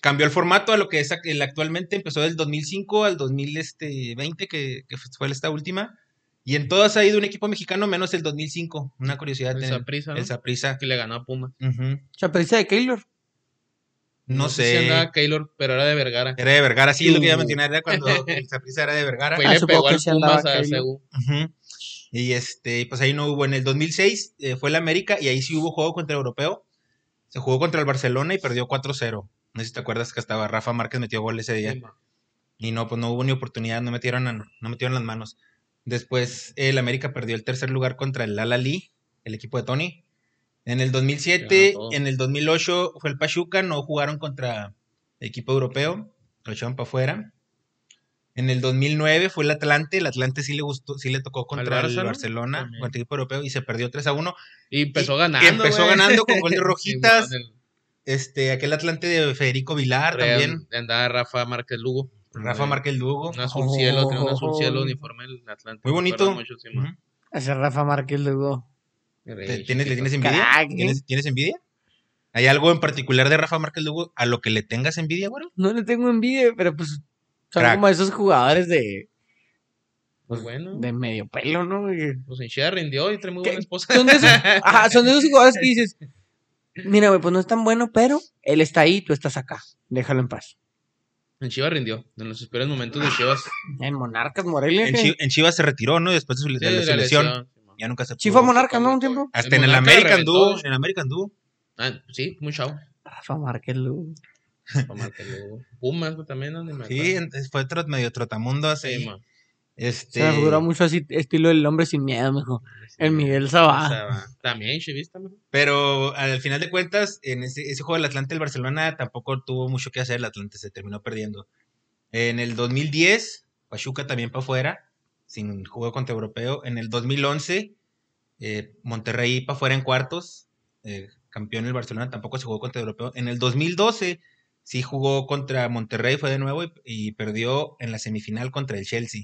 A: cambió el formato a lo que es ac- el actualmente. Empezó del 2005 al 2020, que, que fue esta última. Y en todas ha ido un equipo mexicano menos el 2005. Una curiosidad.
B: El
A: tienen.
B: Saprissa, ¿no?
A: El Saprissa.
B: que le ganó a Puma.
A: Ujú.
C: Chaperista de Keylor.
A: No, sé.
B: si andaba Keylor, pero era de Vergara.
A: Era de Vergara, sí, es lo que ya
C: Uh.
A: mencioné. Era cuando el Saprissa era de Vergara.
B: Fue y
C: Ah,
B: le
C: supongo
B: pegó
C: que
B: al
C: sí andaba
B: Pumas a
C: Keylor.
B: CU.
A: Ujú. Y este, pues ahí no hubo. En el 2006 eh, fue el América y ahí sí hubo juego contra europeo. Se jugó contra el Barcelona y perdió 4-0. No sé si te acuerdas que estaba Rafa Márquez metió gol ese día. Y no, pues no hubo ni oportunidad, no metieron, a- no metieron las manos. Después el América perdió el tercer lugar contra el Alali, el equipo de Tony. En el 2007,
B: Claro, todo.
A: en el 2008 fue el Pachuca, no jugaron contra equipo europeo, lo echaron para afuera. En el 2009 fue el Atlante, el Atlante sí le gustó, sí le tocó contra el
B: Barcelona?
A: Barcelona,
B: También.
A: contra el equipo europeo y se perdió 3 a 1.
B: Y empezó
A: Y-
B: ganando.
A: empezó
B: güey.
A: ganando con gol de
B: Sí,
A: Rojitas.
B: bueno, el-
A: Este, aquel Atlante de Federico Vilar
B: traía-
A: también,
B: Andaba Rafa Márquez Lugo.
A: Rafa
B: Muy-
A: Márquez Lugo.
B: Un azul cielo, tenía un azul cielo
C: Oh.
B: uniforme el Atlante.
A: Muy
B: me
A: bonito.
B: acuerdo mucho, sí, man.
A: Ujú.
C: Ese Rafa Márquez Lugo.
B: Era
A: ¿Te-
B: ahí,
A: ¿Tienes, ¿Le
B: chiquito.
A: tienes envidia?
C: Crack, ¿eh?
A: ¿Tienes, tienes envidia? ¿Hay algo en particular de Rafa Márquez Lugo a lo que le tengas envidia, güey?
C: No le tengo envidia, pero pues son
A: Crack.
C: como esos jugadores de,
B: Pues bueno,
C: de medio pelo, ¿no? Que-
B: pues en Shea rindió y trae muy
C: ¿Qué?
B: buena esposa.
C: Son de esos, ajá, son de esos jugadores que dices, mira, güey, pues no es tan bueno, pero él está ahí, tú estás acá. Déjalo en paz.
B: En Chivas rindió, en los peores momentos de Chivas. Sí,
C: En Monarcas, Morelia.
A: En,
C: ¿qué?
A: Chi- en Chivas se retiró, ¿no? Después de su, de la
B: la
A: selección.
B: lesión, sí, man.
A: Ya nunca se
C: Sí fue a
A: pudo.
C: Monarcas, ¿no? Un tiempo.
A: Hasta en el
B: Monarca
A: América
B: reventó.
A: anduvo. En el América anduvo.
B: Ah, sí, muy chavo.
C: Rafa Márquez Lugo.
B: Rafa Márquez Lugo. Pumas güey, también, ¿no? Ni me
A: Sí,
B: acuerdo.
A: entonces fue trot- medio trotamundo así.
B: Sí, man.
A: este,
C: Se me figuró mucho así, estilo El Hombre Sin Miedo, mejor. El Miguel
B: O
C: Sabá.
B: sea, va. También, chivista. man.
A: Pero al final de cuentas, en ese, ese juego del Atlante, el Barcelona tampoco tuvo mucho que hacer. El Atlante se terminó perdiendo. En el 2010, Pachuca también para afuera, sin juego contra europeo. En el 2011, eh, Monterrey para afuera en cuartos, eh, campeón el Barcelona, tampoco se jugó contra europeo. En el 2012, sí jugó contra Monterrey, fue de nuevo y, y perdió en la semifinal contra el Chelsea.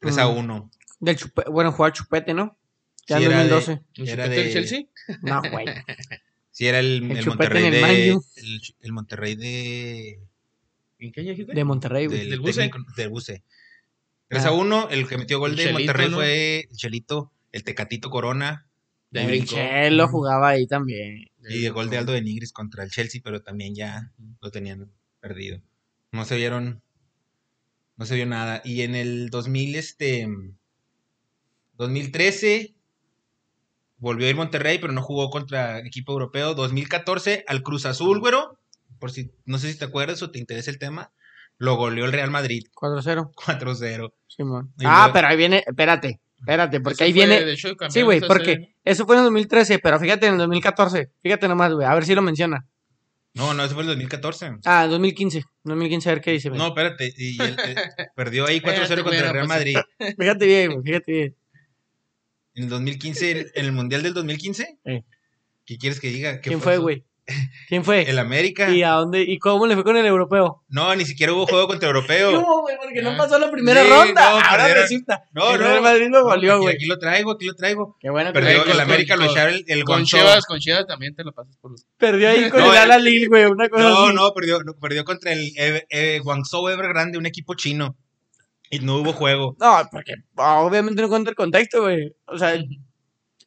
A: 3 a
C: Mm.
A: 1.
C: Del chupe, bueno, jugaba Chupete, ¿no? Ya
A: Sí,
C: en
A: era de-
C: 2012.
B: ¿Un
A: Era
B: chupete
A: de-
B: del Chelsea?
C: No, güey.
A: Sí, era el,
C: El
A: el
C: chupete
A: Monterrey
C: en el
A: de.
C: Man U.
A: el ch- el Monterrey de.
B: ¿En qué año dijiste?
C: De Monterrey, güey.
A: del,
B: ¿Del Buse?
A: técnico- del Buse. 3
C: Ah.
A: a 1, el que metió gol
B: El
A: de
B: Chelito,
A: Monterrey
B: ¿no?
A: fue el Chelito, el Tecatito Corona
B: De
C: El
B: ahí brincó.
C: Chelo jugaba ahí también.
B: De ahí
A: y el gol de
B: brincó.
A: Aldo de Nigris contra el Chelsea, pero también ya lo tenían perdido. No se vieron, no se vio nada. Y en el 2000, este, 2013 volvió a ir Monterrey, pero no jugó contra equipo europeo. 2014 al Cruz Azul, güero, por si no sé si te acuerdas o te interesa el tema, lo goleó el Real Madrid
C: 4-0.
A: 4-0.
C: Simón.
A: Y
C: ah,
A: luego-
C: pero ahí viene, espérate, espérate, porque
B: Ese
C: ahí
B: fue,
C: viene.
B: de hecho, el campeón
C: Sí,
B: de
C: güey,
B: esa serie,
C: porque
B: ¿no?
C: eso fue en el 2013, pero fíjate en el 2014. Fíjate nomás, güey, a ver si lo menciona.
A: No, no, eso fue el 2014.
C: Ah, 2015. 2015, a ver qué dice. güey.
A: No, espérate, y el- el- perdió ahí 4-0
B: Espérate,
A: contra el
B: bueno,
A: Real
B: pues.
A: Madrid.
C: Fíjate bien, güey, fíjate bien.
A: En el 2015, en en el Mundial del 2015.
C: Eh.
A: ¿Qué quieres que diga? ¿Qué
C: ¿Quién fue,
A: eso?
C: güey? ¿Quién fue?
A: El América.
C: ¿Y a dónde? ¿Y cómo le fue con el europeo?
A: No, ni siquiera hubo juego contra europeo.
C: No, güey, porque no pasó la primera
A: Sí,
C: ronda.
A: no,
C: Ahora
A: perdieron.
C: resulta.
A: No,
C: el
A: no.
C: Real Madrid lo goleó,
A: aquí,
C: güey.
A: aquí lo traigo, aquí lo traigo.
C: Qué bueno que
A: Perdió
B: con-
A: el
B: con-
A: América, lo
B: con-
A: echaron el, el
B: Con
A: Gonzó.
B: Chivas, con Chivas también te lo pasas por los...
C: Perdió ahí con
A: No,
C: el
A: eh.
C: Ala Lil, güey, una cosa
A: No,
C: así.
A: no, perdió, no, perdió contra el eh, eh, Guangzhou Evergrande, un equipo chino. Y no hubo juego.
C: No, porque ah, obviamente no cuenta el contexto, güey. O sea,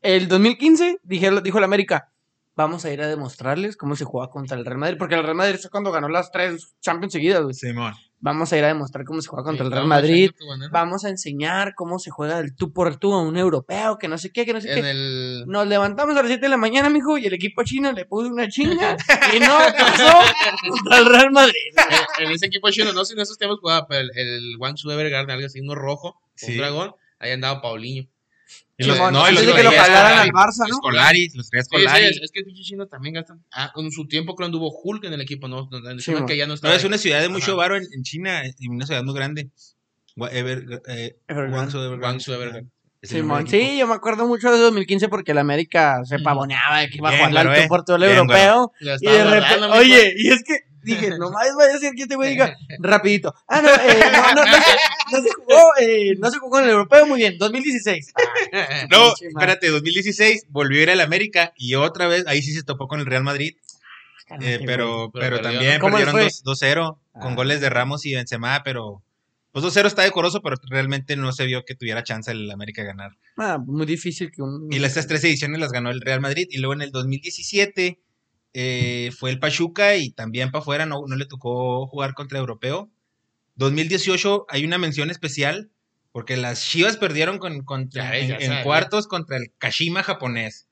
C: el 2015 dijeron, dijo el América, vamos a ir a demostrarles cómo se juega contra el Real Madrid, porque el Real Madrid fue cuando ganó las tres Champions seguidas, güey.
A: Simón.
C: Vamos a ir a demostrar cómo se juega contra
B: Sí,
C: el Real
B: estaba
C: Madrid.
B: marchando tu banana.
C: Vamos a enseñar cómo se juega del tú por tú a un europeo, que no sé qué, que no sé
B: En
C: qué.
B: el...
C: Nos levantamos a las 7 de la mañana, mijo, y el equipo chino le puso una chinga y no pasó contra el Real Madrid.
B: en, en ese equipo chino, no sé si en esos tiempos jugaba, pero el, el Guangzhou Evergrande, algo así, uno rojo, con
A: Sí.
B: un dragón, ahí andaba Paulinho.
A: Y los,
C: Simón,
A: no, y
C: antes
A: los
C: de que lo
A: traía
C: jalaran al
A: Scolari,
C: Barça, ¿no?
A: Scolari, los traía
B: Sí, sí,
A: Scolari.
B: es, es que el pinche chino también gastan. Ah, en su tiempo cuando hubo Hulk en el equipo, no, no, no,
C: Sí, mo.
B: que ya no está.
A: No, es una ciudad de mucho
B: Ajá.
A: varo en, en China, y una ciudad muy grande. Gua- Ever- eh, Guangzhou Evergrande.
B: Guangzhou Evergrande.
A: Es el
C: Simón,
A: Ah, nombre del
C: sí, yo me acuerdo mucho de 2015 porque el América se
B: Mm.
C: pavoneaba de que iba a
A: Bien,
C: jugar al
A: güey,
C: tú por todo el
A: bien,
C: europeo.
B: Le
C: Y
B: estaba
C: de
B: guardando,
C: repente,
B: amigo.
C: oye, y es que dije, no más vaya a ser que este güey diga rapidito. Ah, no, eh, no, no, no, se, no se jugó, eh, no se jugó en el europeo, muy bien, 2016.
A: equipo. No,
C: Pinche madre.
A: espérate, 2016 volvió a ir al América y otra vez, ahí sí se topó con el Real Madrid, eh, pero,
B: güey,
A: pero,
B: pero perdió,
A: también
C: ¿no? ¿Cómo les
A: perdieron
C: fue?
A: dos- 2-0 con
C: Ah.
A: goles de Ramos y Benzema, pero pues 2-0 está decoroso, pero realmente no se vio que tuviera chance el América de ganar.
C: Ah, muy difícil que un...
A: Y las esas tres ediciones las ganó el Real Madrid y luego en el 2017 eh, fue el Pachuca y también para afuera no, no le tocó jugar contra europeo. 2018 hay una mención especial porque las Chivas perdieron con, contra-
B: Ya ves, ya
A: en- en,
B: sabes.
A: cuartos contra el Kashima japonés.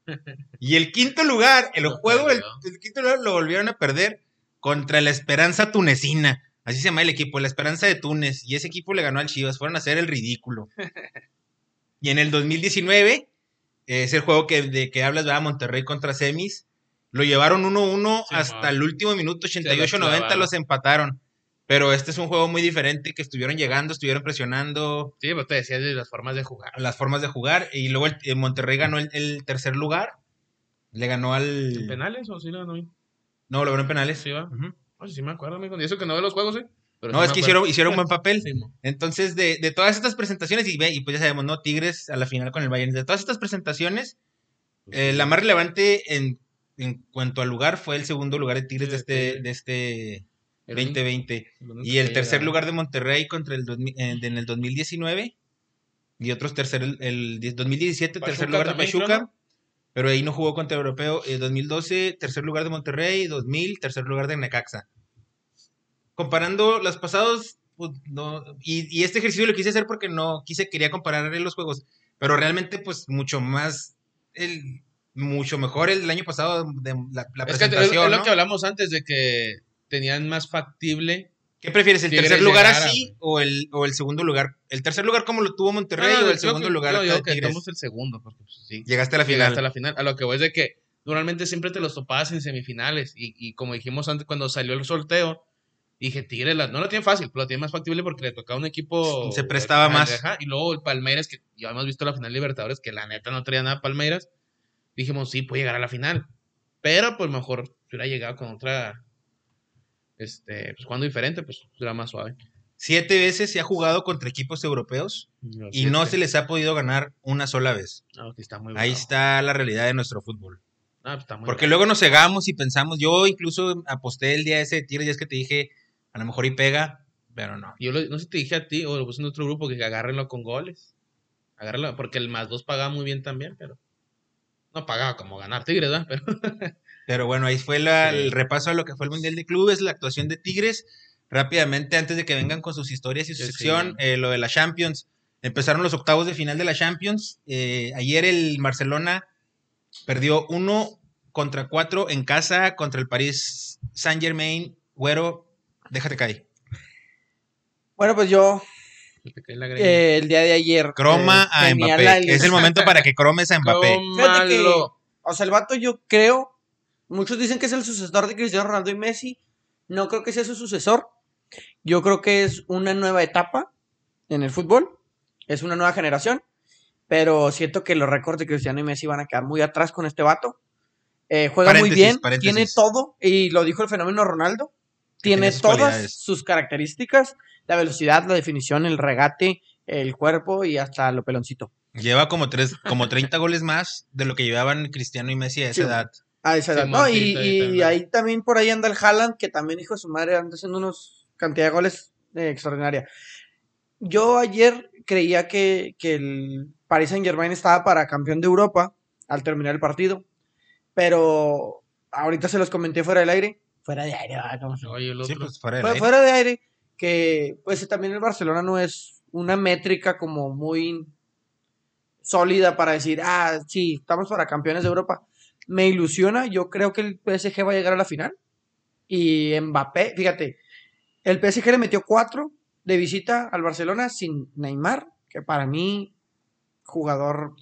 A: Y el quinto lugar, el
B: Lo
A: juego, el,
B: perdió.
A: el quinto lugar lo volvieron a perder contra la Esperanza tunecina. Así se llama el equipo, la Esperanza de Túnez. Y ese equipo le ganó al Chivas, fueron a hacer el ridículo. Y en el 2019, eh, es el juego que, de que hablas, ¿verdad? Monterrey contra Semis. Lo llevaron 1-1
B: Sí,
A: hasta
B: man.
A: el último minuto,
B: Se los
A: 88-90,
B: clavaron.
A: los empataron. Pero este es un juego muy diferente que estuvieron llegando, estuvieron presionando
B: Sí, pero te decía de las formas de jugar.
A: las formas de jugar y luego el, el Monterrey ganó el, el tercer lugar. Le ganó
B: ¿En
A: al...
B: penales o sí lo ganó?
A: No, lo ganó en penales.
B: Sí, va.
A: Ujú.
B: Oye, sí me acuerdo, amigo. Y eso que no veo los juegos, ¿eh? Pero
A: No,
B: sí
A: es
B: me
A: que
B: acuerdo.
A: hicieron, hicieron buen papel.
B: Sí, mo.
A: Entonces, de, de todas estas presentaciones, y, ve, y pues ya sabemos, ¿no? Tigres a la final con el Bayern. De todas estas presentaciones, eh, la más relevante en, en cuanto al lugar fue el segundo lugar de Tigres de
B: Sí, de
A: este,
B: Tigres.
A: de este
B: El
A: 2020.
B: único-
A: Y el
B: que
A: tercer
B: llegaba.
A: lugar de Monterrey contra el dos mi- en, en el 2019. Y otros tercer, el 2017, tercer
B: Pachuca
A: lugar de
B: también,
A: Pachuca.
B: creo, ¿no?
A: Pero ahí no jugó contra Europeo. Eh, 2012, tercer lugar de Monterrey. 2000, tercer lugar de Necaxa. Comparando los pasados, pues, no, y, y este ejercicio lo quise hacer porque no quise, quería comparar los juegos. Pero realmente, pues, mucho más, el, mucho mejor el del año pasado de la, la
B: Es que es- es,
A: presentación,
B: lo
A: ¿no?
B: que hablamos antes de que tenían más factible.
A: ¿Qué prefieres, el
B: Tigres
A: tercer lugar
B: llegar a-
A: así o el, o el segundo lugar? ¿El tercer lugar como lo tuvo Monterrey
B: No, no,
A: o el
B: creo
A: segundo
B: que-
A: lugar
B: No,
A: acá
B: yo
A: de
B: creo que
A: Tigres?
B: tomamos el segundo, porque pues, sí.
A: Llegaste a la final.
B: Hasta la final. A lo que voy es de que normalmente siempre te los topabas en semifinales. Y, y como dijimos antes, cuando salió el sorteo, dije Tigres la- no lo tiene fácil, pero lo tiene más factible porque le tocaba un equipo.
A: Se prestaba
B: Ajá,
A: más.
B: ajá. Y luego el Palmeiras, que ya hemos visto la final Libertadores, que la neta no traía nada Palmeiras. Dijimos, sí, puede llegar a la final. Pero pues mejor si hubiera llegado con otra. Este, pues jugando diferente, pues será más suave.
A: Siete veces se ha jugado contra equipos europeos y no se les ha podido ganar una sola vez.
B: No, que Ah, está muy
A: Ahí
B: bravo.
A: está la realidad de nuestro fútbol.
B: Ah, pues, está muy
A: Porque
B: bravo.
A: luego nos cegamos y pensamos, yo incluso aposté el día ese de Tigres, ya es que te dije, a lo mejor y pega, pero no.
B: Yo lo- no sé si te dije a ti o lo puse en otro grupo que agárrenlo con goles. Agárrenlo, porque el más dos pagaba muy bien también, pero. No pagaba como ganar Tigres, ¿verdad? Pero
A: Pero bueno, ahí fue la-
B: Sí.
A: el repaso a lo que fue el Mundial de Clubes, la actuación de Tigres. Rápidamente, antes de que vengan con sus historias y su
B: Sí,
A: sección, eh, lo de la Champions. Empezaron los octavos de final de la Champions. Eh, ayer el Barcelona perdió 1 contra 4 en casa contra el París Saint Germain. Güero, déjate caer.
C: Bueno, pues yo
B: se te cae la greña.
C: eh, el día de ayer.
A: Croma
C: eh,
A: a
C: tenía la
A: Mbappé. Es el
C: lista.
A: momento para que cromes a Mbappé.
C: Fíjate que-
B: Tómalo.
C: O sea, el vato yo creo, muchos dicen que es el sucesor de Cristiano Ronaldo y Messi, no creo que sea su sucesor, yo creo que es una nueva etapa en el fútbol, es una nueva generación, pero siento que los récords de Cristiano y Messi van a quedar muy atrás con este vato, Eh, juega muy
A: Paréntesis,
C: bien,
A: paréntesis.
C: tiene todo, y lo dijo el fenómeno Ronaldo, tiene
A: tiene sus
C: todas
A: cualidades.
C: sus características, la velocidad, la definición, el regate, el cuerpo y hasta lo peloncito.
A: Lleva como, tres, como 30 goles más de lo que llevaban Cristiano y Messi a esa
C: Sí.
A: edad.
C: A Ah, esa edad,
B: Simón,
C: ¿no?
B: sí,
C: Y,
B: está-
C: y
B: está-
C: ahí también por ahí anda el Haaland, que también hijo de su madre anda haciendo unos cantidad de goles eh, extraordinaria. Yo ayer creía que, que el Paris Saint Germain estaba para campeón de Europa al terminar el partido, pero ahorita se los comenté fuera del aire. Fuera de aire, ah, ¿cómo se llama?
B: Oye, el
A: Sí,
B: otro.
A: pues fuera del
C: Fue-
A: aire.
C: fuera de aire, que pues también el Barcelona no es una métrica como muy sólida para decir, ah, sí, estamos para campeones de Europa. Me ilusiona, yo creo que el PSG va a llegar a la final. Y Mbappé, fíjate, el PSG le metió cuatro de visita al Barcelona sin Neymar, que para mí, jugador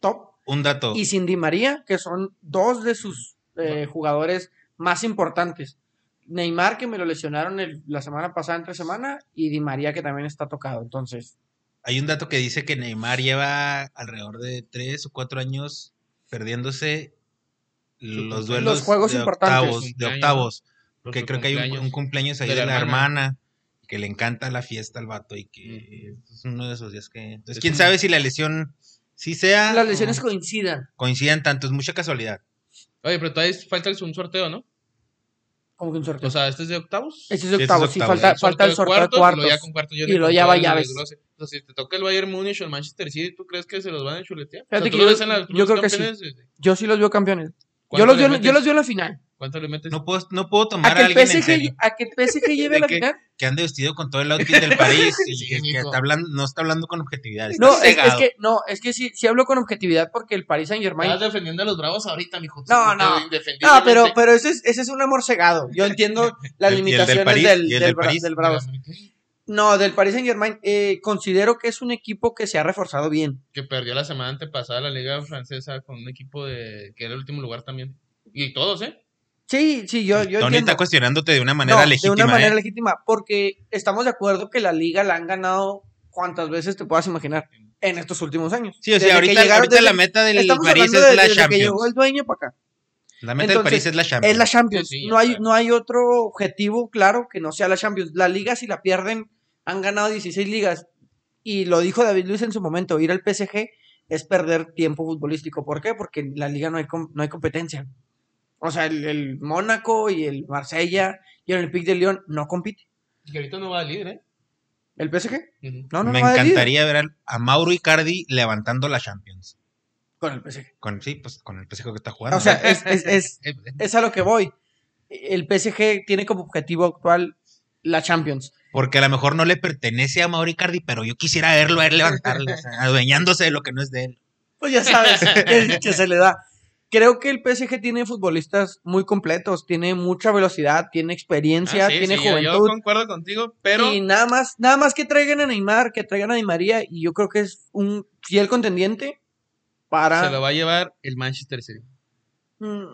C: top
A: Un dato.
C: y sin Di María, que son dos de sus eh, jugadores más importantes. Neymar, que me lo lesionaron el- la semana pasada, entre semana, y Di María, que también está tocado. Entonces,
A: Hay un dato que dice que Neymar lleva alrededor de tres o cuatro años perdiéndose los
B: cumpleaños.
A: duelos
C: Los juegos
A: de
C: importantes.
A: octavos,
B: Sus
A: de
B: cumpleaños,
A: octavos,
B: Por
A: que
B: su
A: creo que hay un, un cumpleaños ahí de,
B: De la
A: la
B: hermana.
A: hermana que le encanta la fiesta al vato y que es uno de esos días que entonces
B: Es
A: quién
B: un-
A: sabe si la lesión sí sea
C: las lesiones
A: o
C: coincidan,
A: coincidan tanto, es mucha casualidad.
B: Oye, pero todavía falta el- un sorteo, ¿no?
C: como que un sorteo.
B: O sea, este es de octavos.
C: este es
A: sí, este
C: de
A: es
C: octavos, sí,
A: octavos.
C: falta,
B: El
C: falta el sorteo de
B: cuartos,
C: cuartos.
B: Y luego ya con cuartos yo
C: Y
B: ni
C: luego
B: con
C: ya
B: todo
C: va
B: el
C: llaves.
B: desglose. Entonces, si te toca el Bayern Múnich o el Manchester City, ¿tú crees que se los van a chuletear? O sea,
C: Fíjate
B: ¿tú
C: que yo-
B: ves en la-
C: yo
B: los
C: creo que sí.
B: campeones?
C: Yo sí los veo campeones. Yo
B: ¿Cuánto
C: los,
B: le
C: veo, yo
B: metes?
C: los veo en la final.
B: ¿Cuánto le metes?
A: No puedo, no puedo tomar a,
C: A Ah, que, el
A: alguien en serio
C: PSG, a que el PSG lleve a la
A: ¿De qué?
C: final.
A: que ande vestido con todo el outfit del París y
B: Sí,
A: que- que
B: mijo.
A: está hablando- no está hablando con objetividad. está
C: No, es, es
A: cegado.
C: que, no, es que sí, sí hablo con objetividad porque el Paris Saint Germain
B: Estás defendiendo a los bravos ahorita, mijo.
C: No,
B: Sí,
C: no.
B: indefendiblemente.
C: No, Ah, pero, pues, pero ese, es, ese es un amor cegado. Yo entiendo las
A: ¿Y el del
C: limitaciones
A: París?
C: del,
A: ¿Y el
C: del
A: del
C: Bra-
A: París?
C: del Bravos. No, del Paris Saint Germain. eh, considero que es un equipo que se ha reforzado bien.
B: que perdió la semana antepasada la liga francesa con un equipo de que era el último lugar también. Y todos, ¿eh?
C: Sí, sí, yo,
A: Tony
C: yo
A: está
C: entiendo.
A: cuestionándote de una manera
C: No,
A: legítima.
C: De una manera
A: ¿eh?
C: legítima, porque estamos de acuerdo que la liga la han ganado cuantas veces te puedas imaginar en estos últimos años.
A: Sí, o sea,
C: Desde que
A: ahorita,
C: llegaron-
A: ahorita
C: desde-
A: la meta del
C: estamos
A: París
C: hablando
A: es
C: de-
A: la
C: desde que llegó
A: Champions.
C: el dueño para acá.
A: La meta del
C: Entonces,
A: París es la Champions.
C: Es la Champions.
B: Sí, sí,
C: no,
B: ya
C: hay,
B: está.
C: no hay otro objetivo claro que no sea la Champions. La liga, si la pierden, han ganado 16 ligas. Y lo dijo David Luis en su momento, ir al PSG es perder tiempo futbolístico. ¿Por qué? Porque en la liga no hay, com- no hay competencia. O sea, el, el Mónaco y el Marsella y el Olympique de Lyon no compiten.
B: Y ahorita no va a líder, ¿eh?
C: ¿El PSG?
B: Ujú.
C: No, no,
A: Me
C: no va de líder
A: encantaría ver al- a Mauro Icardi levantando la Champions.
C: Con el PSG.
A: Con, sí, pues con el PSG que está jugando.
C: O sea, es- es- es,
B: Eh,
C: es a lo que voy. El PSG tiene como objetivo actual la Champions.
A: Porque a lo mejor no le pertenece a Mauro Icardi, pero yo quisiera verlo a él levantarla, o sea, adueñándose de lo que no es de él.
C: Pues ya sabes que, que se le da. Creo que el PSG tiene futbolistas muy completos, tiene mucha velocidad, tiene experiencia,
B: ah, sí,
C: tiene
B: sí, yo- Yo
C: juventud.
B: concuerdo contigo, pero
C: Y nada más, nada más que traigan a Neymar, que traigan a Di María, y yo creo que es un fiel contendiente
B: se
C: para.
B: lo va a llevar el Manchester City.
C: Mm,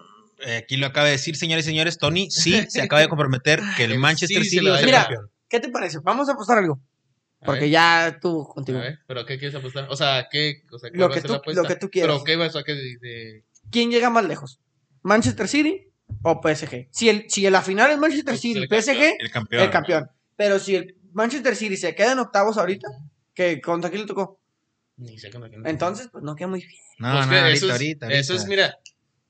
A: Eh, aquí lo acaba de decir, señores y señores, Tony sí se acaba de comprometer que el
B: El
A: Manchester
B: sí se
A: City
B: la
A: va a
B: va a
A: ser
C: llevar.
A: campeón.
C: ¿Qué te parece? Vamos a apostar algo.
B: A
C: Porque
B: ver,
C: ya tú
B: a
C: continúa.
B: ver, ¿pero qué quieres apostar? O sea, ¿qué? O sea, ¿cuál
C: Lo
B: va a
C: que
B: ser
C: tú-
B: la apuesta?
C: lo que tú quieras.
B: ¿Pero qué vas a que de, de-
C: ¿Quién llega más lejos? ¿Manchester City o PSG? Si, el, si la final es Manchester
B: Pues,
C: City,
B: el
C: PSG,
A: El campeón.
C: el campeón. Pero si el Manchester City se queda en octavos ahorita, que contra quién le tocó.
B: Ni sé con quién.
C: Entonces, pues no queda muy bien.
A: No,
B: Pues
A: no,
B: que
A: ahorita,
B: eso es,
A: ahorita,
B: Eso es,
A: ahorita.
B: mira,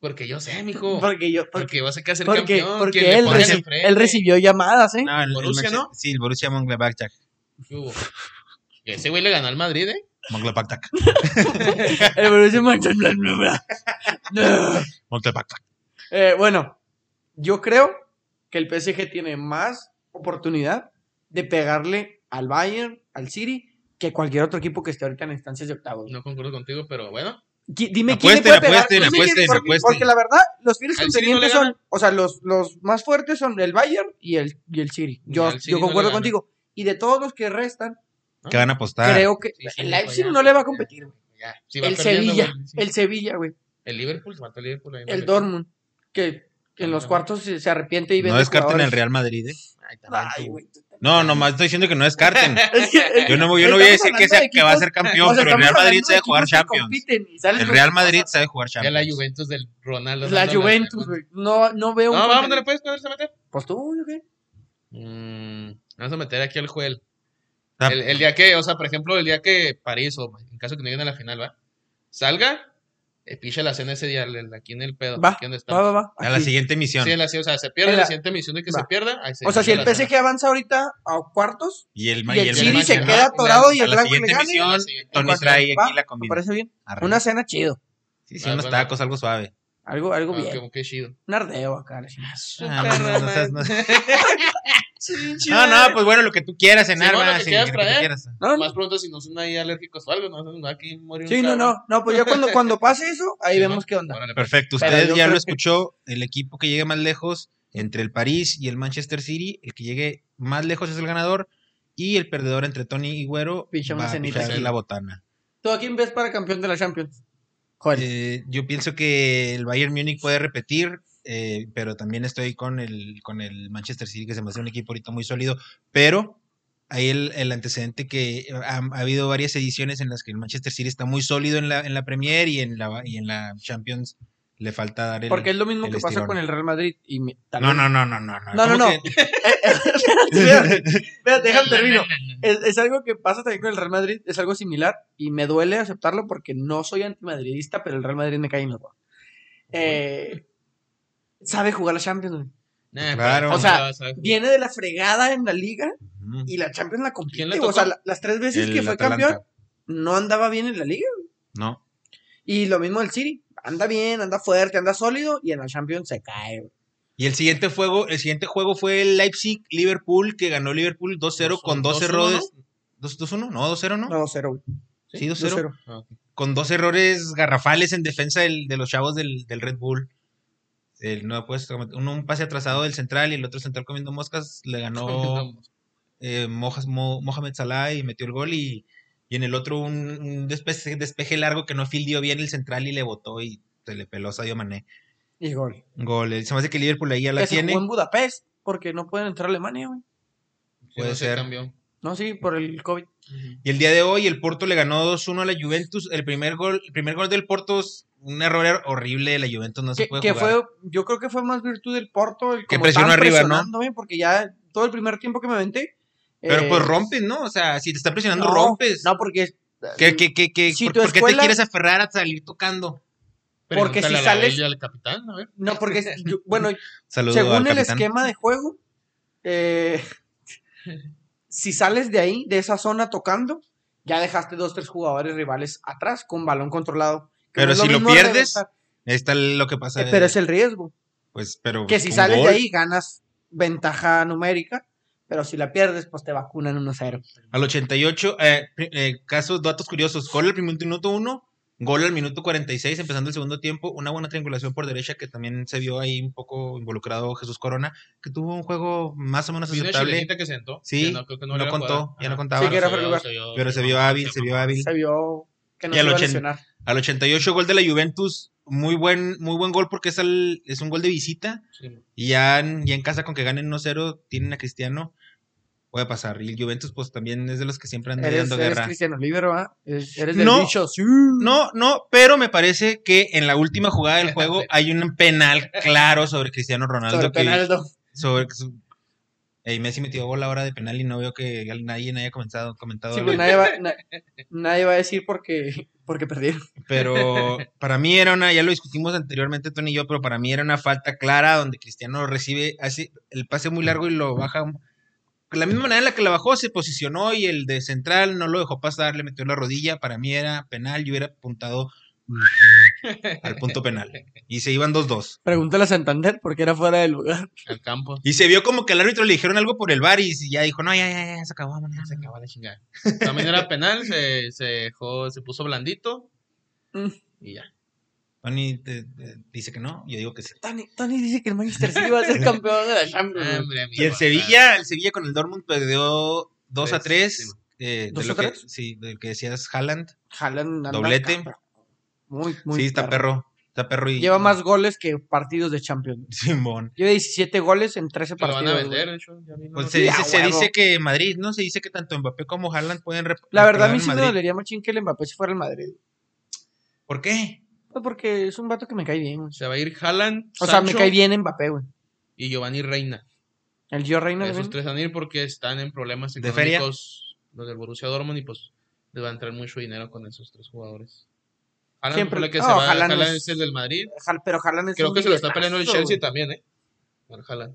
B: porque yo sé, mijo. Porque,
C: Porque yo, porque,
B: vas a quedar ser
C: porque,
B: campeón.
C: porque
B: quien le
C: él,
B: pongan
C: reci-
B: enfrente.
C: él recibió llamadas, ¿eh?
A: No, el- el
B: Borussia,
A: Manchester-
B: ¿no?
A: Sí, el Borussia Mönchengladbach.
B: ¿Qué hubo? Ese güey le ganó al Madrid, ¿eh?
A: Mönchengladbach.
C: El Borussia Mönchengladbach.
A: Mönchengladbach.
C: Eh, bueno, yo creo que el PSG tiene más oportunidad de pegarle al Bayern, al City, que cualquier otro equipo que esté ahorita en instancias de octavos.
B: No concuerdo contigo, pero bueno.
C: Qui- Dime
A: Apuesten,
C: quién le puede pegar.
A: apuesten,
C: Dime quién-
A: apuesten,
C: porque,
A: apuesten.
C: porque la verdad, los fieles
B: Al City no
C: contendientes
B: le
C: son, o sea, los, los más fuertes son el Bayern y el, y el City.
B: Y
C: Yo,
B: al City
C: yo
B: no le
C: concuerdo
B: gana.
C: contigo. Y de todos los que restan,
A: Que van a apostar.
C: creo que
B: Sí, sí,
C: el
B: no,
C: Leipzig
B: ya,
C: no le va a
B: ya.
C: competir. güey.
B: Ya, sí va
C: El
B: perdiendo,
C: Sevilla,
B: güey, sí.
C: el Sevilla, güey.
B: El Liverpool, se mató el Liverpool. ahí,
C: El
B: vale.
C: Dortmund, que que en los
B: Ajá.
C: cuartos se, se arrepiente y vende
A: No descarten el
C: jugadores.
A: Real Madrid, ¿eh?
C: Ay, güey.
A: No, nomás estoy diciendo que no descarten.
C: Es que-
A: Yo no, yo no voy a
C: estamos
A: decir que,
C: hablando
A: sea,
C: de
A: que va a
C: equipos-
A: ser
C: o
A: campeón, pero
C: sea,
A: el
C: estamos
A: Real Madrid
C: hablando de
A: sabe jugar
C: equipos que
A: Champions.
C: compiten y salen
A: El
C: con
A: Real
C: cosas.
A: Madrid sabe jugar
B: Ya la
A: Champions.
B: Juventus del Ronaldo.
C: La
B: dándole-
C: Juventus, güey. No, no
B: No,
C: veo
B: vamos, ¿no
C: un
B: le
C: contendiente.
B: puedes ponerse a meter?
C: Pues tú, yo qué.
B: Mm, vamos a meter aquí al Joel.
A: O sea,
B: El, el día que, o sea, por ejemplo, el día que París, o en caso que no lleguen a la final, ¿va? Salga, eh, picha la cena ese día, el- el- aquí en el pedo.
C: Va,
B: aquí donde
C: va,
B: estamos.
C: va, va.
A: a la
C: Aquí.
A: siguiente misión.
B: Sí, en la- sí, o sea, se pierde
C: En
B: la,
C: la-
B: siguiente misión de que
C: va.
B: se pierda. ahí se
C: O sea, si el
B: picha la
C: PSG
B: cena.
C: avanza ahorita a cuartos
A: Y el,
C: y el
B: el
C: City se
B: Manchester,
C: queda
B: ¿no?
C: atorado y
A: a
C: el
A: la
C: Real le
A: siguiente
C: gane.
A: misión,
B: La siguiente
A: Tony
C: ocasión,
A: trae
C: va,
A: aquí la
C: Me
A: comida.
C: parece bien.
A: Arre.
C: Una cena chido.
A: Sí, sí,
B: Ah,
A: unos
B: bueno.
A: tacos, algo suave.
C: Algo, algo
B: Ah,
C: bien.
B: qué- qué chido.
C: Un ardeo acá. la chingada.
A: Ah, no, no, no seas- no- No, no, pues bueno, lo que tú quieras cenar,
B: Sí, bueno,
A: va,
B: lo que
A: sí,
B: quieras
A: lo que tú
B: traer.
A: quieras.
C: No,
B: Más
C: no.
B: pronto si no son ahí alérgicos o algo, no son aquí morir un
C: Sí, no,
B: cabrón.
C: no. No, pues ya cuando, cuando pase eso, ahí
B: Sí,
C: vemos
B: bueno,
C: qué onda.
B: órale, perfecto.
A: Perfecto,
C: Pero
A: ustedes
C: yo
A: ya
C: creo
A: lo
C: que-
A: escuchó, el equipo que llegue más lejos entre el París y el Manchester City, el que llegue más lejos es el ganador y el perdedor entre Tony y Güero
C: Picha una
A: va a
C: cenita.
A: pichar la botana.
C: ¿Tú a quién ves para campeón de la Champions? Joder.
A: Eh, yo pienso que el Bayern Múnich puede repetir, eh, pero también estoy con el, con el Manchester City, que se me hace un equipo ahorita muy sólido. Pero hay el, el antecedente que ha, ha habido varias ediciones en las que el Manchester City está muy sólido en la, en la Premier y en la, y en la Champions le falta dar el.
C: Porque es lo mismo
A: el
C: que pasa
A: estirón.
C: con el Real Madrid. Y me- tal
A: No,
C: vez-
A: no, no, no, no.
C: No, no,
A: ¿Cómo
C: no.
A: que-
C: Espérate,
B: pues.
C: espérate, déjame termino. Es, es algo que pasa también con el Real Madrid, es algo similar y me duele aceptarlo porque no soy antimadridista, pero el Real Madrid me cae en eh, Sabe jugar la Champions, güey.
B: Nah,
A: Claro.
B: pero-
A: O
C: sea,
B: ¿sabes?
C: Viene de la fregada en la liga
A: Ujú.
C: y la Champions la compite.
B: ¿Quién le
C: güey. O sea,
B: tocó?
C: la- las tres veces
A: El
C: que fue
A: Atalanta.
C: campeón no andaba bien en la liga.
A: No.
C: Y lo mismo el City. Anda bien, anda fuerte, anda sólido y en la Champions se cae. güey.
A: Y el siguiente juego, el siguiente juego fue el Leipzig Liverpool, que ganó Liverpool 2-0 con
B: 2-1,
A: 12 errores. ¿Dos- 2-1, no, 2-0, ¿no?
C: No, cero. güey.
A: sí, 2-0.
C: 2-0.
B: Ah, ok.
A: Con dos errores garrafales en defensa del- de los chavos del, del Red Bull. El, no, pues, uno un pase atrasado del central y el otro central comiendo moscas. Le ganó
B: Vamos.
A: eh, Mojas- Mo- Mohamed Salah y metió el gol. Y, y en el otro un, un despe- despeje, largo que no fildió bien el central y le botó y se le peló a Sadio Mané.
C: Y gol.
A: Gol. Se me hace que Liverpool ahí ya la
C: Que se
A: tiene.
C: jugó en Budapest porque no pueden entrar a Alemania, güey.
A: Puede
B: no se
A: ser.
B: cambió.
C: No, sí, por el COVID.
A: Y el día de hoy el Porto le ganó 2-1 a la Juventus. El primer gol, el primer gol del Porto es un error horrible de la Juventus, no se
C: que
A: puede
C: que
A: jugar.
C: fue, yo creo que fue más virtud del Porto. el
A: Que
C: como
A: presionó
C: estaban
A: arriba, ¿no?
C: presionando, güey, Porque ya todo el primer tiempo que me aventé.
A: Pero
C: eh,
A: pues rompes, ¿no? O sea, si te está presionando,
C: no,
A: rompes.
C: No, porque es-
A: ¿Qué, qué, qué, qué-
C: Si
A: por,
C: tu
A: por qué
C: escuela-
A: te quieres aferrar a salir tocando?
C: Porque
B: Pregúntale
C: si
B: a la
C: sales-
B: Bel y al capitán, a ver.
C: no, porque es- yo- bueno,
A: Saludos al
C: según el
A: capitán.
C: esquema de juego, eh, si sales de ahí, de esa zona tocando, ya dejaste dos, tres jugadores rivales atrás con balón controlado. Que
A: Pero
C: es
A: si lo
C: mismo
A: pierdes,
C: reventar,
A: Ahí está lo que pasa.
C: eh, pero es el riesgo.
A: pues, pero
C: Que si
A: un
C: sales de
A: gol.
C: ahí, ganas ventaja numérica, pero si la pierdes, pues te vacunan 1-0.
A: Al 88, eh, pri- eh, casos, datos curiosos. Gol al primer minuto 1, gol al minuto 46, empezando el segundo tiempo. Una buena triangulación por derecha que también se vio ahí un poco involucrado Jesús Corona, que tuvo un juego más o menos
B: Vi una
A: aceptable.
B: chilenita que sentó.
A: Sí,
B: que creo que
A: no
B: era
A: contó,
B: jugada.
A: ya no
B: Ajá.
A: contaba.
C: Sí, que era
B: se
C: fuera de
B: vio-
C: lugar.
B: se vio-
A: Pero se vio hábil, se vio hábil.
C: Se vio que no
A: Y
C: se
A: al
C: iba a
A: 80.
C: lesionar.
A: Al 88, gol de la Juventus. Muy buen, muy buen gol porque es, al- es un gol de visita.
B: Sí.
A: Y ya en, ya en casa, con que ganen 1-0, tienen a Cristiano. Puede pasar. Y el Juventus, pues también es de los que siempre andan
C: Eres,
A: dando
C: eres
A: guerra.
C: Cristiano Olivero, ¿ah? Eres eres del
A: No.
C: bicho. sí.
A: No, no, pero me parece que en la última jugada del juego hay un penal claro sobre Cristiano Ronaldo.
C: Sobre
A: que-
C: Penaldo.
A: sobre que su- Ey, Messi metió gol ahora de penal y no veo que nadie haya comenzado, comentado
C: Sí,
A: algo.
C: pues nadie va, na- nadie va a decir porque, porque perdieron.
A: Pero para mí era una, ya lo discutimos anteriormente, Tony y yo, pero para mí era una falta clara donde Cristiano recibe hace el pase muy largo y lo baja. un- La misma manera en la que la bajó, se posicionó y el de central no lo dejó pasar, le metió la rodilla. Para mí era penal, yo hubiera apuntado al punto penal. Y se iban 2-2.
C: Pregúntale a Santander porque era fuera del lugar.
B: Al campo.
A: Y se vio como que al árbitro le dijeron algo por el bar y ya dijo, no, ya, ya, ya, se acabó, vámonos,
B: Se acabó la chingada. También era penal, se, se dejó, se puso blandito.
C: Mm.
B: Y ya.
A: Tony te- te dice que no, yo digo que sí.
C: Tony, Tony dice que el Manchester City va a ser campeón de la Champions. güey.
B: Hombre, amigo,
A: Y el Sevilla, el Sevilla con el Dortmund perdió 2 a
B: Tres,
A: 3.
B: sí,
A: de
C: ¿Dos
A: lo
C: a
A: que,
C: tres?
A: sí, del que decías Haaland.
C: Haaland anda
A: Doblete.
C: acá, Muy, muy
A: sí, está perro. Está perro y.
C: Lleva más goles que partidos de Champions. güey.
A: Simón.
C: Lleva 17 goles en 13
B: Lo van
C: partidos.
B: a
C: güey.
B: vender, de hecho. ya vino.
A: Pues se,
C: Sí,
A: dice,
C: a
A: se
C: huevo.
A: dice que Madrid, ¿no? Se dice que tanto Mbappé como Haaland pueden rep-
C: La verdad,
A: reprobar
C: a mí
A: en
C: sí me
A: Madrid.
C: dolería machín que el Mbappé se fuera al Madrid.
A: ¿Por qué?
C: Pues porque es un vato que me cae bien. güey.
B: Se va a ir Haaland,
C: O sea, me
B: Sancho
C: cae bien Mbappé, güey.
B: y Giovanni Reina.
C: El Gio Reina.
B: Esos
C: güey.
B: tres van a ir porque están en problemas
A: ¿De feria?
B: económicos. Los del Borussia Dortmund y pues les va a entrar mucho dinero con esos tres jugadores. Haaland
C: Siempre-
B: fue el que
C: no,
B: se va.
C: Haaland
B: Haaland,
C: es-
B: es... el del Madrid.
C: Hal- Pero Haaland es
B: Creo
C: un
B: que se lo está
C: billetazo,
B: peleando el
C: güey.
B: Chelsea también, ¿eh? Al Haaland.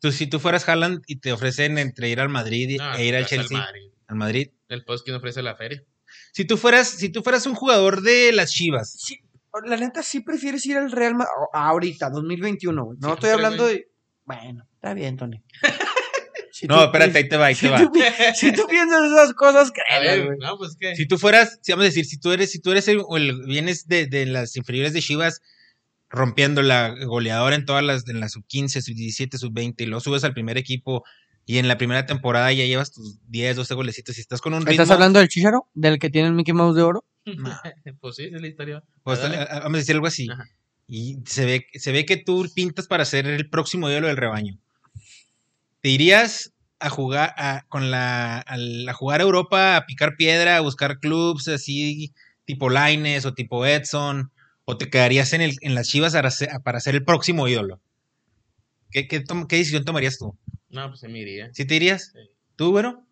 A: Tú, si tú fueras Haaland y te ofrecen entre ir al Madrid y-
B: Ah,
A: e ir al
B: hasta el
A: Chelsea,
B: Madrid.
A: al Madrid.
B: El post que ofrece la feria.
A: Si tú fueras, si tú fueras un jugador de las Chivas,
C: Sí, la neta, sí prefieres ir al Real Madrid ahorita, 2021, güey. No
B: Siempre,
C: estoy hablando de. Bueno, está bien, Tony. Si
A: no,
C: tú-
A: espérate, ahí te va, ahí
C: Si
A: te va.
C: tú, pi- si tú piensas esas cosas,
B: A
C: créelo,
B: ver,
C: güey.
B: no, pues que.
A: Si tú fueras, si vamos a decir, si tú eres, si tú eres el, o el- vienes de, de las inferiores de Chivas rompiendo la goleadora en todas las, en la sub 15, sub 17, sub 20, y luego subes al primer equipo y en la primera temporada ya llevas tus 10, 12 golecitos y estás con un ritmo.
C: ¿Estás hablando del chicharo? ¿Del que tiene el Mickey Mouse de oro?
B: Pues sí, esa es la historia.
A: o sea,
B: Dale.
A: a- a- eh, vamos a decir algo así.
B: Ajá.
A: Y se ve, se ve que tú pintas para ser el próximo ídolo del rebaño. ¿Te irías a jugar a, con la, al- a jugar a Europa, a picar piedra, a buscar clubs así, tipo Lines o tipo Edson? ¿O te quedarías en, el, en las Chivas para ser, para ser el próximo ídolo? ¿Qué, qué tom- qué decisión tomarías tú?
B: No, pues se me iría.
A: ¿Sí te irías?
B: Sí.
A: ¿Tú, güero?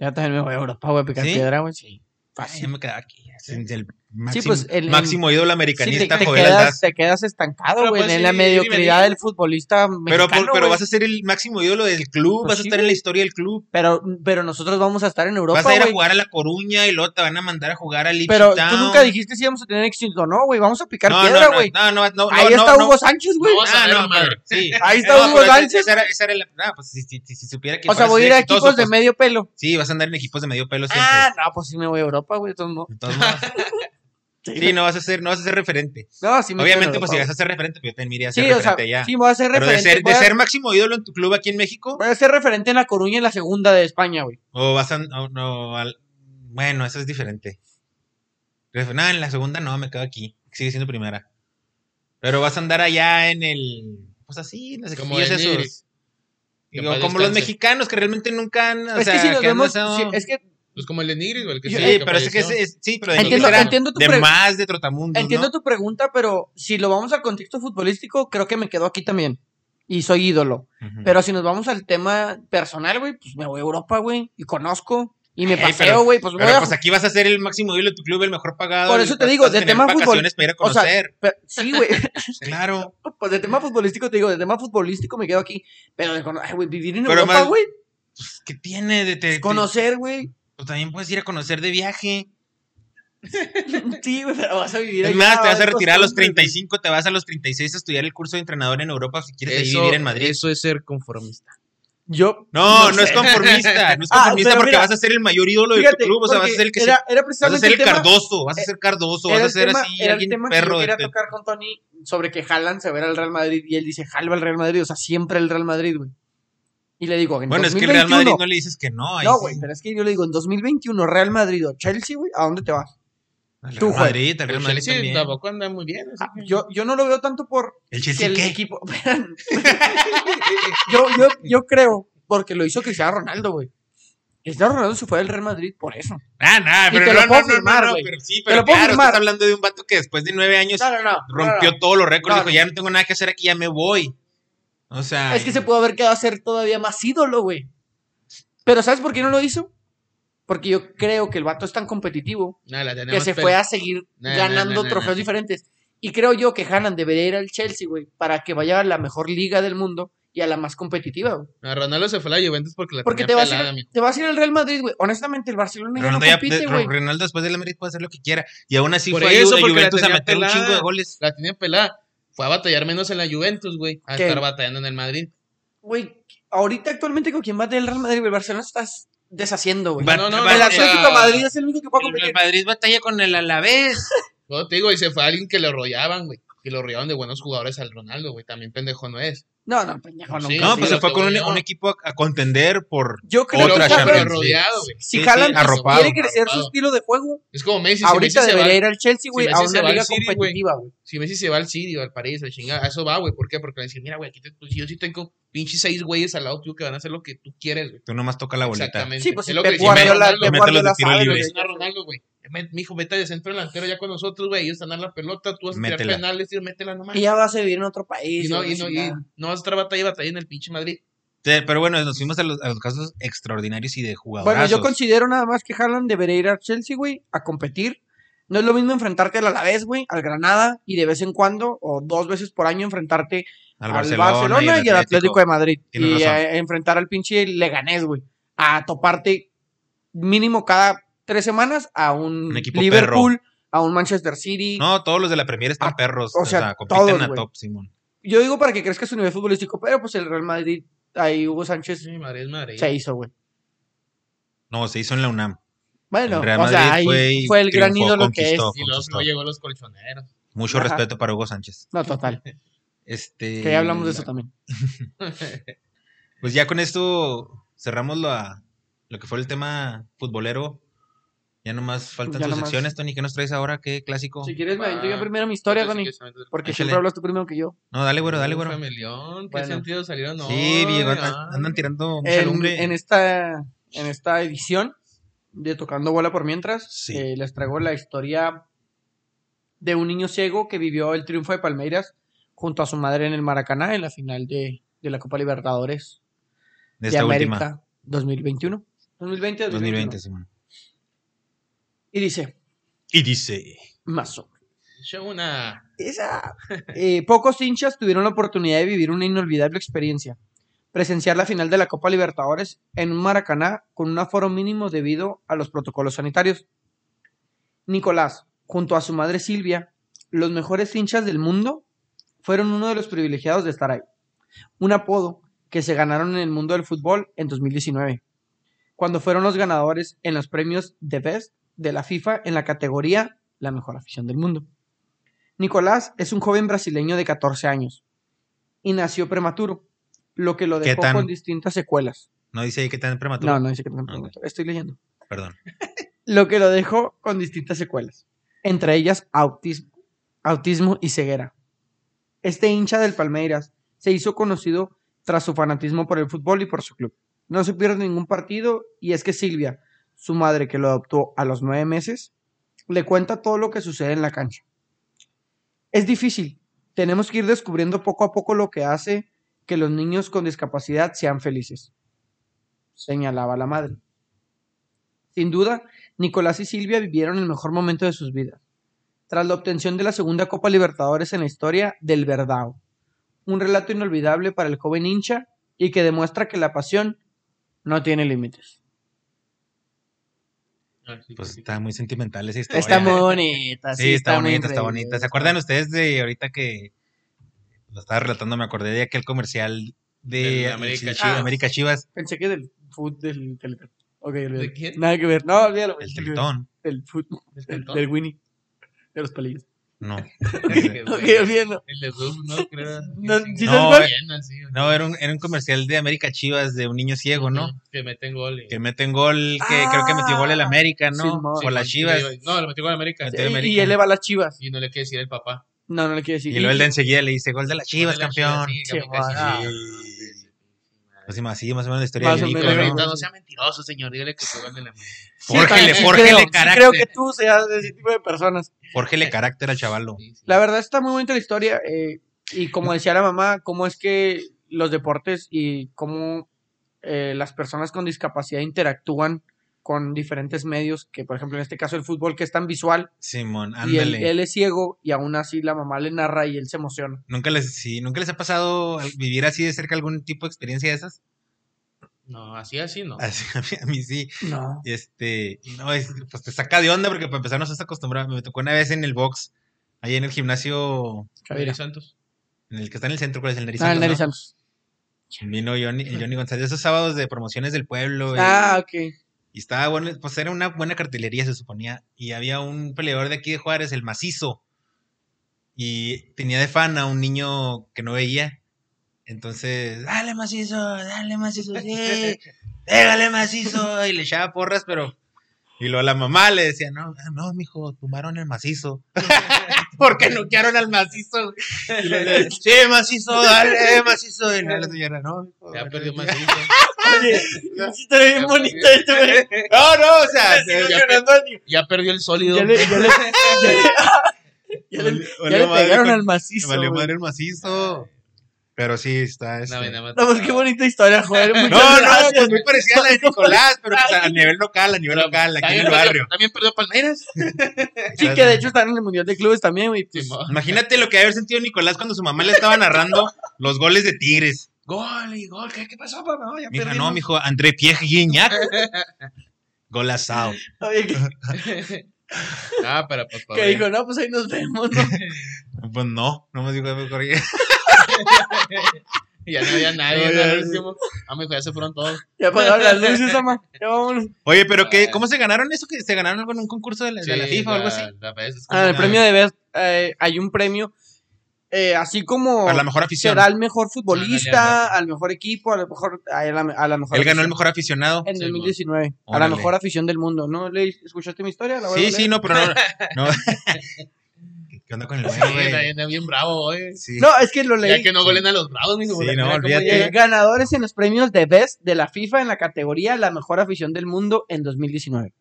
C: Ya también me voy a Europa, voy a picar
A: ¿Sí?
C: piedra, güey. Sí.
A: Ay, ya
C: Fácil.
A: me quedaba aquí. es El máximo,
C: pues, el- el-
A: máximo ídolo
C: Sí, te,
A: americanista,
C: te
A: Joel Aldaz.
C: quedas, te quedas estancado,
B: Pero
A: pues,
C: güey,
B: puedes
C: en la
B: ir y venir.
C: mediocridad del futbolista mexicano,
A: Pero, por- pero
C: güey.
A: vas a ser el máximo ídolo del club,
C: Pues
A: vas a
C: sí,
A: estar en la historia del club,
C: pero, pero nosotros vamos a estar en Europa,
A: vas a ir a
C: güey.
A: jugar a La Coruña y luego te van a mandar a jugar a Liechtenstein.
C: Pero tú nunca dijiste si íbamos a tener éxito, no, güey. Vamos a picar
A: no,
C: piedra,
A: no, no,
C: güey.
A: No, no, no,
C: Ahí
A: no,
C: está
A: no,
C: Hugo Sánchez, güey.
B: No,
A: Ah,
B: Sánchez,
A: no,
B: madre.
A: pero- sí.
C: Ahí está
A: No,
C: Hugo
A: pero esa-
C: Sánchez.
A: Esa era, esa era la. Ah, pues si, si, si- si supiera que.
C: O sea,
A: ibas
C: voy a ir a
A: exitoso,
C: equipos de
A: pues,
C: medio pelo.
A: Sí, vas a andar en equipos de medio pelo siempre.
C: Ah, no, pues sí me voy a Europa, güey. de todos modos.
A: De todos modos. sí, no vas a ser, no vas a ser referente.
C: No, sí me
A: Obviamente,
C: quedo
A: pues si
C: en Europa,
A: vas a ser referente, pues yo también iría a
C: güey.
A: ser
C: Sí, o sea,
A: referente allá.
C: sí, me voy a ser
A: Pero de
C: referente.
A: ser,
C: voy,
A: de
C: a,
A: ser máximo ídolo en tu club aquí en México,
C: voy a ser referente en La Coruña en la segunda de España, güey.
A: o vas a. o no, al- bueno, eso es diferente. Ref- No, en la segunda no, me quedo aquí. Sigue siendo primera. Pero vas a andar allá en el. Pues así, en las
B: Como
A: exquillas
B: en Iris.
A: esos. Digo,
B: Que en paz
A: como los
B: descanse.
A: mexicanos que realmente nunca han. o
C: es que
A: sea,
C: si nos
A: que han
C: vemos,
A: usado-
C: si- es que
B: Pues como el Enigris, el que
A: Sí,
B: sea,
C: eh,
B: que
A: pero es que
B: apareció.
A: es- sí, pero de
C: entiendo,
A: Inglaterra,
C: entiendo tu
A: de
C: pre-
A: más de Trotamundos,
C: entiendo
A: ¿no?
C: tu pregunta, pero si lo vamos al contexto futbolístico, creo que me quedo aquí también. Y soy ídolo.
A: Ujú.
C: Pero si nos vamos al tema personal, güey, pues me voy a Europa, güey, y conozco. Y me
A: Ey,
C: paseo,
A: pero-
C: güey, pues me voy
A: Pero
C: a
A: pues aquí vas a ser el máximo ídolo de tu club, el mejor pagado.
C: Por
A: el-
C: eso te
A: vas-
C: digo,
A: vas a
C: de
A: tener
C: tema fútbol.
A: vacaciones para ir a
C: o sea,
A: conocer.
C: pe- sí, güey.
A: claro.
C: Pues de tema futbolístico te digo, de tema futbolístico me quedo aquí. Pero de cono- ay, güey, vivir en
A: Pero
C: Europa,
A: más-
C: güey.
A: Pues, ¿Qué tiene de te- te-
C: Conocer, güey.
A: pues, también puedes ir a conocer de viaje.
C: Sí, güey, pero vas a vivir pues,
A: Es
C: allá,
A: más, te vas a
C: ver
A: retirar a los
C: costumbres,
A: 35, te vas a los 36 a estudiar el curso de entrenador en Europa si quieres ahí
B: Eso-
A: vivir en Madrid.
B: Eso es ser conformista.
C: güey. Yo.
A: No, no,
C: sé.
A: es conformista, no es
C: Ah,
A: conformista
C: pero
A: porque
C: mira,
A: vas a ser el mayor ídolo de tu
C: Fíjate,
A: club, o sea, vas a
C: porque
A: ser el que se-
C: era, era
A: vas a
C: precisamente
A: ser el
C: el tema-
A: Cardoso, vas a ser Cardoso, vas
C: era
A: a
C: el
A: ser
C: tema-
A: así
C: era el
A: alguien
C: tema que
A: perro
C: yo
A: de
C: quería
A: te-
C: tocar con Tony sobre que Haaland se va a ir al Real Madrid y él dice, Haaland va al Real Madrid, o sea, siempre el Real Madrid, güey. Y le digo, en
A: Bueno, es que el Real Madrid
C: 2021,
A: no le dices que no, ahí
C: No,
A: sí.
C: güey, pero es que yo le digo, en 2021, Real Madrid o Chelsea, güey, ¿a dónde te vas?
A: Al Real
C: Tú, Juan.
A: Madrid, al
B: Pero
A: Real
B: el
A: Madrid
B: Chelsea
A: también.
B: tampoco anda muy bien. así
C: Ah,
B: que-
C: Yo, yo no lo veo tanto por
A: ¿El
C: que
A: Chelsea
C: el
A: qué?
C: equipo. yo, yo, yo creo, porque lo hizo Cristiano Ronaldo, güey. Cristiano Ronaldo se fue del Real Madrid por eso.
A: Ah, nah,
C: Y
A: pero
C: te
A: no,
C: lo
A: no,
C: puedo
A: no, no,
C: firmar,
A: no,
C: güey.
A: pero sí,
C: Te
A: pero
C: lo puedo
A: claro, estás
C: firmar.
A: hablando de un vato que después de nueve años
C: No, no, no.
A: rompió
C: no,
A: todos los récords,
C: No,
A: dijo,
C: no.
A: ya no tengo nada que hacer aquí, ya me voy. O
C: no.
A: sea,
C: Es que se pudo haber quedado a ser todavía más ídolo, güey. Pero ¿sabes por qué no lo hizo? Porque yo creo que el vato es tan competitivo
B: Nada, la
C: que
B: tenemos
C: se
B: pe-
C: fue a seguir
B: No, no,
C: ganando
B: no, no,
C: trofeos
B: no.
C: diferentes. Y creo yo que Haaland debería ir al Chelsea, güey, para que vaya a la mejor liga del mundo y a la más competitiva, güey.
B: No, Ronaldo se fue a la Juventus porque la
C: Porque
B: tenía
C: te vas,
B: pelada,
C: a ir,
B: mijo.
C: te vas a ir al Real Madrid, güey. Honestamente, el Barcelona ya no
A: Ronaldo, ya-
C: compite,
A: de-
C: güey.
A: Ronaldo después del Madrid puede hacer lo que quiera. Y aún así
B: Por
A: fue a Ju-
B: eso,
A: a
B: porque la
A: Juventus a
B: tenía
A: meter un
B: pelada.
A: chingo de goles.
B: La tenía pelada. Fue a batallar menos en la Juventus, güey. A
C: ¿Qué?
B: estar batallando en el Madrid.
C: Güey, ahorita actualmente con quien va del Real Madrid, güey, el Barcelona estás deshaciendo, güey.
A: Va-
B: Ah, No, no,
A: va-
B: no,
C: el
B: o
A: eh,
C: Atlético
B: sea,
C: de Madrid es el único que puede
A: el
C: competir.
A: Madrid batalla con el Alavés.
B: No te digo, y se fue a alguien que lo rollaban, güey. Y lo rollaban de buenos jugadores al Ronaldo, güey. También pendejo no es.
C: No, no, pendejo, no.
B: Sí,
A: No, pues
B: lo
A: se fue
B: que
A: con
B: voy
A: un,
B: yo.
A: un equipo a, a contender por
C: Yo creo
A: Otra
B: Pero-
C: que
B: pero
A: Champions,
C: Haaland,
A: sí.
B: rodeado, güey.
C: si
A: Sí, sí,
C: Haaland
A: arropado.
C: quiere crecer su
B: Arropado.
C: estilo de juego,
B: Es como Messi. si
C: ahorita
B: Messi se va al-
C: debería ir al Chelsea, güey,
B: Messi
C: a
B: se
C: una
B: va al
C: liga
B: City, güey.
C: competitiva, güey.
B: Si Messi se va al City o al París, al chingada, a eso va, güey. ¿Por qué? Porque le dicen, mira, güey, aquí te, tú- yo sí tengo pinches seis güeyes al lado tuyo que van a hacer lo que tú quieres, güey.
A: tú nomás toca la bolita.
B: Exactamente.
C: Sí, pues
B: Es
C: si
B: lo que
C: Pep
B: decía
C: Guardiola,
B: Ronaldo,
A: Mételos
C: Pep
A: de
C: Guardiola
A: tiro
C: sabe,
B: güey.
A: libre.
C: güey.
B: Decía Ronaldo, güey. "Ven, Mijo, vete de centro delantero ya con nosotros, güey. Ellos están a la pelota, tú vas a tirar
A: Métela.
B: penales, tío, métela nomás.
C: Y ya vas a vivir en otro país.
B: Y no,
C: güey,
B: y no, y
C: chingada.
B: no vas a estar batalla y batalla en el pinche Madrid.
A: Sí, Pero bueno, nos fuimos a los, a los casos extraordinarios y de jugadores.
C: Bueno, yo considero nada más que Haaland debería ir al Chelsea, güey, a competir. No es lo mismo enfrentarte al Alavés, güey, al Granada y de vez en cuando o dos veces por año enfrentarte
A: al Barcelona,
C: y al Atlético de Madrid
A: Tienes
C: y
A: razón.
C: eh, enfrentar al pinche Leganés, güey, a toparte mínimo cada tres semanas a un,
A: Un equipo
C: Liverpool, a un Manchester City.
A: No, todos los de la Premier están
C: Ah,
A: perros.
C: o
A: O sea,
C: sea,
A: compiten
C: todos,
A: a
C: güey.
A: top, Simón.
C: Yo digo para que crezca su nivel futbolístico, pero pues el Real Madrid ahí Hugo Sánchez
B: Sí, Madrid es Madrid.
C: se hizo, güey.
A: No, se hizo en la UNAM.
C: Bueno,
A: El Real
C: o sea,
A: Madrid
C: ahí
A: fue y
C: fue, el gran
A: triunfó,
C: ídolo que es.
A: conquistó.
B: Y luego
A: conquistó.
B: no llegó a los colchoneros.
A: Mucho
C: Ajá.
A: respeto para Hugo Sánchez.
C: No, total.
A: Este,
C: Que ya hablamos de eso también.
A: Pues ya con esto cerramos la- lo que fue el tema futbolero. Ya nomás faltan
C: Ya
A: tus
C: nomás.
A: secciones, Tony. ¿Qué nos traes ahora? ¿Qué clásico?
C: Si quieres, me avento yo
B: Ah,
C: primero mi historia, Tony. Porque
A: Échale.
C: siempre hablas tú primero que yo.
A: No, dale, güero, dale, güero.
B: Uf, Emelión, ¿Qué
C: Bueno.
B: sentido salieron? No,
A: sí, viejo,
B: ay,
A: andan, andan tirando mucha
C: En,
A: lumbre.
C: en este esta, en esta edición de Tocando Bola por Mientras,
A: Sí.
C: eh, les traigo la historia de un niño ciego que vivió el triunfo de Palmeiras junto a su madre en el Maracaná en la final de, de la Copa Libertadores
A: de
C: de
A: esta
C: América
A: última.
C: 2021. 2020, 2021.
A: 2020, Simón.
C: Y dice,
A: Y dice...
C: más o
B: Yo una.
C: Esa. Eh, pocos hinchas tuvieron la oportunidad de vivir una inolvidable experiencia. Presenciar la final de la Copa Libertadores en un Maracaná con un aforo mínimo debido a los protocolos sanitarios. Nicolás, junto a su madre Silvia, los mejores hinchas del mundo, fueron uno de los privilegiados de estar ahí. Un apodo que se ganaron en el mundo del fútbol en 2019, cuando fueron los ganadores en los premios de Best de la FIFA en la categoría La mejor afición del mundo. Nicolás es un joven brasileño de 14 años y nació prematuro, lo que lo
A: ¿Qué
C: dejó
A: tan?
C: con distintas secuelas.
A: No dice ahí que tan prematuro.
C: No, no dice que no,
A: Ah, ok.
C: estoy leyendo
A: Perdón.
C: lo que lo dejó con distintas secuelas, entre ellas autismo, autismo y ceguera. Este hincha del Palmeiras se hizo conocido tras su fanatismo por el fútbol y por su club. No se pierde ningún partido y es que Silvia, su madre que lo adoptó a los nueve meses, le cuenta todo lo que sucede en la cancha. Es difícil, tenemos que ir descubriendo poco a poco lo que hace que los niños con discapacidad sean felices, señalaba la madre. Sin duda, Nicolás y Silvia vivieron el mejor momento de sus vidas, tras la obtención de la segunda Copa Libertadores en la historia del Verdao, un relato inolvidable para el joven hincha y que demuestra que la pasión no tiene límites.
B: Así
A: Pues
B: que-
A: está muy sentimental esa historia.
C: Está
A: ¿eh?
C: muy bonita,
A: Sí,
C: sí,
A: está,
C: muy
A: bonita, está
C: increíble.
A: bonita. ¿Se acuerdan ustedes de ahorita que lo estaba relatando? Me acordé de aquel comercial de
B: Del América
A: sí, sí,
B: Chivas.
A: América Chivas,
C: Pensé que del fut del Teletón. Ok, olvídalo.
B: ¿De quién?
C: Nada que ver. No, olvídalo.
A: el
C: güey.
A: Teletón.
C: Del fut,
B: ¿Del
C: del,
B: Teletón?
C: del Winnie. De los palillos.
A: No.
C: Ok,
B: Güey,
C: olvídalo.
B: El de Dove, no creo.
C: No,
B: Sí,
C: ¿sí
B: no,
C: sabes cuál?
B: bien, así,
A: No, era un, era un comercial de América Chivas de un niño ciego, ¿no?
B: Que meten goles.
A: Que meten gol, que creo que metió gol el América, ¿no?
C: Simón.
A: Por las
B: Sí,
A: Chivas.
B: le- No, lo metió con América.
A: Metió-
C: Y-
A: América.
C: Y eleva las chivas.
B: Y no le quiere decir el papá.
C: No, no le quiero decir.
A: Y luego el de enseguida le dice, gol de las Chivas,
B: Ponle la
A: campeón.
B: Chivas, sí,
C: Simón.
B: América,
C: Ah.
B: sí.
A: Así más, sí, más o menos la historia
C: Más
A: de
C: o
B: Y
A: Nico,
C: menos.
A: ¿no?
B: Correcto, no sea mentiroso, señor. Dígale que fue gol de la América.
C: Sí, también,
A: Fórgele,
C: sí
A: fórgele
C: creo, sí
A: carácter.
C: creo que tú seas de ese tipo de personas.
A: Fórgele carácter al chavalo.
B: Sí, sí.
C: La verdad está muy bonita la historia. eh, y como decía la mamá, cómo es que los deportes y cómo eh, las personas con discapacidad interactúan con diferentes medios, que por ejemplo en este caso el fútbol que es tan visual
A: Simón,
C: y él,
A: ándale.
C: él es ciego y aún así la mamá le narra y él se emociona.
A: ¿Nunca, les, sí, ¿Nunca les ha pasado al vivir así de cerca algún tipo de experiencia de esas?
B: No, así, así no.
A: Así, a, mí, a mí sí.
C: No.
A: Y Este, y no, es- pues te saca de onda porque para empezar no estás acostumbrado. Me tocó una vez en el box, ahí en el gimnasio,
B: Javier Santos.
A: en el que está en el centro, ¿cuál es el Nerizando,
C: Ah, el Neri
A: no?
C: Santos.
A: Vino Johnny, el Johnny González, esos sábados de promociones del pueblo. y-
C: Ah, ok.
A: Y estaba bueno, pues era una buena cartelería, se suponía. Y había un peleador de aquí de Juárez, el macizo. Y tenía de fan a un niño que no veía. Entonces, dale macizo, dale macizo, sí, pégale macizo. Y le echaba porras, pero. Y luego la mamá le decía, no, ah, no, mijo, tumbaron el macizo. Porque noquearon al macizo. Y luego le sí, macizo, dale, macizo. Y luego la señora, no, mijo,
B: Ya
A: no,
B: perdió
A: no".
B: más. bien.
C: Oye, está bien bonito esto, güey.
A: No, no, o sea,
B: Sí, no,
A: ya-
C: Llorando al niño.
B: Ya perdió el sólido.
C: Ya le, ya le, ya le- ya le-
A: Valió-
C: ya
A: valió
C: le
A: madre
C: pegaron
A: con-
C: al macizo.
A: valió
C: güey.
A: madre el macizo. Pero sí, está. este-
B: No, ven, nada más.
C: No, pues qué bonita historia, joder.
A: No,
C: muchas
A: no,
C: gracias.
A: pues muy parecida a la de Nicolás, pero pues, a nivel local, a nivel
B: Pero
C: pues,
A: local, aquí en
B: También
A: el
B: perdió-
A: barrio.
B: También perdió Palmeiras.
C: Sí, que de hecho están en el Mundial de Clubes también, güey. pues,
B: Simón.
A: Imagínate lo que había sentido Nicolás cuando su mamá le estaba narrando los goles de Tigres.
B: Gol y gol. ¿Qué, qué pasó, papá? No, ya
A: Mija,
B: perdimos.
A: no, mijo, André Pierre Guignac. Golazao.
C: oye, que,
B: Ah, pero pues.
C: que
B: pobre.
C: dijo, no, pues ahí nos vemos, ¿no?
A: Pues no, no me dijo "Me corrí".
B: Ya no había nadie.
A: No, ya
B: ¿no? Al
A: no.
B: último. Ah, mijo, ya se fueron todos.
C: Ya apagaron las luces, ama. Ya vámonos.
A: Oye, pero
C: Ah.
A: qué, ¿cómo se ganaron eso? ¿Que se ganaron algo en un concurso de la, de la
B: Sí,
A: FIFA o algo así?
B: la- la vez es como
C: Ah, el
A: no?
C: premio de Best, eh, hay un premio, eh, así como
A: Para la mejor afición.
C: será al mejor
B: Ándale,
C: futbolista, al mejor equipo, a lo mejor, a la, a la mejor.
A: Él ganó el
C: afición.
A: mejor aficionado.
C: En
B: Sí,
C: 2019, a la
A: Órale.
C: mejor afición del mundo, ¿no? ¿Le escuchaste mi historia? ¿La vuelvo
A: Sí,
C: a
A: sí,
C: leer?
A: no, pero no. no. ¿Qué onda con el
B: Sí,
A: bueno, güey?
B: anda- anda bien bravo hoy.
A: Sí.
C: No, es que lo leí.
B: Ya que no golen a los bravos, mijo.
A: Sí,
B: porque
A: no,
B: mira cómo
A: olvídate.
C: Eh,
B: llega.
C: ganadores en los premios de Best de la FIFA en la categoría La Mejor Afición del Mundo en 2019.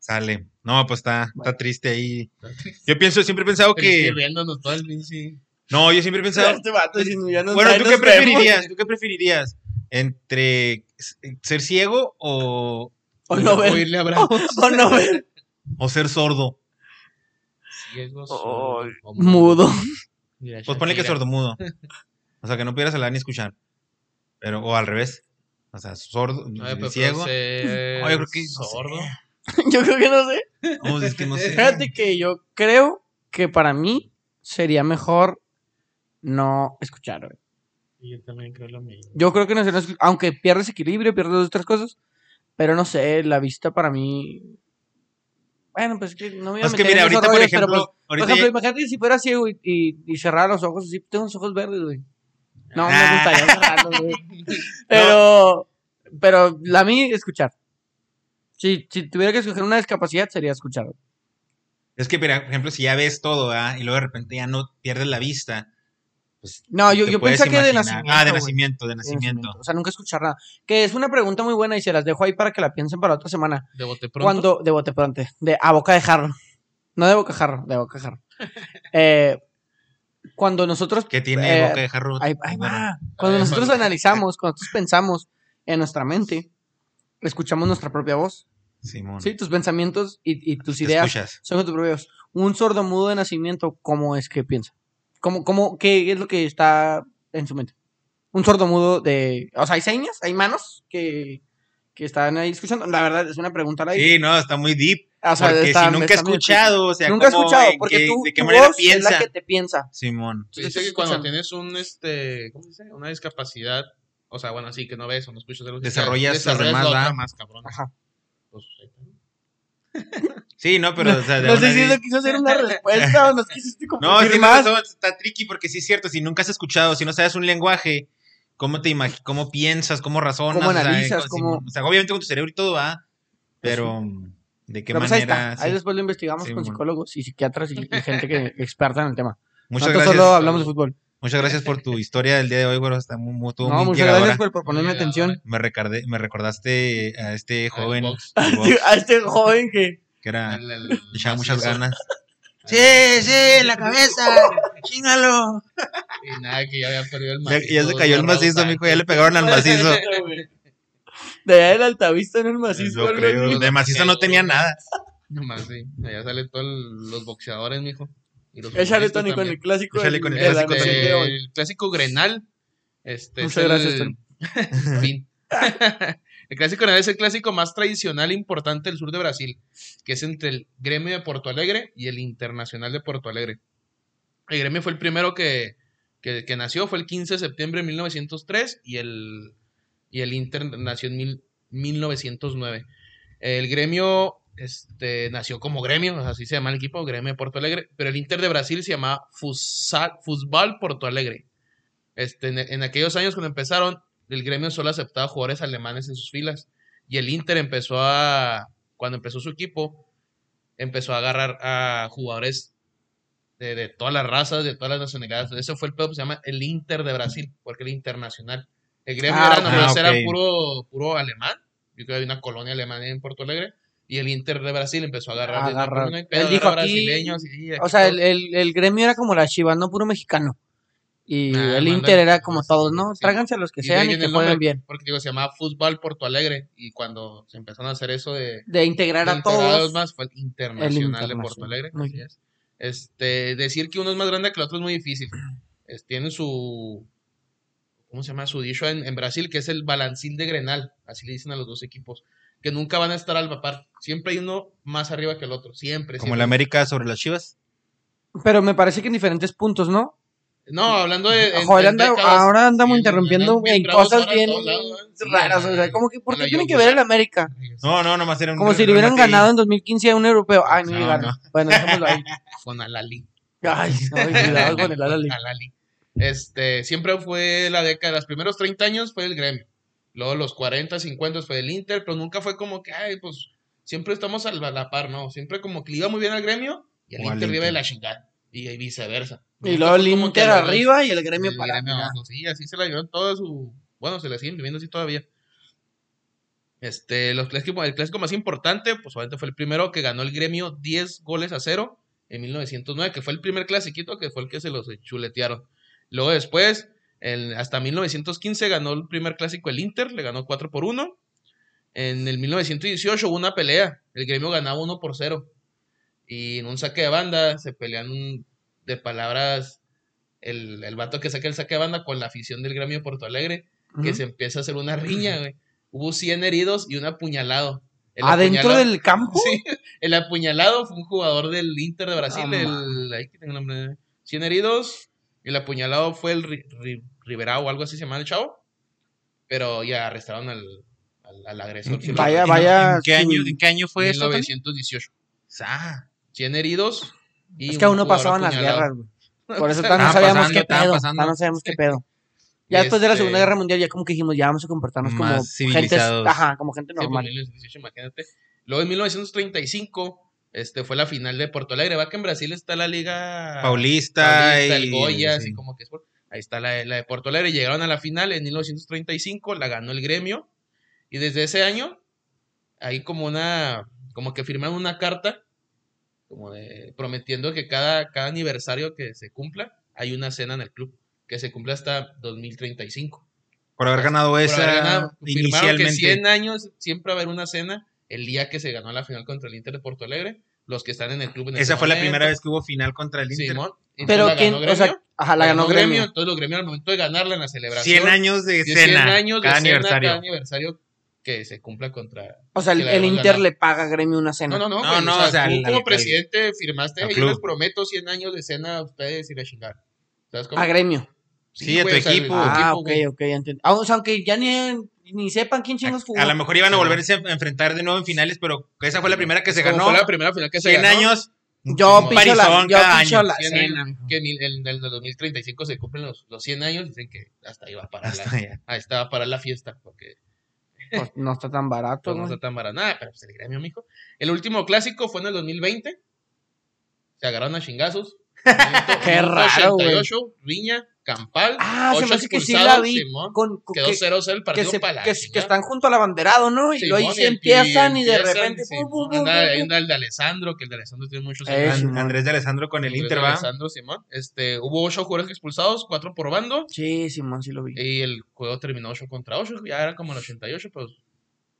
A: Sale. No, pues está, está triste ahí.
B: Está
A: Yo pienso, siempre he pensado que.
B: Triste riéndonos todo el pinche.
A: No, yo siempre he pensado.
C: Este vato diciendo, ya nos-
A: Bueno,
C: ya
A: ¿tú
C: nos
A: qué
C: vemos.
A: preferirías? ¿Tú qué preferirías? ¿Entre s- ser ciego o,
C: O no ver.
B: Oírle a bravos.
C: O no ver.
A: o ser sordo?
B: Ciegos,
C: Oh,
B: sordos, o
C: Mudo.
B: Mira,
A: Pues ponle que
B: Shakira.
A: sordomudo. O sea, que no pudieras hablar ni escuchar. Pero, o al revés. O sea, sordo,
B: No, yo prefiero
A: ciego.
B: ser
A: No, yo creo que-
B: sordo.
C: Yo creo que no sé.
A: No, es que no sé.
C: Fíjate que yo creo que para mí sería mejor no escuchar. güey.
B: Y yo también creo lo mismo.
C: Yo creo que no sé, no escu- aunque pierdes equilibrio, pierdes dos tres cosas, pero no sé, la vista para mí... Bueno, pues que no me voy a
A: Es que
C: meter en
A: mira,
C: esos
A: ahorita, por
C: rollos, pero,
A: ejemplo,
C: pues, Por
A: ahorita
C: ejemplo, imagínate si fuera ciego y, y, y cerrara los ojos así. Tengo los ojos verdes, güey. No, me
A: Ah.
C: gustaría cerrarlos, güey. Pero, pero la mí, escuchar. Si, si tuviera que escoger una discapacidad, sería escuchar. güey.
A: Es que, mira, por ejemplo, si ya ves todo, ¿verdad? Y luego de repente ya no pierdes la vista, pues.
C: No, yo,
A: te
C: yo
A: puedes
C: pensé que de
A: imaginar.
C: nacimiento.
A: Ah, de
C: güey.
A: nacimiento, de
C: De
A: nacimiento.
C: O sea, nunca escuchar nada. Que es una pregunta muy buena y se las dejo ahí para que la piensen para otra semana.
B: De bote pronto.
C: cuando de bote pronto, de a boca de jarro. No de boca de jarro, de boca de jarro. Eh, cuando nosotros
A: ¿Qué tiene
C: Eh,
A: boca de jarro?
C: ahí- ahí va.
A: Bueno,
C: cuando
B: Ay,
C: nosotros
B: madre.
C: analizamos, cuando nosotros pensamos en nuestra mente, escuchamos nuestra propia voz.
A: Simón.
C: Sí, tus pensamientos y, y tus
A: Te
C: ideas
A: escuchas.
C: son tus propios. Un sordo mudo de nacimiento, ¿cómo es que piensa? ¿Cómo, cómo, ¿Qué es lo que está en su mente? Un sordo mudo de... O sea, hay señas, hay manos que, que están ahí escuchando. La verdad es una pregunta al aire.
A: Sí, no, está muy deep.
C: O sea,
A: porque
C: está-
A: si nunca he
C: está muy
A: escuchado, o sea,
C: Nunca he
A: ¿cómo,
C: escuchado,
A: en
C: porque
A: qué-
C: tú,
A: ¿de qué
C: tu
A: manera
C: voz
A: piensa? Pues
C: es la que te piensa.
A: Simón.
B: Se dice que cuando tienes un, este, ¿cómo se dice? Una discapacidad, o sea, bueno, así que no ves o no escuchas algo. que sea,
A: Desarrollas las
B: desarrollas
A: demás,
B: la otra
A: ¿verdad?
B: más, cabrón.
C: Ajá.
B: Pues, ahí está.
A: Sí, no, pero, o sea, de
C: No
A: una
C: sé si
A: vez-
C: eso quiso hacer una respuesta o nos quisiste
A: No,
C: confundir
A: sí, no,
C: más.
A: eso está tricky porque sí es cierto, si nunca has escuchado, si no sabes un lenguaje, ¿cómo te imag- cómo piensas, cómo razonas?
C: ¿Cómo
A: O sea,
C: analizas?
A: con-
C: ¿Cómo- Pues
A: o sea, obviamente con tu cerebro y todo va, pero ¿de qué
C: Pero pues ahí
A: manera?
C: está.
A: sí.
C: Ahí después lo investigamos
A: Sí,
C: con
A: bueno.
C: psicólogos y psiquiatras y, y gente que experta en el tema.
A: Muchas
C: Nosotros
A: gracias.
C: solo hablamos de fútbol.
A: Muchas gracias por tu historia del día de hoy, güey. Está muy, muy, estuvo
C: No,
A: muy
C: muchas
A: inspiradora.
C: gracias por, por ponerme
B: Muy
C: atención.
A: Me, recordé, me recordaste a este joven
B: box.
A: al box,
C: A este joven que.
A: que era,
B: Al- al-
A: le echaba muchas
B: macizo.
A: ganas.
B: Sí,
A: sí, la cabeza. Chingalo.
B: Y nada, que ya había perdido el
A: Ya,
B: macizo.
A: ya se cayó el
B: Raúl
A: macizo,
B: Sánchez.
A: mijo. Ya le pegaron al macizo.
C: De allá del altavista en el macizo.
A: Yo
C: algo
A: creo,
C: así.
A: De macizo no tenía nada.
B: Nomás, sí. Allá salen todos los boxeadores, mijo. Y los
C: Échale,
B: futbolistas
C: Tony, con el
B: también.
C: clásico.
A: Échale
C: del-
A: con el
C: de la
A: clásico,
C: noche
A: Tony.
C: de
B: Este,
C: hoy.
B: el clásico Grenal. Este,
C: Muchas
B: es
C: gracias,
B: el-
C: Tony.
B: Fin. el clásico Grenal es el clásico más tradicional e importante del sur de Brasil, que es entre el gremio de Porto Alegre y el internacional de Porto Alegre. El gremio fue el primero que, que, que nació, fue el 15 de septiembre de 1903 y el, y el Inter nació en mil- 1909. El gremio este, nació como gremio, o sea, así se llama el equipo, gremio de Porto Alegre, pero el Inter de Brasil se llamaba Futsal- Fútbol Porto Alegre. Este, en, en aquellos años cuando empezaron, el gremio solo aceptaba jugadores alemanes en sus filas y el Inter empezó a, cuando empezó su equipo, empezó a agarrar a jugadores de, de todas las razas, de todas las nacionalidades. Ese fue el pedo que se llama el Inter de Brasil, porque era internacional. El gremio
C: Ah,
B: era,
C: ok.
B: nomás
A: Ah,
B: era
A: ok.
B: puro, puro alemán. Yo creo que había una colonia alemana en Porto Alegre. Y el Inter de Brasil empezó a agarrar. de-
C: Agarrar.
B: no hay pedo,
C: Él dijo
B: agarra
C: aquí-
B: brasileños y aquí
C: O sea,
B: todo.
C: el, el, el gremio era como la Chivas, no puro mexicano. Y
B: Ah,
C: el
B: mándale.
C: Inter era como todos, ¿no?
B: Sí.
C: Tráiganse a los que
B: Y de ahí
C: sean y
B: viene
C: que
B: el nombre,
C: jueguen bien.
B: Porque digo, se llamaba Fútbol Porto Alegre. Y cuando se empezaron a hacer eso de,
C: De integrar
B: de
C: a
B: integrar a los
C: todos.
B: más fue el internacional de
C: internacional.
B: Porto Alegre.
C: Muy
B: así
C: bien.
B: es. Este, decir que uno es más grande que el otro es muy difícil. Es- tienen su. ¿Cómo se llama? Su dicho en, en Brasil, que es el balancín de Grenal. Así le dicen a los dos equipos. Que nunca van a estar al par. Siempre hay uno más arriba que el otro. Siempre.
A: Como
B: siempre.
A: el América sobre las Chivas.
C: Pero me parece que en diferentes puntos, ¿no?
B: No, hablando de. en-
C: Joder,
B: en
C: anda-
B: décadas,
C: ahora andamos
B: en-
C: interrumpiendo
B: andan
C: en
B: bravos
C: cosas
B: ahora
C: bien
B: todos lados, sí,
C: raras. O sea,
B: madre.
C: como que, ¿por
B: A la
C: qué tiene que ver el
B: yugular.
C: América?
A: No, no, nomás era un.
C: Como si le hubieran
A: remate.
C: ganado en 2015 a un europeo. Ay, no,
A: No,
C: llegaron.
A: no.
C: Bueno, dejémoslo ahí.
B: Con Alali.
C: Ay, no, y cuidado con el
B: Al
C: Alali.
B: Ahly. Este, siempre fue la década, los primeros 30 años fue el gremio. Luego los 40, 50 fue el Inter, pero nunca fue como que, ay, pues siempre estamos a la, la par, ¿no? Siempre como que le iba muy bien al gremio y el
A: O al
B: Inter le iba de
A: Inter.
B: la chingada. Y, y viceversa.
C: Y
B: Nunca
C: luego
B: fue
C: el
B: como que
C: Inter
B: a los dos-
C: arriba y el gremio
B: el
C: para
B: gremio
C: mira.
B: abajo, Sí, así se la llevaron toda su. Bueno, se la siguen viviendo así todavía. Este, los clásicos, el clásico más importante, pues obviamente fue el primero que ganó el gremio 10 goles a cero en 1909, que fue el primer clasiquito que fue el que se los eh, chuletearon. Luego después, el- hasta 1915 ganó el primer clásico el Inter, le ganó 4 por 1. En el 1918 hubo una pelea, el gremio ganaba 1 por 0. Y en un saque de banda se pelean un- de palabras el, el vato que saca el saque de banda con la afición del gremio de Porto Alegre que se empieza a hacer una riña, güey. Hubo 100 heridos y un apuñalado. El
C: ¿Adentro
B: apuñalado-
C: Ah, del campo?
B: Sí, el apuñalado fue un jugador del Inter de Brasil.
C: Ah,
B: el, ahí que tengo el nombre. 100 heridos. El apuñalado fue el Ri- Ri- Rivera o algo así se llama el chavo. Pero ya arrestaron al, al, al agresor.
A: ¿En- en-
C: Vaya,
A: en-
C: vaya,
A: ¿En qué año,
C: sí.
A: en qué año fue eso? Tony?
B: 1918.
A: Ah,
B: 100 heridos. Y
C: Es que aún no
B: un jugador
C: pasaban las
B: apuñalado. Ah,
C: guerras, güey. Por eso
A: Estaban
C: no sabíamos
A: pasando,
C: qué
A: estaban
C: pedo.
A: pasando.
C: tan No sabíamos qué pedo. Ya después de la
B: Este,
C: Segunda Guerra Mundial, ya como que dijimos, ya vamos a comportarnos como
A: Más
C: gente,
A: civilizados.
C: ajá, como gente
B: Sí, pues,
C: normal.
B: 1918, imagínate. Luego en 1935 este, fue la final de Porto Alegre. Va que en Brasil está la Liga
A: Paulista.
B: Paulista,
A: y,
B: el Goya,
A: sí.
B: así como que es por- Ahí Ahí está la, la de Porto Alegre. Llegaron a la final en 1935, la ganó el gremio. Y desde ese año, ahí como una, como que firmaron una carta, como de- prometiendo que cada, cada aniversario que se cumpla, hay una cena en el club, que se cumple hasta 2035.
A: Por haber ganado
B: Por
A: esa
B: haber ganado, firmaron que
A: Pues, ah, inicialmente.
B: 100 años siempre va a haber una cena el día que se ganó la final contra el Inter de Porto Alegre, los que están en el club en
A: Esa fue la primera vez que hubo final contra el Inter.
C: Pero quién, o sea, ajá, la ganó gremio.
B: Entonces los gremios al momento de ganarla en la celebración.
A: 100 años de
B: de
A: cena.
B: 100 años de
A: cada
B: cena,
A: aniversario.
B: cada aniversario que se cumpla contra...
C: O sea, el,
B: que la
C: el
B: hemos
C: Inter
B: ganado.
C: le paga a gremio una
B: No,
C: cena.
B: no, no,
A: No,
B: güey,
A: no,
B: o
A: o sea,
B: sea, tú
A: al-
B: como
A: al-
B: presidente firmaste,
A: al
B: yo les
A: club".
B: prometo 100 años de cena a ustedes y la chingada. ¿Sabes cómo?
C: A gremio.
A: Sí, a tu
B: güey, o sea, el-
A: equipo.
B: tu
C: Ah,
B: equipo,
C: ok,
B: güey.
C: ok, ya entiendo. Ah, o sea, aunque ya ni, ni sepan quién chingos jugó.
A: A, a lo mejor iban a
B: Sí,
A: volverse a enfrentar de nuevo en finales, pero esa fue la primera que se
B: Como
A: ganó.
B: Fue la primera final que se
A: 100
B: ganó.
A: años.
C: Yo
A: un
C: pincho la,
A: parizón
C: yo
A: cada
C: pincho
A: año.
C: la
B: 100
C: cena.
B: años, que en el, en el 2035 se cumplen los, los 100 años, dicen que hasta ahí va para
A: Hasta
B: la,
A: allá.
B: ahí estaba para la fiesta, porque
C: Pues no está tan barato,
B: pues, no
C: güey.
B: está tan para nada, pero pues el gremio, mijo. El último clásico fue en el 2020, se agarraron a chingazos. Minuto-
C: Qué
B: minuto
C: raro, güey.
B: 88, Riña, Campal,
C: Ah, se
B: ocho
C: me hace que sí la
B: expulsados,
C: vi.
B: Simón.
C: Con, con-
B: Quedó
C: que,
B: 0-0 el
C: que
B: partido
C: se-
B: para la
C: que- que
B: chingada.
C: están junto al abanderado, ¿no? Y luego ahí
B: Simón,
C: se empiezan y, de
B: empiezan,
C: repente.
B: sí,
C: pum, pum, pum,
B: anda,
C: pum,
B: ahí
C: pum.
B: anda el de Alessandro, que el de Alessandro tiene muchos
C: Eh,
B: años.
A: An-
C: Simón.
A: Andrés de Alessandro con el
B: Andrés
A: Inter,
B: de
A: ¿va?
B: Alessandro, Simón. Este, hubo ocho jugadores expulsados, cuatro por bando.
C: Sí, Simón, sí lo vi.
B: Y el juego terminó 8 contra 8, ya era como el 88, pues.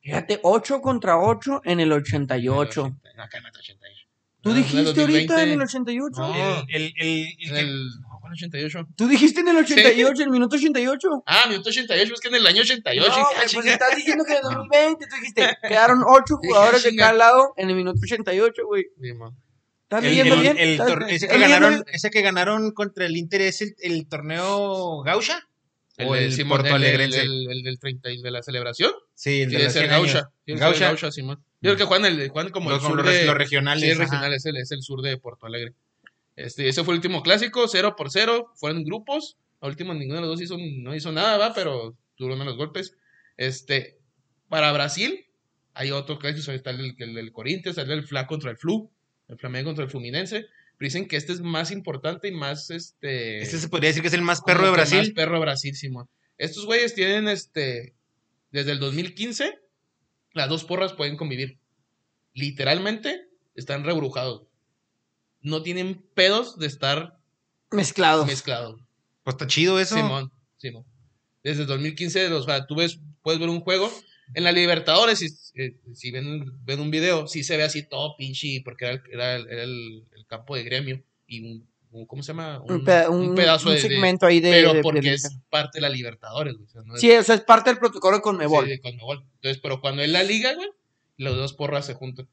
C: Fíjate, 8 contra 8 en el 88.
B: en el 80, no, cálmate, 88.
C: ¿Tú
B: No, en el
C: dijiste ahorita en el
B: 2020,
C: 88?
B: No.
A: El, el- el-
B: en el- no, fue en el 88.
C: ¿Tú dijiste en el 88, el minuto 88?
B: Ah, minuto 88, es que en el año 88.
C: No,
B: dije, ah,
C: güey, pues
B: chinga.
C: estás diciendo que en el 2020 tú dijiste, quedaron 8 jugadores de cada lado en el minuto 88, güey.
B: Sí, mo.
C: ¿Estás
A: el-
C: leyendo
A: el-
C: bien?
A: el
C: ¿Estás-
A: tor- ese, que
C: estás leyendo
A: ganaron,
C: bien?
A: ese que ganaron contra el Inter es el, el torneo Gaucha.
B: El,
A: O
B: de
A: el
B: Simón, el, el,
A: portoalegrense.
B: el- el del 30 y de la celebración.
A: Sí, el de
B: Tiene que
A: los
B: ser
A: 100 años.
B: Gaucha. Tiene que ser
A: Gaucha.
B: Gaucha, Simón. Yo creo que juegan, el, juegan como
A: Los,
B: el sur
A: los-
B: de,
A: los
B: sí,
A: regionales.
B: el
A: ajá.
B: regional, es el, es el sur de Porto Alegre. Este, ese fue el último clásico, 0 por 0, fueron grupos. Al último ninguno de los dos hizo, no hizo nada, va, pero tuvieron menos golpes. Este, para Brasil hay otro clásico, ahí está el, el del Corinthians, el del Fla contra el Flu, el Flamengo contra el Fluminense. Pero dicen que este es más importante y más este
A: Este se podría decir que es el más
B: como
A: perro de
B: que
A: Brasil.
B: Más perro de Brasil, Simón. Estos güeyes tienen este. Desde el 2015, las dos porras pueden convivir. Literalmente están rebrujados. No tienen pedos de estar
C: Mezclados.
B: mezclados.
A: Pues está chido eso.
B: Simón, Simón. Desde el 2015, o sea, tú ves, puedes ver un juego. En la Libertadores, si, eh, si ven, ven un video, sí se ve así todo pinche, porque era, el- era el, era el- el campo de gremio y un, un- ¿cómo se llama?
C: Un, peda- un- un
B: de- de,
C: segmento ahí de.
B: pero
C: de-
B: porque
C: de-
B: es parte de la Libertadores, güey. o sea, no
C: Sí, o sea, es parte del protocolo con
B: es,
C: Mebol.
B: sí, de Conmebol. Entonces, pero cuando es la liga, güey, las dos porras se juntan.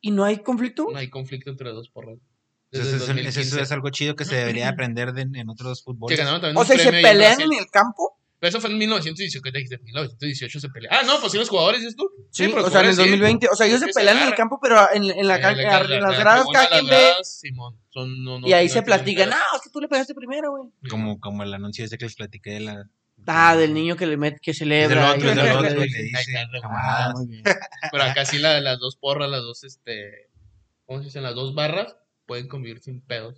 C: ¿Y no hay conflicto?
B: No hay conflicto entre las dos porras. Desde
A: Entonces,
B: el
A: eso, es- eso
B: 2015.
A: es algo chido que se debería aprender de- en otros
B: que
A: fútboles.
B: ganaron también
C: o
B: un
C: sea, ¿y ¿se
B: premio ahí en
C: pelean
B: Brasil.
C: en el campo?
B: Pero eso fue en 1918, que te dijiste, 1918 se pelea. Ah, no, pues sí, los jugadores, dices tú.
C: Sí,
B: pero
C: o
B: los
C: sea, en el
B: jugadores sí,
C: 2020. O sea,
B: Sí,
C: ellos se
B: que se
C: pelean en el
B: agarran.
C: campo, pero en, en la
B: Eh,
C: can-
B: la-
C: en
B: la-
C: las
B: la
C: gradas
B: tribuna, las
C: cada quien ve.
B: gradas, Simón, son- no- no-
C: Y ahí
B: no
C: se
B: tienen
C: platican,
B: pedos.
C: ah, es que tú le pegaste primero, güey.
A: Como, como el anuncio ese que les platiqué de la.
C: Ah, del niño que le mete, que
A: Es del
C: celebra.
A: otro, es
C: y-
A: del otro. y
B: sí,
A: le
B: sí,
A: dice,
B: ahí está,
A: "Camaradas".
C: muy bien.
B: Pero acá sí la- las dos porras, las dos, este, ¿cómo se dicen? Las dos barras pueden convivir sin pedos.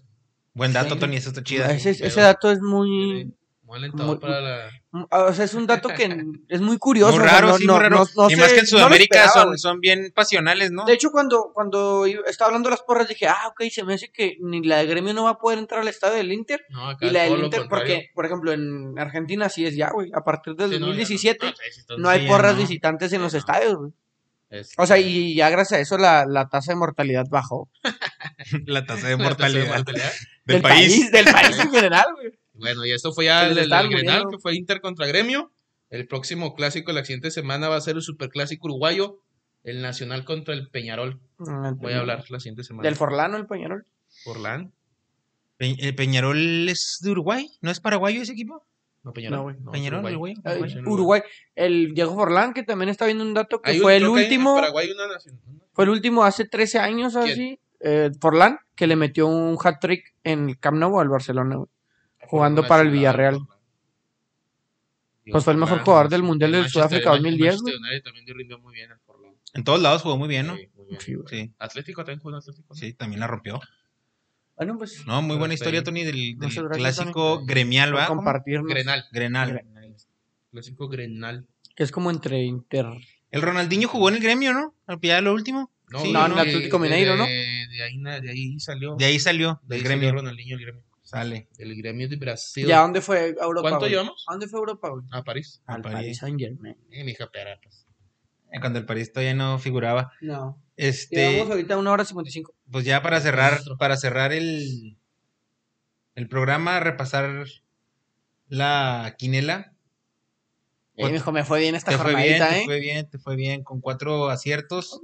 A: Buen dato,
C: Sí.
A: Tony, eso está chido.
C: Ah, Ese,
B: Pero-
C: ese dato es muy.
B: Muy alentador
C: Muy-
B: para la...
C: O sea, es un dato que es muy curioso.
A: Muy
C: o sea,
A: raro,
C: no-
A: sí,
C: no-
A: muy raro.
C: no- no
A: y
C: sé-
A: más que en
C: no lo
A: Sudamérica
C: esperaba,
A: son,
C: güey.
A: son bien pasionales, ¿no?
C: De hecho, cuando, cuando yo estaba hablando de las porras, dije, ah, ok, se me hace que ni la de gremio no va a poder entrar al estadio del Inter.
B: No, acá
C: Y la
B: todo
C: del
B: lo
C: Inter,
B: contrario.
C: porque, por ejemplo, en Argentina sí es ya, güey. A partir del
B: Sí, no, ya no.
C: 2017 no,
B: Ah, sí, sí, entonces,
A: sí,
C: hay
A: ya
C: porras
A: no.
C: visitantes en los
B: no.
C: estadios, güey.
B: este,
C: O sea, y ya gracias a eso la, la tasa de mortalidad bajó.
A: la tasa de
B: la tasa de
A: mortalidad
B: mortalidad.
A: del, país.
C: Del país en general, güey.
B: Bueno, y esto fue ya
C: Se
B: el,
C: les
B: el,
C: está
B: Grenal,
C: muriendo.
B: que fue Inter contra Gremio. El próximo clásico de la siguiente semana va a ser el superclásico uruguayo, el Nacional contra el Peñarol. Voy a hablar la siguiente semana.
C: Del Forlano, el Peñarol.
B: Forlán.
A: Pe- eh, Peñarol es de Uruguay, ¿no es paraguayo ese equipo?
B: No, Peñarol.
C: No, güey.
B: es
A: Peñarol, Uruguay.
C: Ay,
A: Uruguay.
B: Uruguay.
C: Uruguay. El Diego Forlán, que también está viendo un dato que
B: Hay un-
C: fue el
B: creo que hay en
C: último.
B: Paraguay una nacional.
C: Fue el último hace 13 años o
B: ¿Quién?
C: así. eh, Forlán, que le metió un hat trick en el Camp Nou al Barcelona, güey. Jugando
B: Una
C: para el
B: chulada,
C: Villarreal.
B: Forlán.
C: Pues fue el mejor
B: Forlán,
C: jugador del
B: sí.
C: Mundial
B: El
C: de
B: Manchester-
C: Sudáfrica
B: el Man-
C: 2010,
B: Manchester
C: güey.
B: United también rindió muy bien el Forlán.
A: En todos lados jugó muy bien, ¿no?
B: Sí, muy bien.
C: Sí, güey.
A: Sí,
B: Atlético también jugó en Atlético. ¿no?
A: sí, también la rompió.
D: Bueno, pues
A: No, muy buena
B: Perfecto.
A: historia, Tony, del, del
C: Muchas gracias,
A: clásico gremial,
C: por
A: ¿va? ¿Cómo?
C: compartirnos.
B: Grenal.
A: Grenal.
B: Clásico Grenal.
C: Que es como entre Inter.
A: El Ronaldinho jugó en el gremio, ¿no? Al pillar lo último. Sí,
C: no, en
B: eh, de-
C: Atlético Mineiro, ¿no?
B: De, de ahí, na- de ahí salió.
A: De ahí salió, del
B: ahí
A: gremio.
B: salió Ronaldinho, el gremio.
A: Sale.
B: El gremio de Brasil.
C: ¿Y a dónde fue a Europa?
B: ¿Cuánto
C: güey?
B: llevamos?
C: ¿A dónde fue a Europa, güey?
B: A París.
A: Al
C: Al
A: París.
C: Paris Saint Germain.
B: Eh, mi hija perra, pues.
A: Eh, Cuando el París todavía no figuraba.
C: No.
A: Este,
C: Llevamos ahorita a una hora cincuenta y cinco.
A: pues ya para cerrar,
B: Otro.
A: para cerrar el, el programa, repasar la quinela.
C: Eh, mijo, me fue bien esta
A: Te fue bien,
C: jornadita,
A: te
C: ¿eh?
A: fue bien, te fue bien, con cuatro aciertos.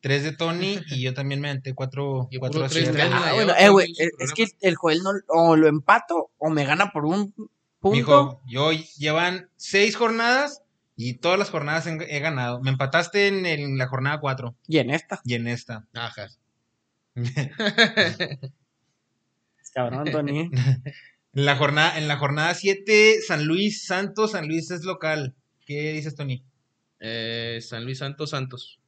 A: Tres de Tony y yo también me aventé cuatro,
B: Y
A: cuatro
B: puro tres,
A: aciertos.
B: tres.
C: Ah,
B: Ya
C: bueno,
B: llevamos
C: eh, güey,
B: muchos
C: eh, es que el Joel no, o lo empato o me gana por un punto.
A: Mijo, yo llevan seis jornadas y todas las jornadas he he ganado. Me empataste en, el- en la jornada cuatro
C: Y en esta,
A: y en esta.
B: Ajá.
C: cabrón, Tony. ¿eh?
A: En la jornada, en la jornada siete, San Luis Santos, San Luis es local. ¿Qué dices, Tony?
B: Eh, San Luis Santos Santos.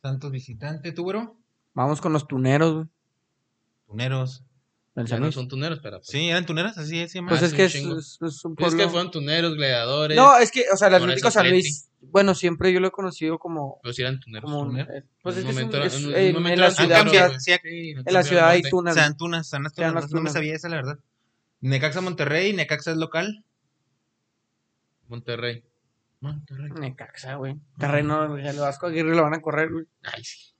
A: Santos visitante, tú, bro.
C: Vamos con los tuneros, güey.
A: Tuneros.
C: del
B: Ya
C: San
B: no
C: Luis.
B: son tuneros, pero. Pues.
A: Sí, eran tuneras, así se llama.
C: Pues
B: Ah,
C: es
B: sí,
C: que
B: un
C: es,
B: chingo.
C: es- es un
B: Es
C: pueblo.
B: que fueron tuneros, gladiadores.
C: No, eh, es que, o sea, el
B: Ahora
C: Atlético
B: es
C: San
B: Atleti.
C: Luis, bueno, siempre yo lo he conocido como.
B: Pero sí eran tuneros.
C: como un-
A: ¿Tunero?
C: eh, pues
B: En un
C: es que es un-
B: momento era-
C: es-
B: en un
C: en- en
B: momento
C: la
B: eran
A: Han
C: ciudad.
B: tuneros,
A: cambiado,
C: o sea,
A: sí,
B: Sí,
C: En la
B: cambiaron
C: ciudad hay
B: bastante.
C: tunas.
A: San Tunas, San las
C: Sean
A: Tunas,
C: las
A: no- no me
C: Tunas.
A: sabía esa, la verdad. Necaxa Monterrey, Necaxa es local.
B: Monterrey. Monterrey.
C: güey. Necaxa, güey. Terreno, güey, el Vasco Aguirre lo van a correr, güey.
B: Ay, sí.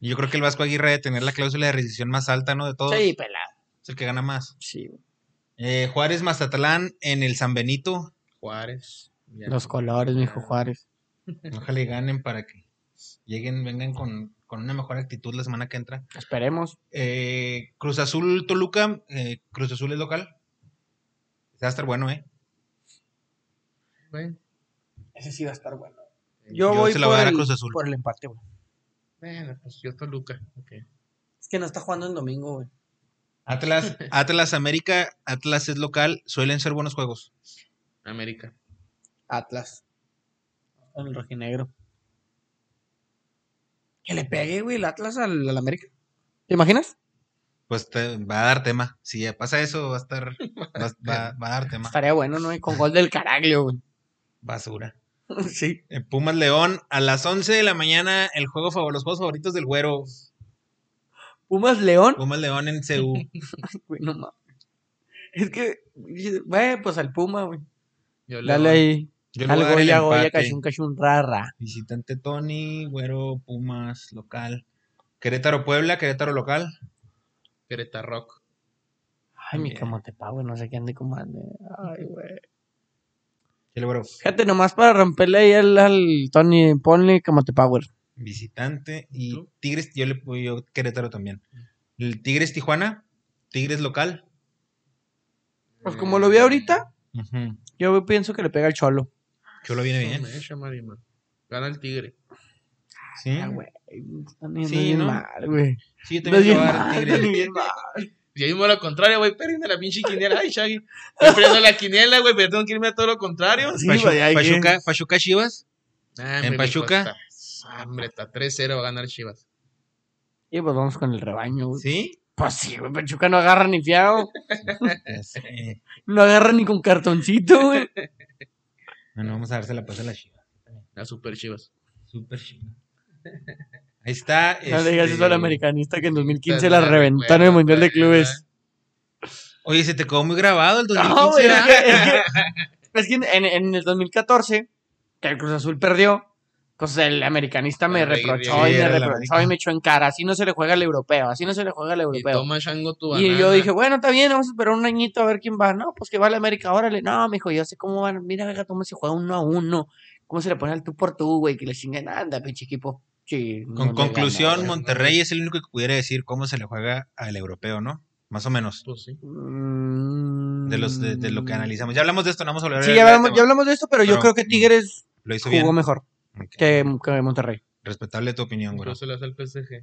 A: Yo creo que el Vasco Aguirre debe tener la cláusula de rescisión más alta, ¿no? De todos.
C: Sí, pelado.
A: Es el que gana más.
C: Sí, güey.
A: Eh, Juárez Mazatlán en el San Benito.
B: Juárez. Ya.
C: Los colores, mijo Juárez.
A: Ojalá y ganen para que lleguen, vengan con, con una mejor actitud la semana que entra.
C: Esperemos.
A: Eh, Cruz Azul Toluca. eh, Cruz Azul es local. Se va a estar bueno, ¿eh?
B: Bueno,
C: Ese sí va a estar bueno.
A: Yo
C: Yo, voy
A: se la voy
C: por,
A: a dar a
C: el,
A: Cruz Azul.
C: por el empate, güey.
B: bueno, pues yo Toluca. ok.
C: Es que no está jugando en domingo, güey.
A: Atlas, Atlas América, Atlas es local. Suelen ser buenos juegos.
B: América.
C: Atlas. Con el rojinegro. Que le pegue, güey, el Atlas al, al América. ¿Te imaginas?
A: Pues te- va a dar tema. Si ya pasa eso, va a estar. Va, va- va a dar tema.
C: Estaría bueno, ¿no? Y con gol del Caraglio, güey.
A: Basura.
C: sí.
A: Eh, Pumas León, a las 11 de la mañana, el juego favor, los juegos favoritos del güero.
C: Pumas León.
A: Pumas León en CU.
C: Güey, no mames. Es que, güey, pues al Puma, güey.
B: Yo
C: Dale
B: León.
C: ahí.
A: Yo le voy a
C: al
A: dar el
C: Goya, Goya,
A: empate.
C: cachun, cachun, rara.
A: Visitante Tony, Güero, Pumas, local. Querétaro Puebla, Querétaro local.
B: Querétaro Rock.
C: Ay, mi
A: Bien.
C: camotepa, güey, no sé qué ande como ande. Ay, güey.
A: El Güero.
C: Fíjate, nomás para romperle ahí al, al Tony, ponle Camote Power.
A: Visitante. Y
B: ¿Tú?
A: Tigres, yo le pongo yo Querétaro también. El Tigres Tijuana, Tigres local.
C: Pues como lo vi ahorita,
A: Ujú.
C: yo pienso que le pega el cholo.
A: Cholo viene bien.
B: Toma, eh, Shamarima. Gana el Tigre.
A: Sí,
C: Ah, güey. Tony, andas
A: ¿Eh? Sí,
C: bien
A: ¿no?
C: mal, güey.
A: sí yo
C: Andas
A: también le
C: bien
A: voy a dar
C: mal, andas
A: Tigres.
C: bien mal.
B: Y ahí me voy a lo contrario, güey. Pérenme la pinche quiniela. Ay, Shaggy. Estoy perdiendo la quiniela, güey. Pero tengo que irme a todo lo contrario.
C: Sí,
A: Pachu-
C: güey, hay que-
A: Pachuca, Pachuca Chivas.
B: Ah,
A: ¿En
B: hombre,
A: Pachuca?
B: mijo, está- ah, Hombre, está 3-0 va a ganar Chivas.
C: Y pues vamos con el rebaño, güey.
A: Sí.
C: Pues sí, güey, Pachuca no agarra ni fiado.
A: Este,
C: No agarra ni con cartoncito, güey.
A: bueno, vamos a dársela pues a la Chivas.
B: La Super Chivas.
A: Super Chivas. Ahí está.
C: No le digas
A: este,
C: eso al americanista que en 2015
B: Pero
C: la
B: no
C: reventaron en el
B: recuerdo,
C: Mundial de
B: pero,
C: Clubes.
A: Oye, se te quedó muy grabado el 2015.
C: No, güey, es
A: ¿verdad?
C: que, es que- es que en, en el 2014, que el Cruz Azul perdió, pues el americanista me
B: Era Aguirre,
C: reprochó y
A: sí,
C: me
A: era el
C: reprochó y me echó en cara. Así no se le juega al europeo, así no se le juega al
B: Y
C: europeo.
B: toma Shango tu
C: Y yo
B: banana.
C: dije, bueno, está bien, vamos a esperar un añito a ver quién va. No, pues que va a la América, órale. No, mijo, yo sé cómo van. Mira, verga, cómo se juega uno a uno. Cómo se le pone al tú por tú, güey, que le chinguen. Anda, pinche equipo. Sí, no
A: Con
C: le
A: conclusión,
C: gana,
A: Monterrey es el único que pudiera decir cómo se le juega al europeo, ¿no? Más o menos.
B: Pues sí.
C: güey. Mm.
A: De, los, de, de lo que analizamos. Ya hablamos de esto, no vamos a hablar
C: Sí,
A: de
C: ya hablamos, ya hablamos de esto, pero, yo
A: Pero-
C: creo que Tigres
A: Lo hizo
C: jugó
A: bien.
C: mejor
A: Ok.
C: que, que Monterrey.
A: Respetable tu opinión, güey.
B: Incluso le hace al PSG.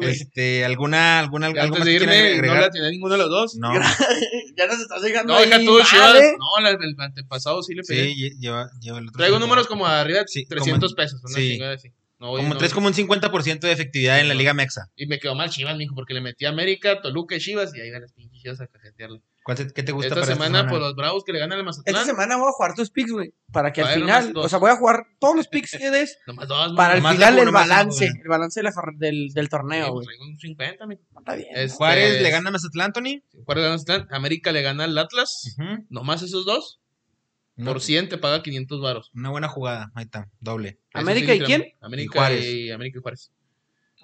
A: Este, ¿alguna, alguna,
B: Y
A: algo
B: Antes
A: más
B: de
A: que quieran
B: irme, no la
A: agregar?
B: tenía ninguno de los dos.
A: No,
C: ya nos estás dejando.
B: No, deja tú, Chivas. No, la- el antepasado sí le
A: sí,
B: pegué.
A: lle- lleva, lleva el otro.
B: Traigo
A: cinco.
B: números como arriba de
A: Sí, como
B: 300
A: en-
B: pesos. Una
A: sí.
B: chingada así. No, oye,
A: Como
B: no,
A: traes como un 50% de efectividad en la Liga Mexa.
B: Y me quedó mal Chivas, mijo, porque le metí a América, Toluca y Chivas, y ahí van las pinches Chivas a cajetearle.
A: ¿Cuál te- ¿Qué te gusta
B: Esta
A: para
B: semana, por los Bravos que le ganan al Mazatlán.
D: Esta semana voy a jugar tus picks, güey. Para que
B: Va a
D: al
B: haber nomás
D: final,
B: ¿Ah? dos.
D: o sea, voy a jugar todos los picks que des.
B: Nomás dos,
D: Para el
A: Nomás
D: final,
A: dejo,
D: el
A: nomás dejo,
D: balance.
A: güey.
D: El balance de la jor- del, del
B: Sí,
D: torneo,
B: pues,
D: güey.
B: traigo un 50, mijo.
D: Está bien.
B: Es-
A: Juárez
B: Este-
A: le gana a Mazatlán, Tony.
B: Juárez le gana al Mazatlán, América le gana al Atlas.
A: Ujú.
B: Nomás esos dos.
A: No, pues,
B: Por 100 te paga 500 varos.
A: Una buena jugada. Ahí está, doble.
B: Eso
C: ¿América y
B: entre
C: quién?
B: América
A: Y Juárez.
B: y América y Juárez.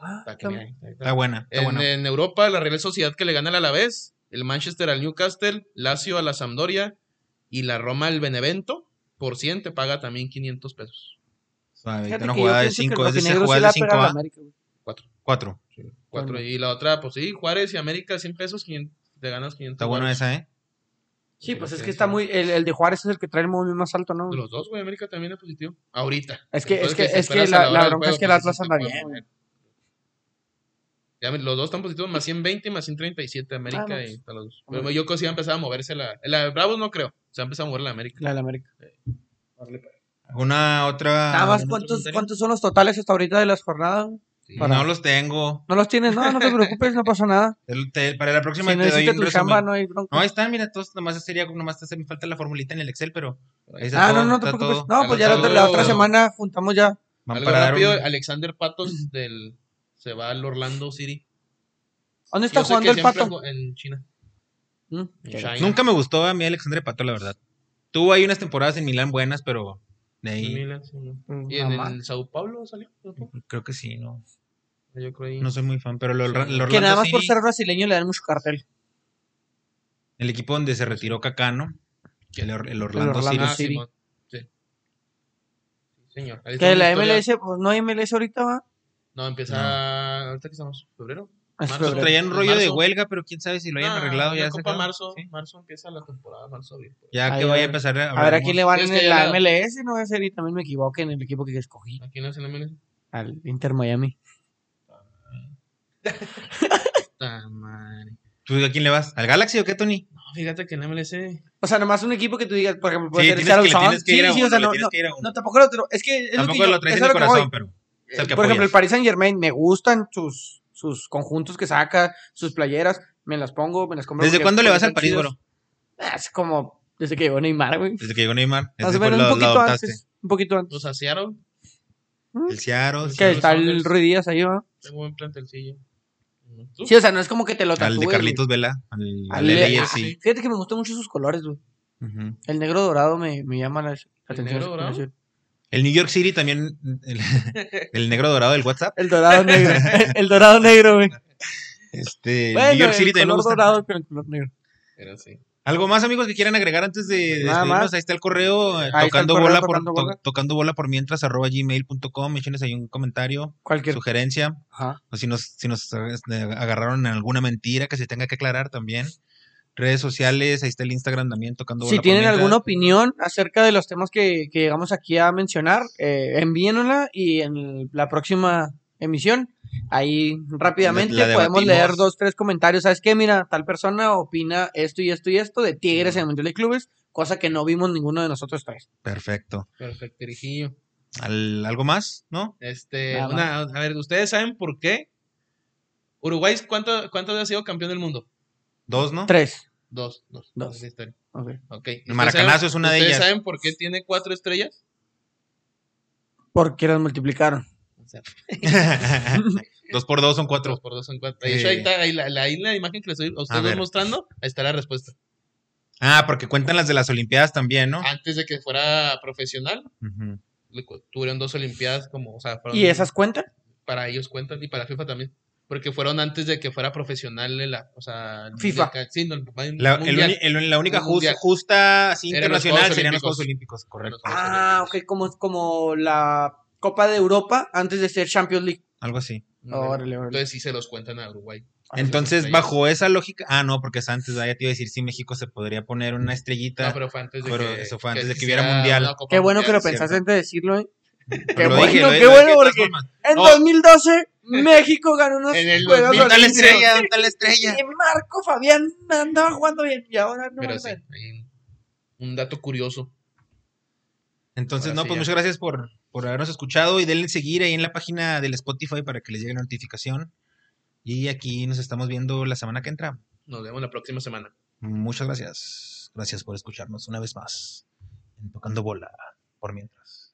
D: Ah,
B: Para que
D: está
B: mira,
D: bien.
B: ahí está.
A: Está buena, está
B: en,
A: buena.
B: en Europa, la Real Sociedad que le gana al Alavés, el Manchester al Newcastle, Lazio a la Sampdoria y la Roma al Benevento. Por 100 te paga también 500 pesos.
A: Suave,
C: Fíjate
A: una
C: que yo
A: jugada de
C: pienso que
A: 5,
C: el
A: es de esas
C: rojinegro sí le
A: jugadas
C: va
A: de
C: a
A: 5
C: pegar a la
A: a
C: América, güey.
A: 4.
B: Cuatro.
C: Bueno.
B: Y la otra, pues sí, Juárez y América 100 pesos, 500, te ganas 500
A: Está buena
B: varos.
A: esa, ¿eh?
C: Sí, pues
B: Sí,
C: es
B: sí,
C: que está
B: sí.
C: muy. El, el de Juárez es el que trae el movimiento más alto, ¿no? güey?
B: Los dos, güey, América también es positivo. Ahorita.
C: Es que-
B: Después
C: es que-
B: se
C: es que
B: esperas
C: la-
B: a hora
C: la
B: del
C: bronca es que el
B: pues, sí
C: Atlas
B: se
C: anda
B: puede
C: bien,
B: mover. Ya, ven, los dos están positivos, más 120 y más 137 América
C: Ah, no,
B: y
C: pues.
B: están los dos.
C: Hombre.
B: Pero yo creo que sí va a empezar a moverse la. La de Bravos no creo. Se va a empezar a mover la América.
C: La del América.
A: ¿Alguna otra?
C: Nada más,
A: algún otro
C: ¿cuántos,
A: comentario?
C: ¿cuántos son los totales hasta ahorita de las jornadas? güey?
B: Sí.
C: para-
A: No los tengo.
C: No los tienes, no, no te preocupes, no pasa nada.
A: Te- te- para la
C: Si
A: próxima
C: no
A: te doy
C: hiciste
A: un
C: tu
A: resumen.
C: chamba, no hay bronca.
A: No, ahí está, mira, todos nomás sería, nomás te hace falta la formulita en el Excel, pero ahí está
C: Ah,
A: todo,
C: no, no te
A: está
C: preocupes.
A: todo.
C: No, pues ya la, otra- la
B: Algo-
C: otra semana juntamos ya.
A: Van
B: Algo
A: para dar
B: rápido,
A: un-
B: Alexander Patos del. Se va al Orlando City. Yo
C: ¿Dónde está
B: sé que
C: jugando el
B: siempre
C: pato?
B: ju- En China.
C: Mm,
B: En
C: qué
B: China.
A: Nunca me gustó a mí Alexandre Pato, la verdad. Tuvo ahí unas temporadas en Milán buenas, pero de
B: En
A: ahí
B: Milan, sí, ¿no?
C: gacho.
B: Y en
C: Mamá.
B: el Sao Paulo salió. ¿no?
A: creo que sí, no.
B: Yo creo ahí.
A: No soy muy fan, pero el, Orla- el Orlando
C: Que nada más por
A: City,
C: ser brasileño le dan mucho cartel.
A: el equipo donde se retiró Kaká, ¿no? El, Or- el Orlando,
C: Orlando
A: City.
B: Ah,
C: City.
B: Simón. Sí. Sí, Señor. Ahí está
C: Que la
B: una historia-
C: MLS, pues no hay MLS ahorita, va.
B: No, empieza. Ahorita que estamos, febrero.
C: Es
B: Marzo.
C: febrero.
A: Pues Traían un
B: En
A: rollo de
B: marzo.
A: huelga, pero quién sabe si lo hayan
B: No,
A: arreglado
B: la
A: ya. se
B: Ah, Copa
A: acabó.
B: marzo.
A: Sí.
B: Marzo empieza la temporada, marzo abril. pues.
A: Ya
C: Ahí
A: que voy a
C: va.
A: empezar a
C: A ver a quién le van
B: Sí, es
C: en
B: que ya
C: la
B: la-
C: MLS, no va a ser y también me equivoqué en el equipo que escogí.
B: Aquí no se le merece.
C: Al Inter Miami.
B: Ta madre.
A: ¿Tú a quién le vas? ¿Al Galaxy o qué, Tony?
B: No, fíjate que en la MLS.
C: O sea, nomás un equipo que tú digas, por ejemplo,
A: Sí,
C: puede ser Pues el
A: tienes que- le
C: Seattle
A: tienes que
C: Sound.
A: ir a
C: Sí, sí,
A: uno,
C: o sea,
A: le
C: no,
A: tienes
C: no,
A: que ir a uno.
C: no, tampoco lo otro. Es que es
A: Tampoco
C: que yo-
A: lo traes
C: es
A: en
C: a
A: el
C: que
A: corazón,
C: voy. Eh,
A: pero es el que
C: por ejemplo, el
A: apoyas.
C: Paris Saint Germain, me gustan sus, sus conjuntos que saca, sus playeras, me las pongo, me las compro.
A: ¿Desde
C: porque-
A: cuándo le
C: porque
A: vas al
C: están
A: París,
C: chidas.
A: güero?
C: Ah, Es como desde que llegó Neymar, güey.
A: Desde que llegó Neymar.
C: Más
A: Ese
C: o
A: fue
C: menos un
A: lo- lo
C: poquito
A: adoptaste.
C: antes. Un poquito antes.
B: Los asearon.
A: El Seattle.
B: Sí,
A: sí.
C: Que
B: los
C: está el
B: Sounders.
C: Rui Díaz ahí, ¿va?
B: Tengo buen plantelcillo. ¿Tú?
C: Sí, o sea, no es como que te lo tatúes.
A: Al de
C: güey.
A: Carlitos Vela. Al,
C: Al
A: al
C: de- Ah,
A: LAFC.
B: sí.
C: Fíjate que me gustan mucho sus colores, güey.
A: Ujú.
C: El negro dorado me, me llama la, la atención.
B: negro
C: esa
B: dorado?
C: combinación.
A: El New York City también. El, el negro dorado del WhatsApp.
C: El dorado negro. el, el dorado negro, güey.
A: Este, el
C: Bueno,
A: New York City
C: el
A: también me
C: color
A: gusta.
C: dorado con el color negro.
B: Era así.
A: Algo más, amigos, que quieran agregar antes de
C: Nada
A: despedirnos.
C: más.
A: Ahí está el correo. eh,
C: está el
A: tocando,
C: correo,
A: bola
C: tocando
A: por, to-
C: bola.
A: tocando bola por mientras arroba gmail.com. Échenos ahí un comentario,
C: Cualquier.
A: sugerencia.
C: Ajá.
A: O si nos, si nos este, agarraron en alguna mentira que se tenga que aclarar también. Redes sociales, ahí está el Instagram también tocando bola
C: Si
A: por
C: tienen
A: mientras.
C: alguna opinión acerca de los temas que, que llegamos aquí a mencionar, eh, envíenosla y en el- la próxima emisión, ahí rápidamente
A: La- la
C: podemos
A: debatimos.
C: leer dos, tres comentarios. ¿Sabes qué? Mira, tal persona opina esto y esto y esto de Tigres
A: Sí.
C: en el Mundial de Clubes, cosa que no vimos ninguno de nosotros tres.
A: Perfecto.
B: Perfecto, Irijillo.
A: Al- ¿Algo más? ¿No?
B: Este,
C: Nada
B: una, a ver, ¿ustedes saben por qué? Uruguay, ¿cuánto, ¿cuántas veces ha sido campeón del mundo?
A: Dos, ¿no?
C: Tres.
B: Dos, dos.
C: Dos.
B: Esa historia.
C: Ok.
B: Ok. ¿Ustedes
A: Maracanazo
B: saben-
A: es una de ellas.
B: ¿Ustedes saben por qué tiene cuatro estrellas?
C: Porque las multiplicaron.
B: O sea,
A: dos por dos son cuatro.
B: Dos por dos son cuatro. De hecho,
A: Eh.
B: ahí está, ahí la, la, ahí la imagen que les estoy a ustedes
A: ver.
B: mostrando, ahí está la respuesta.
A: Ah, porque cuentan las de las Olimpiadas también,
C: Ah.
A: ¿no?
B: Antes de que fuera profesional,
A: Ujú.
B: le cu- tuvieron dos Olimpiadas como, o sea, fueron-
C: ¿Y esas cuentan?
B: para ellos cuentan y para FIFA también. Porque fueron antes de que fuera profesional de la, o sea, el
C: FIFA.
B: mundial ca- sí, no, el mundial.
A: La, el
B: Mundial.
A: uni- el- la única
B: Un
A: jus-
B: mundial.
A: justa así,
B: Eran los
A: internacional
B: Juegos
A: serían los
B: Olímpicos.
A: Juegos Olímpicos, correcto.
B: Los-
C: Ah, ok, como, como la Copa de Europa antes de ser Champions League.
A: Algo así.
B: Ah,
C: Órale, órale.
B: Entonces sí se los cuentan a Uruguay.
A: Entonces,
B: estrellas.
A: bajo esa lógica. Ah, no, porque es antes. ah, Ya te iba a decir si México se podría poner una estrellita.
B: No, pero fue antes de
A: Ah, Pero
B: que,
A: eso fue antes de que
B: existiera
A: hubiera mundial.
B: una Copa
C: Qué bueno que lo
B: Mundial.
A: cierto.
C: pensaste antes de decirlo, ¿eh? Qué
A: Lo
C: bueno,
A: dije, lo
C: qué
A: dije, lo
C: bueno,
A: dije de todas
C: porque-
A: formas.
C: En
A: No.
C: 2012, México ganó unos
B: En el
C: Juegos
B: 2000,
A: ¿Dónde está la
C: Olímpicos.
A: estrella? ¿Dónde está la estrella?
C: Y Marco Fabián andaba jugando bien. Y ahora no.
B: Pero
C: no
B: sí,
C: sé.
B: ahí un dato curioso.
A: Entonces,
B: Ahora
A: no,
B: sí
A: pues
B: ya.
A: muchas gracias por, por habernos escuchado y denle seguir ahí en la página del Spotify para que les llegue la notificación. Y aquí nos estamos viendo la semana que entra.
B: Nos vemos la próxima semana.
A: Muchas gracias. Gracias por escucharnos una vez más en Tocando Bola por mientras.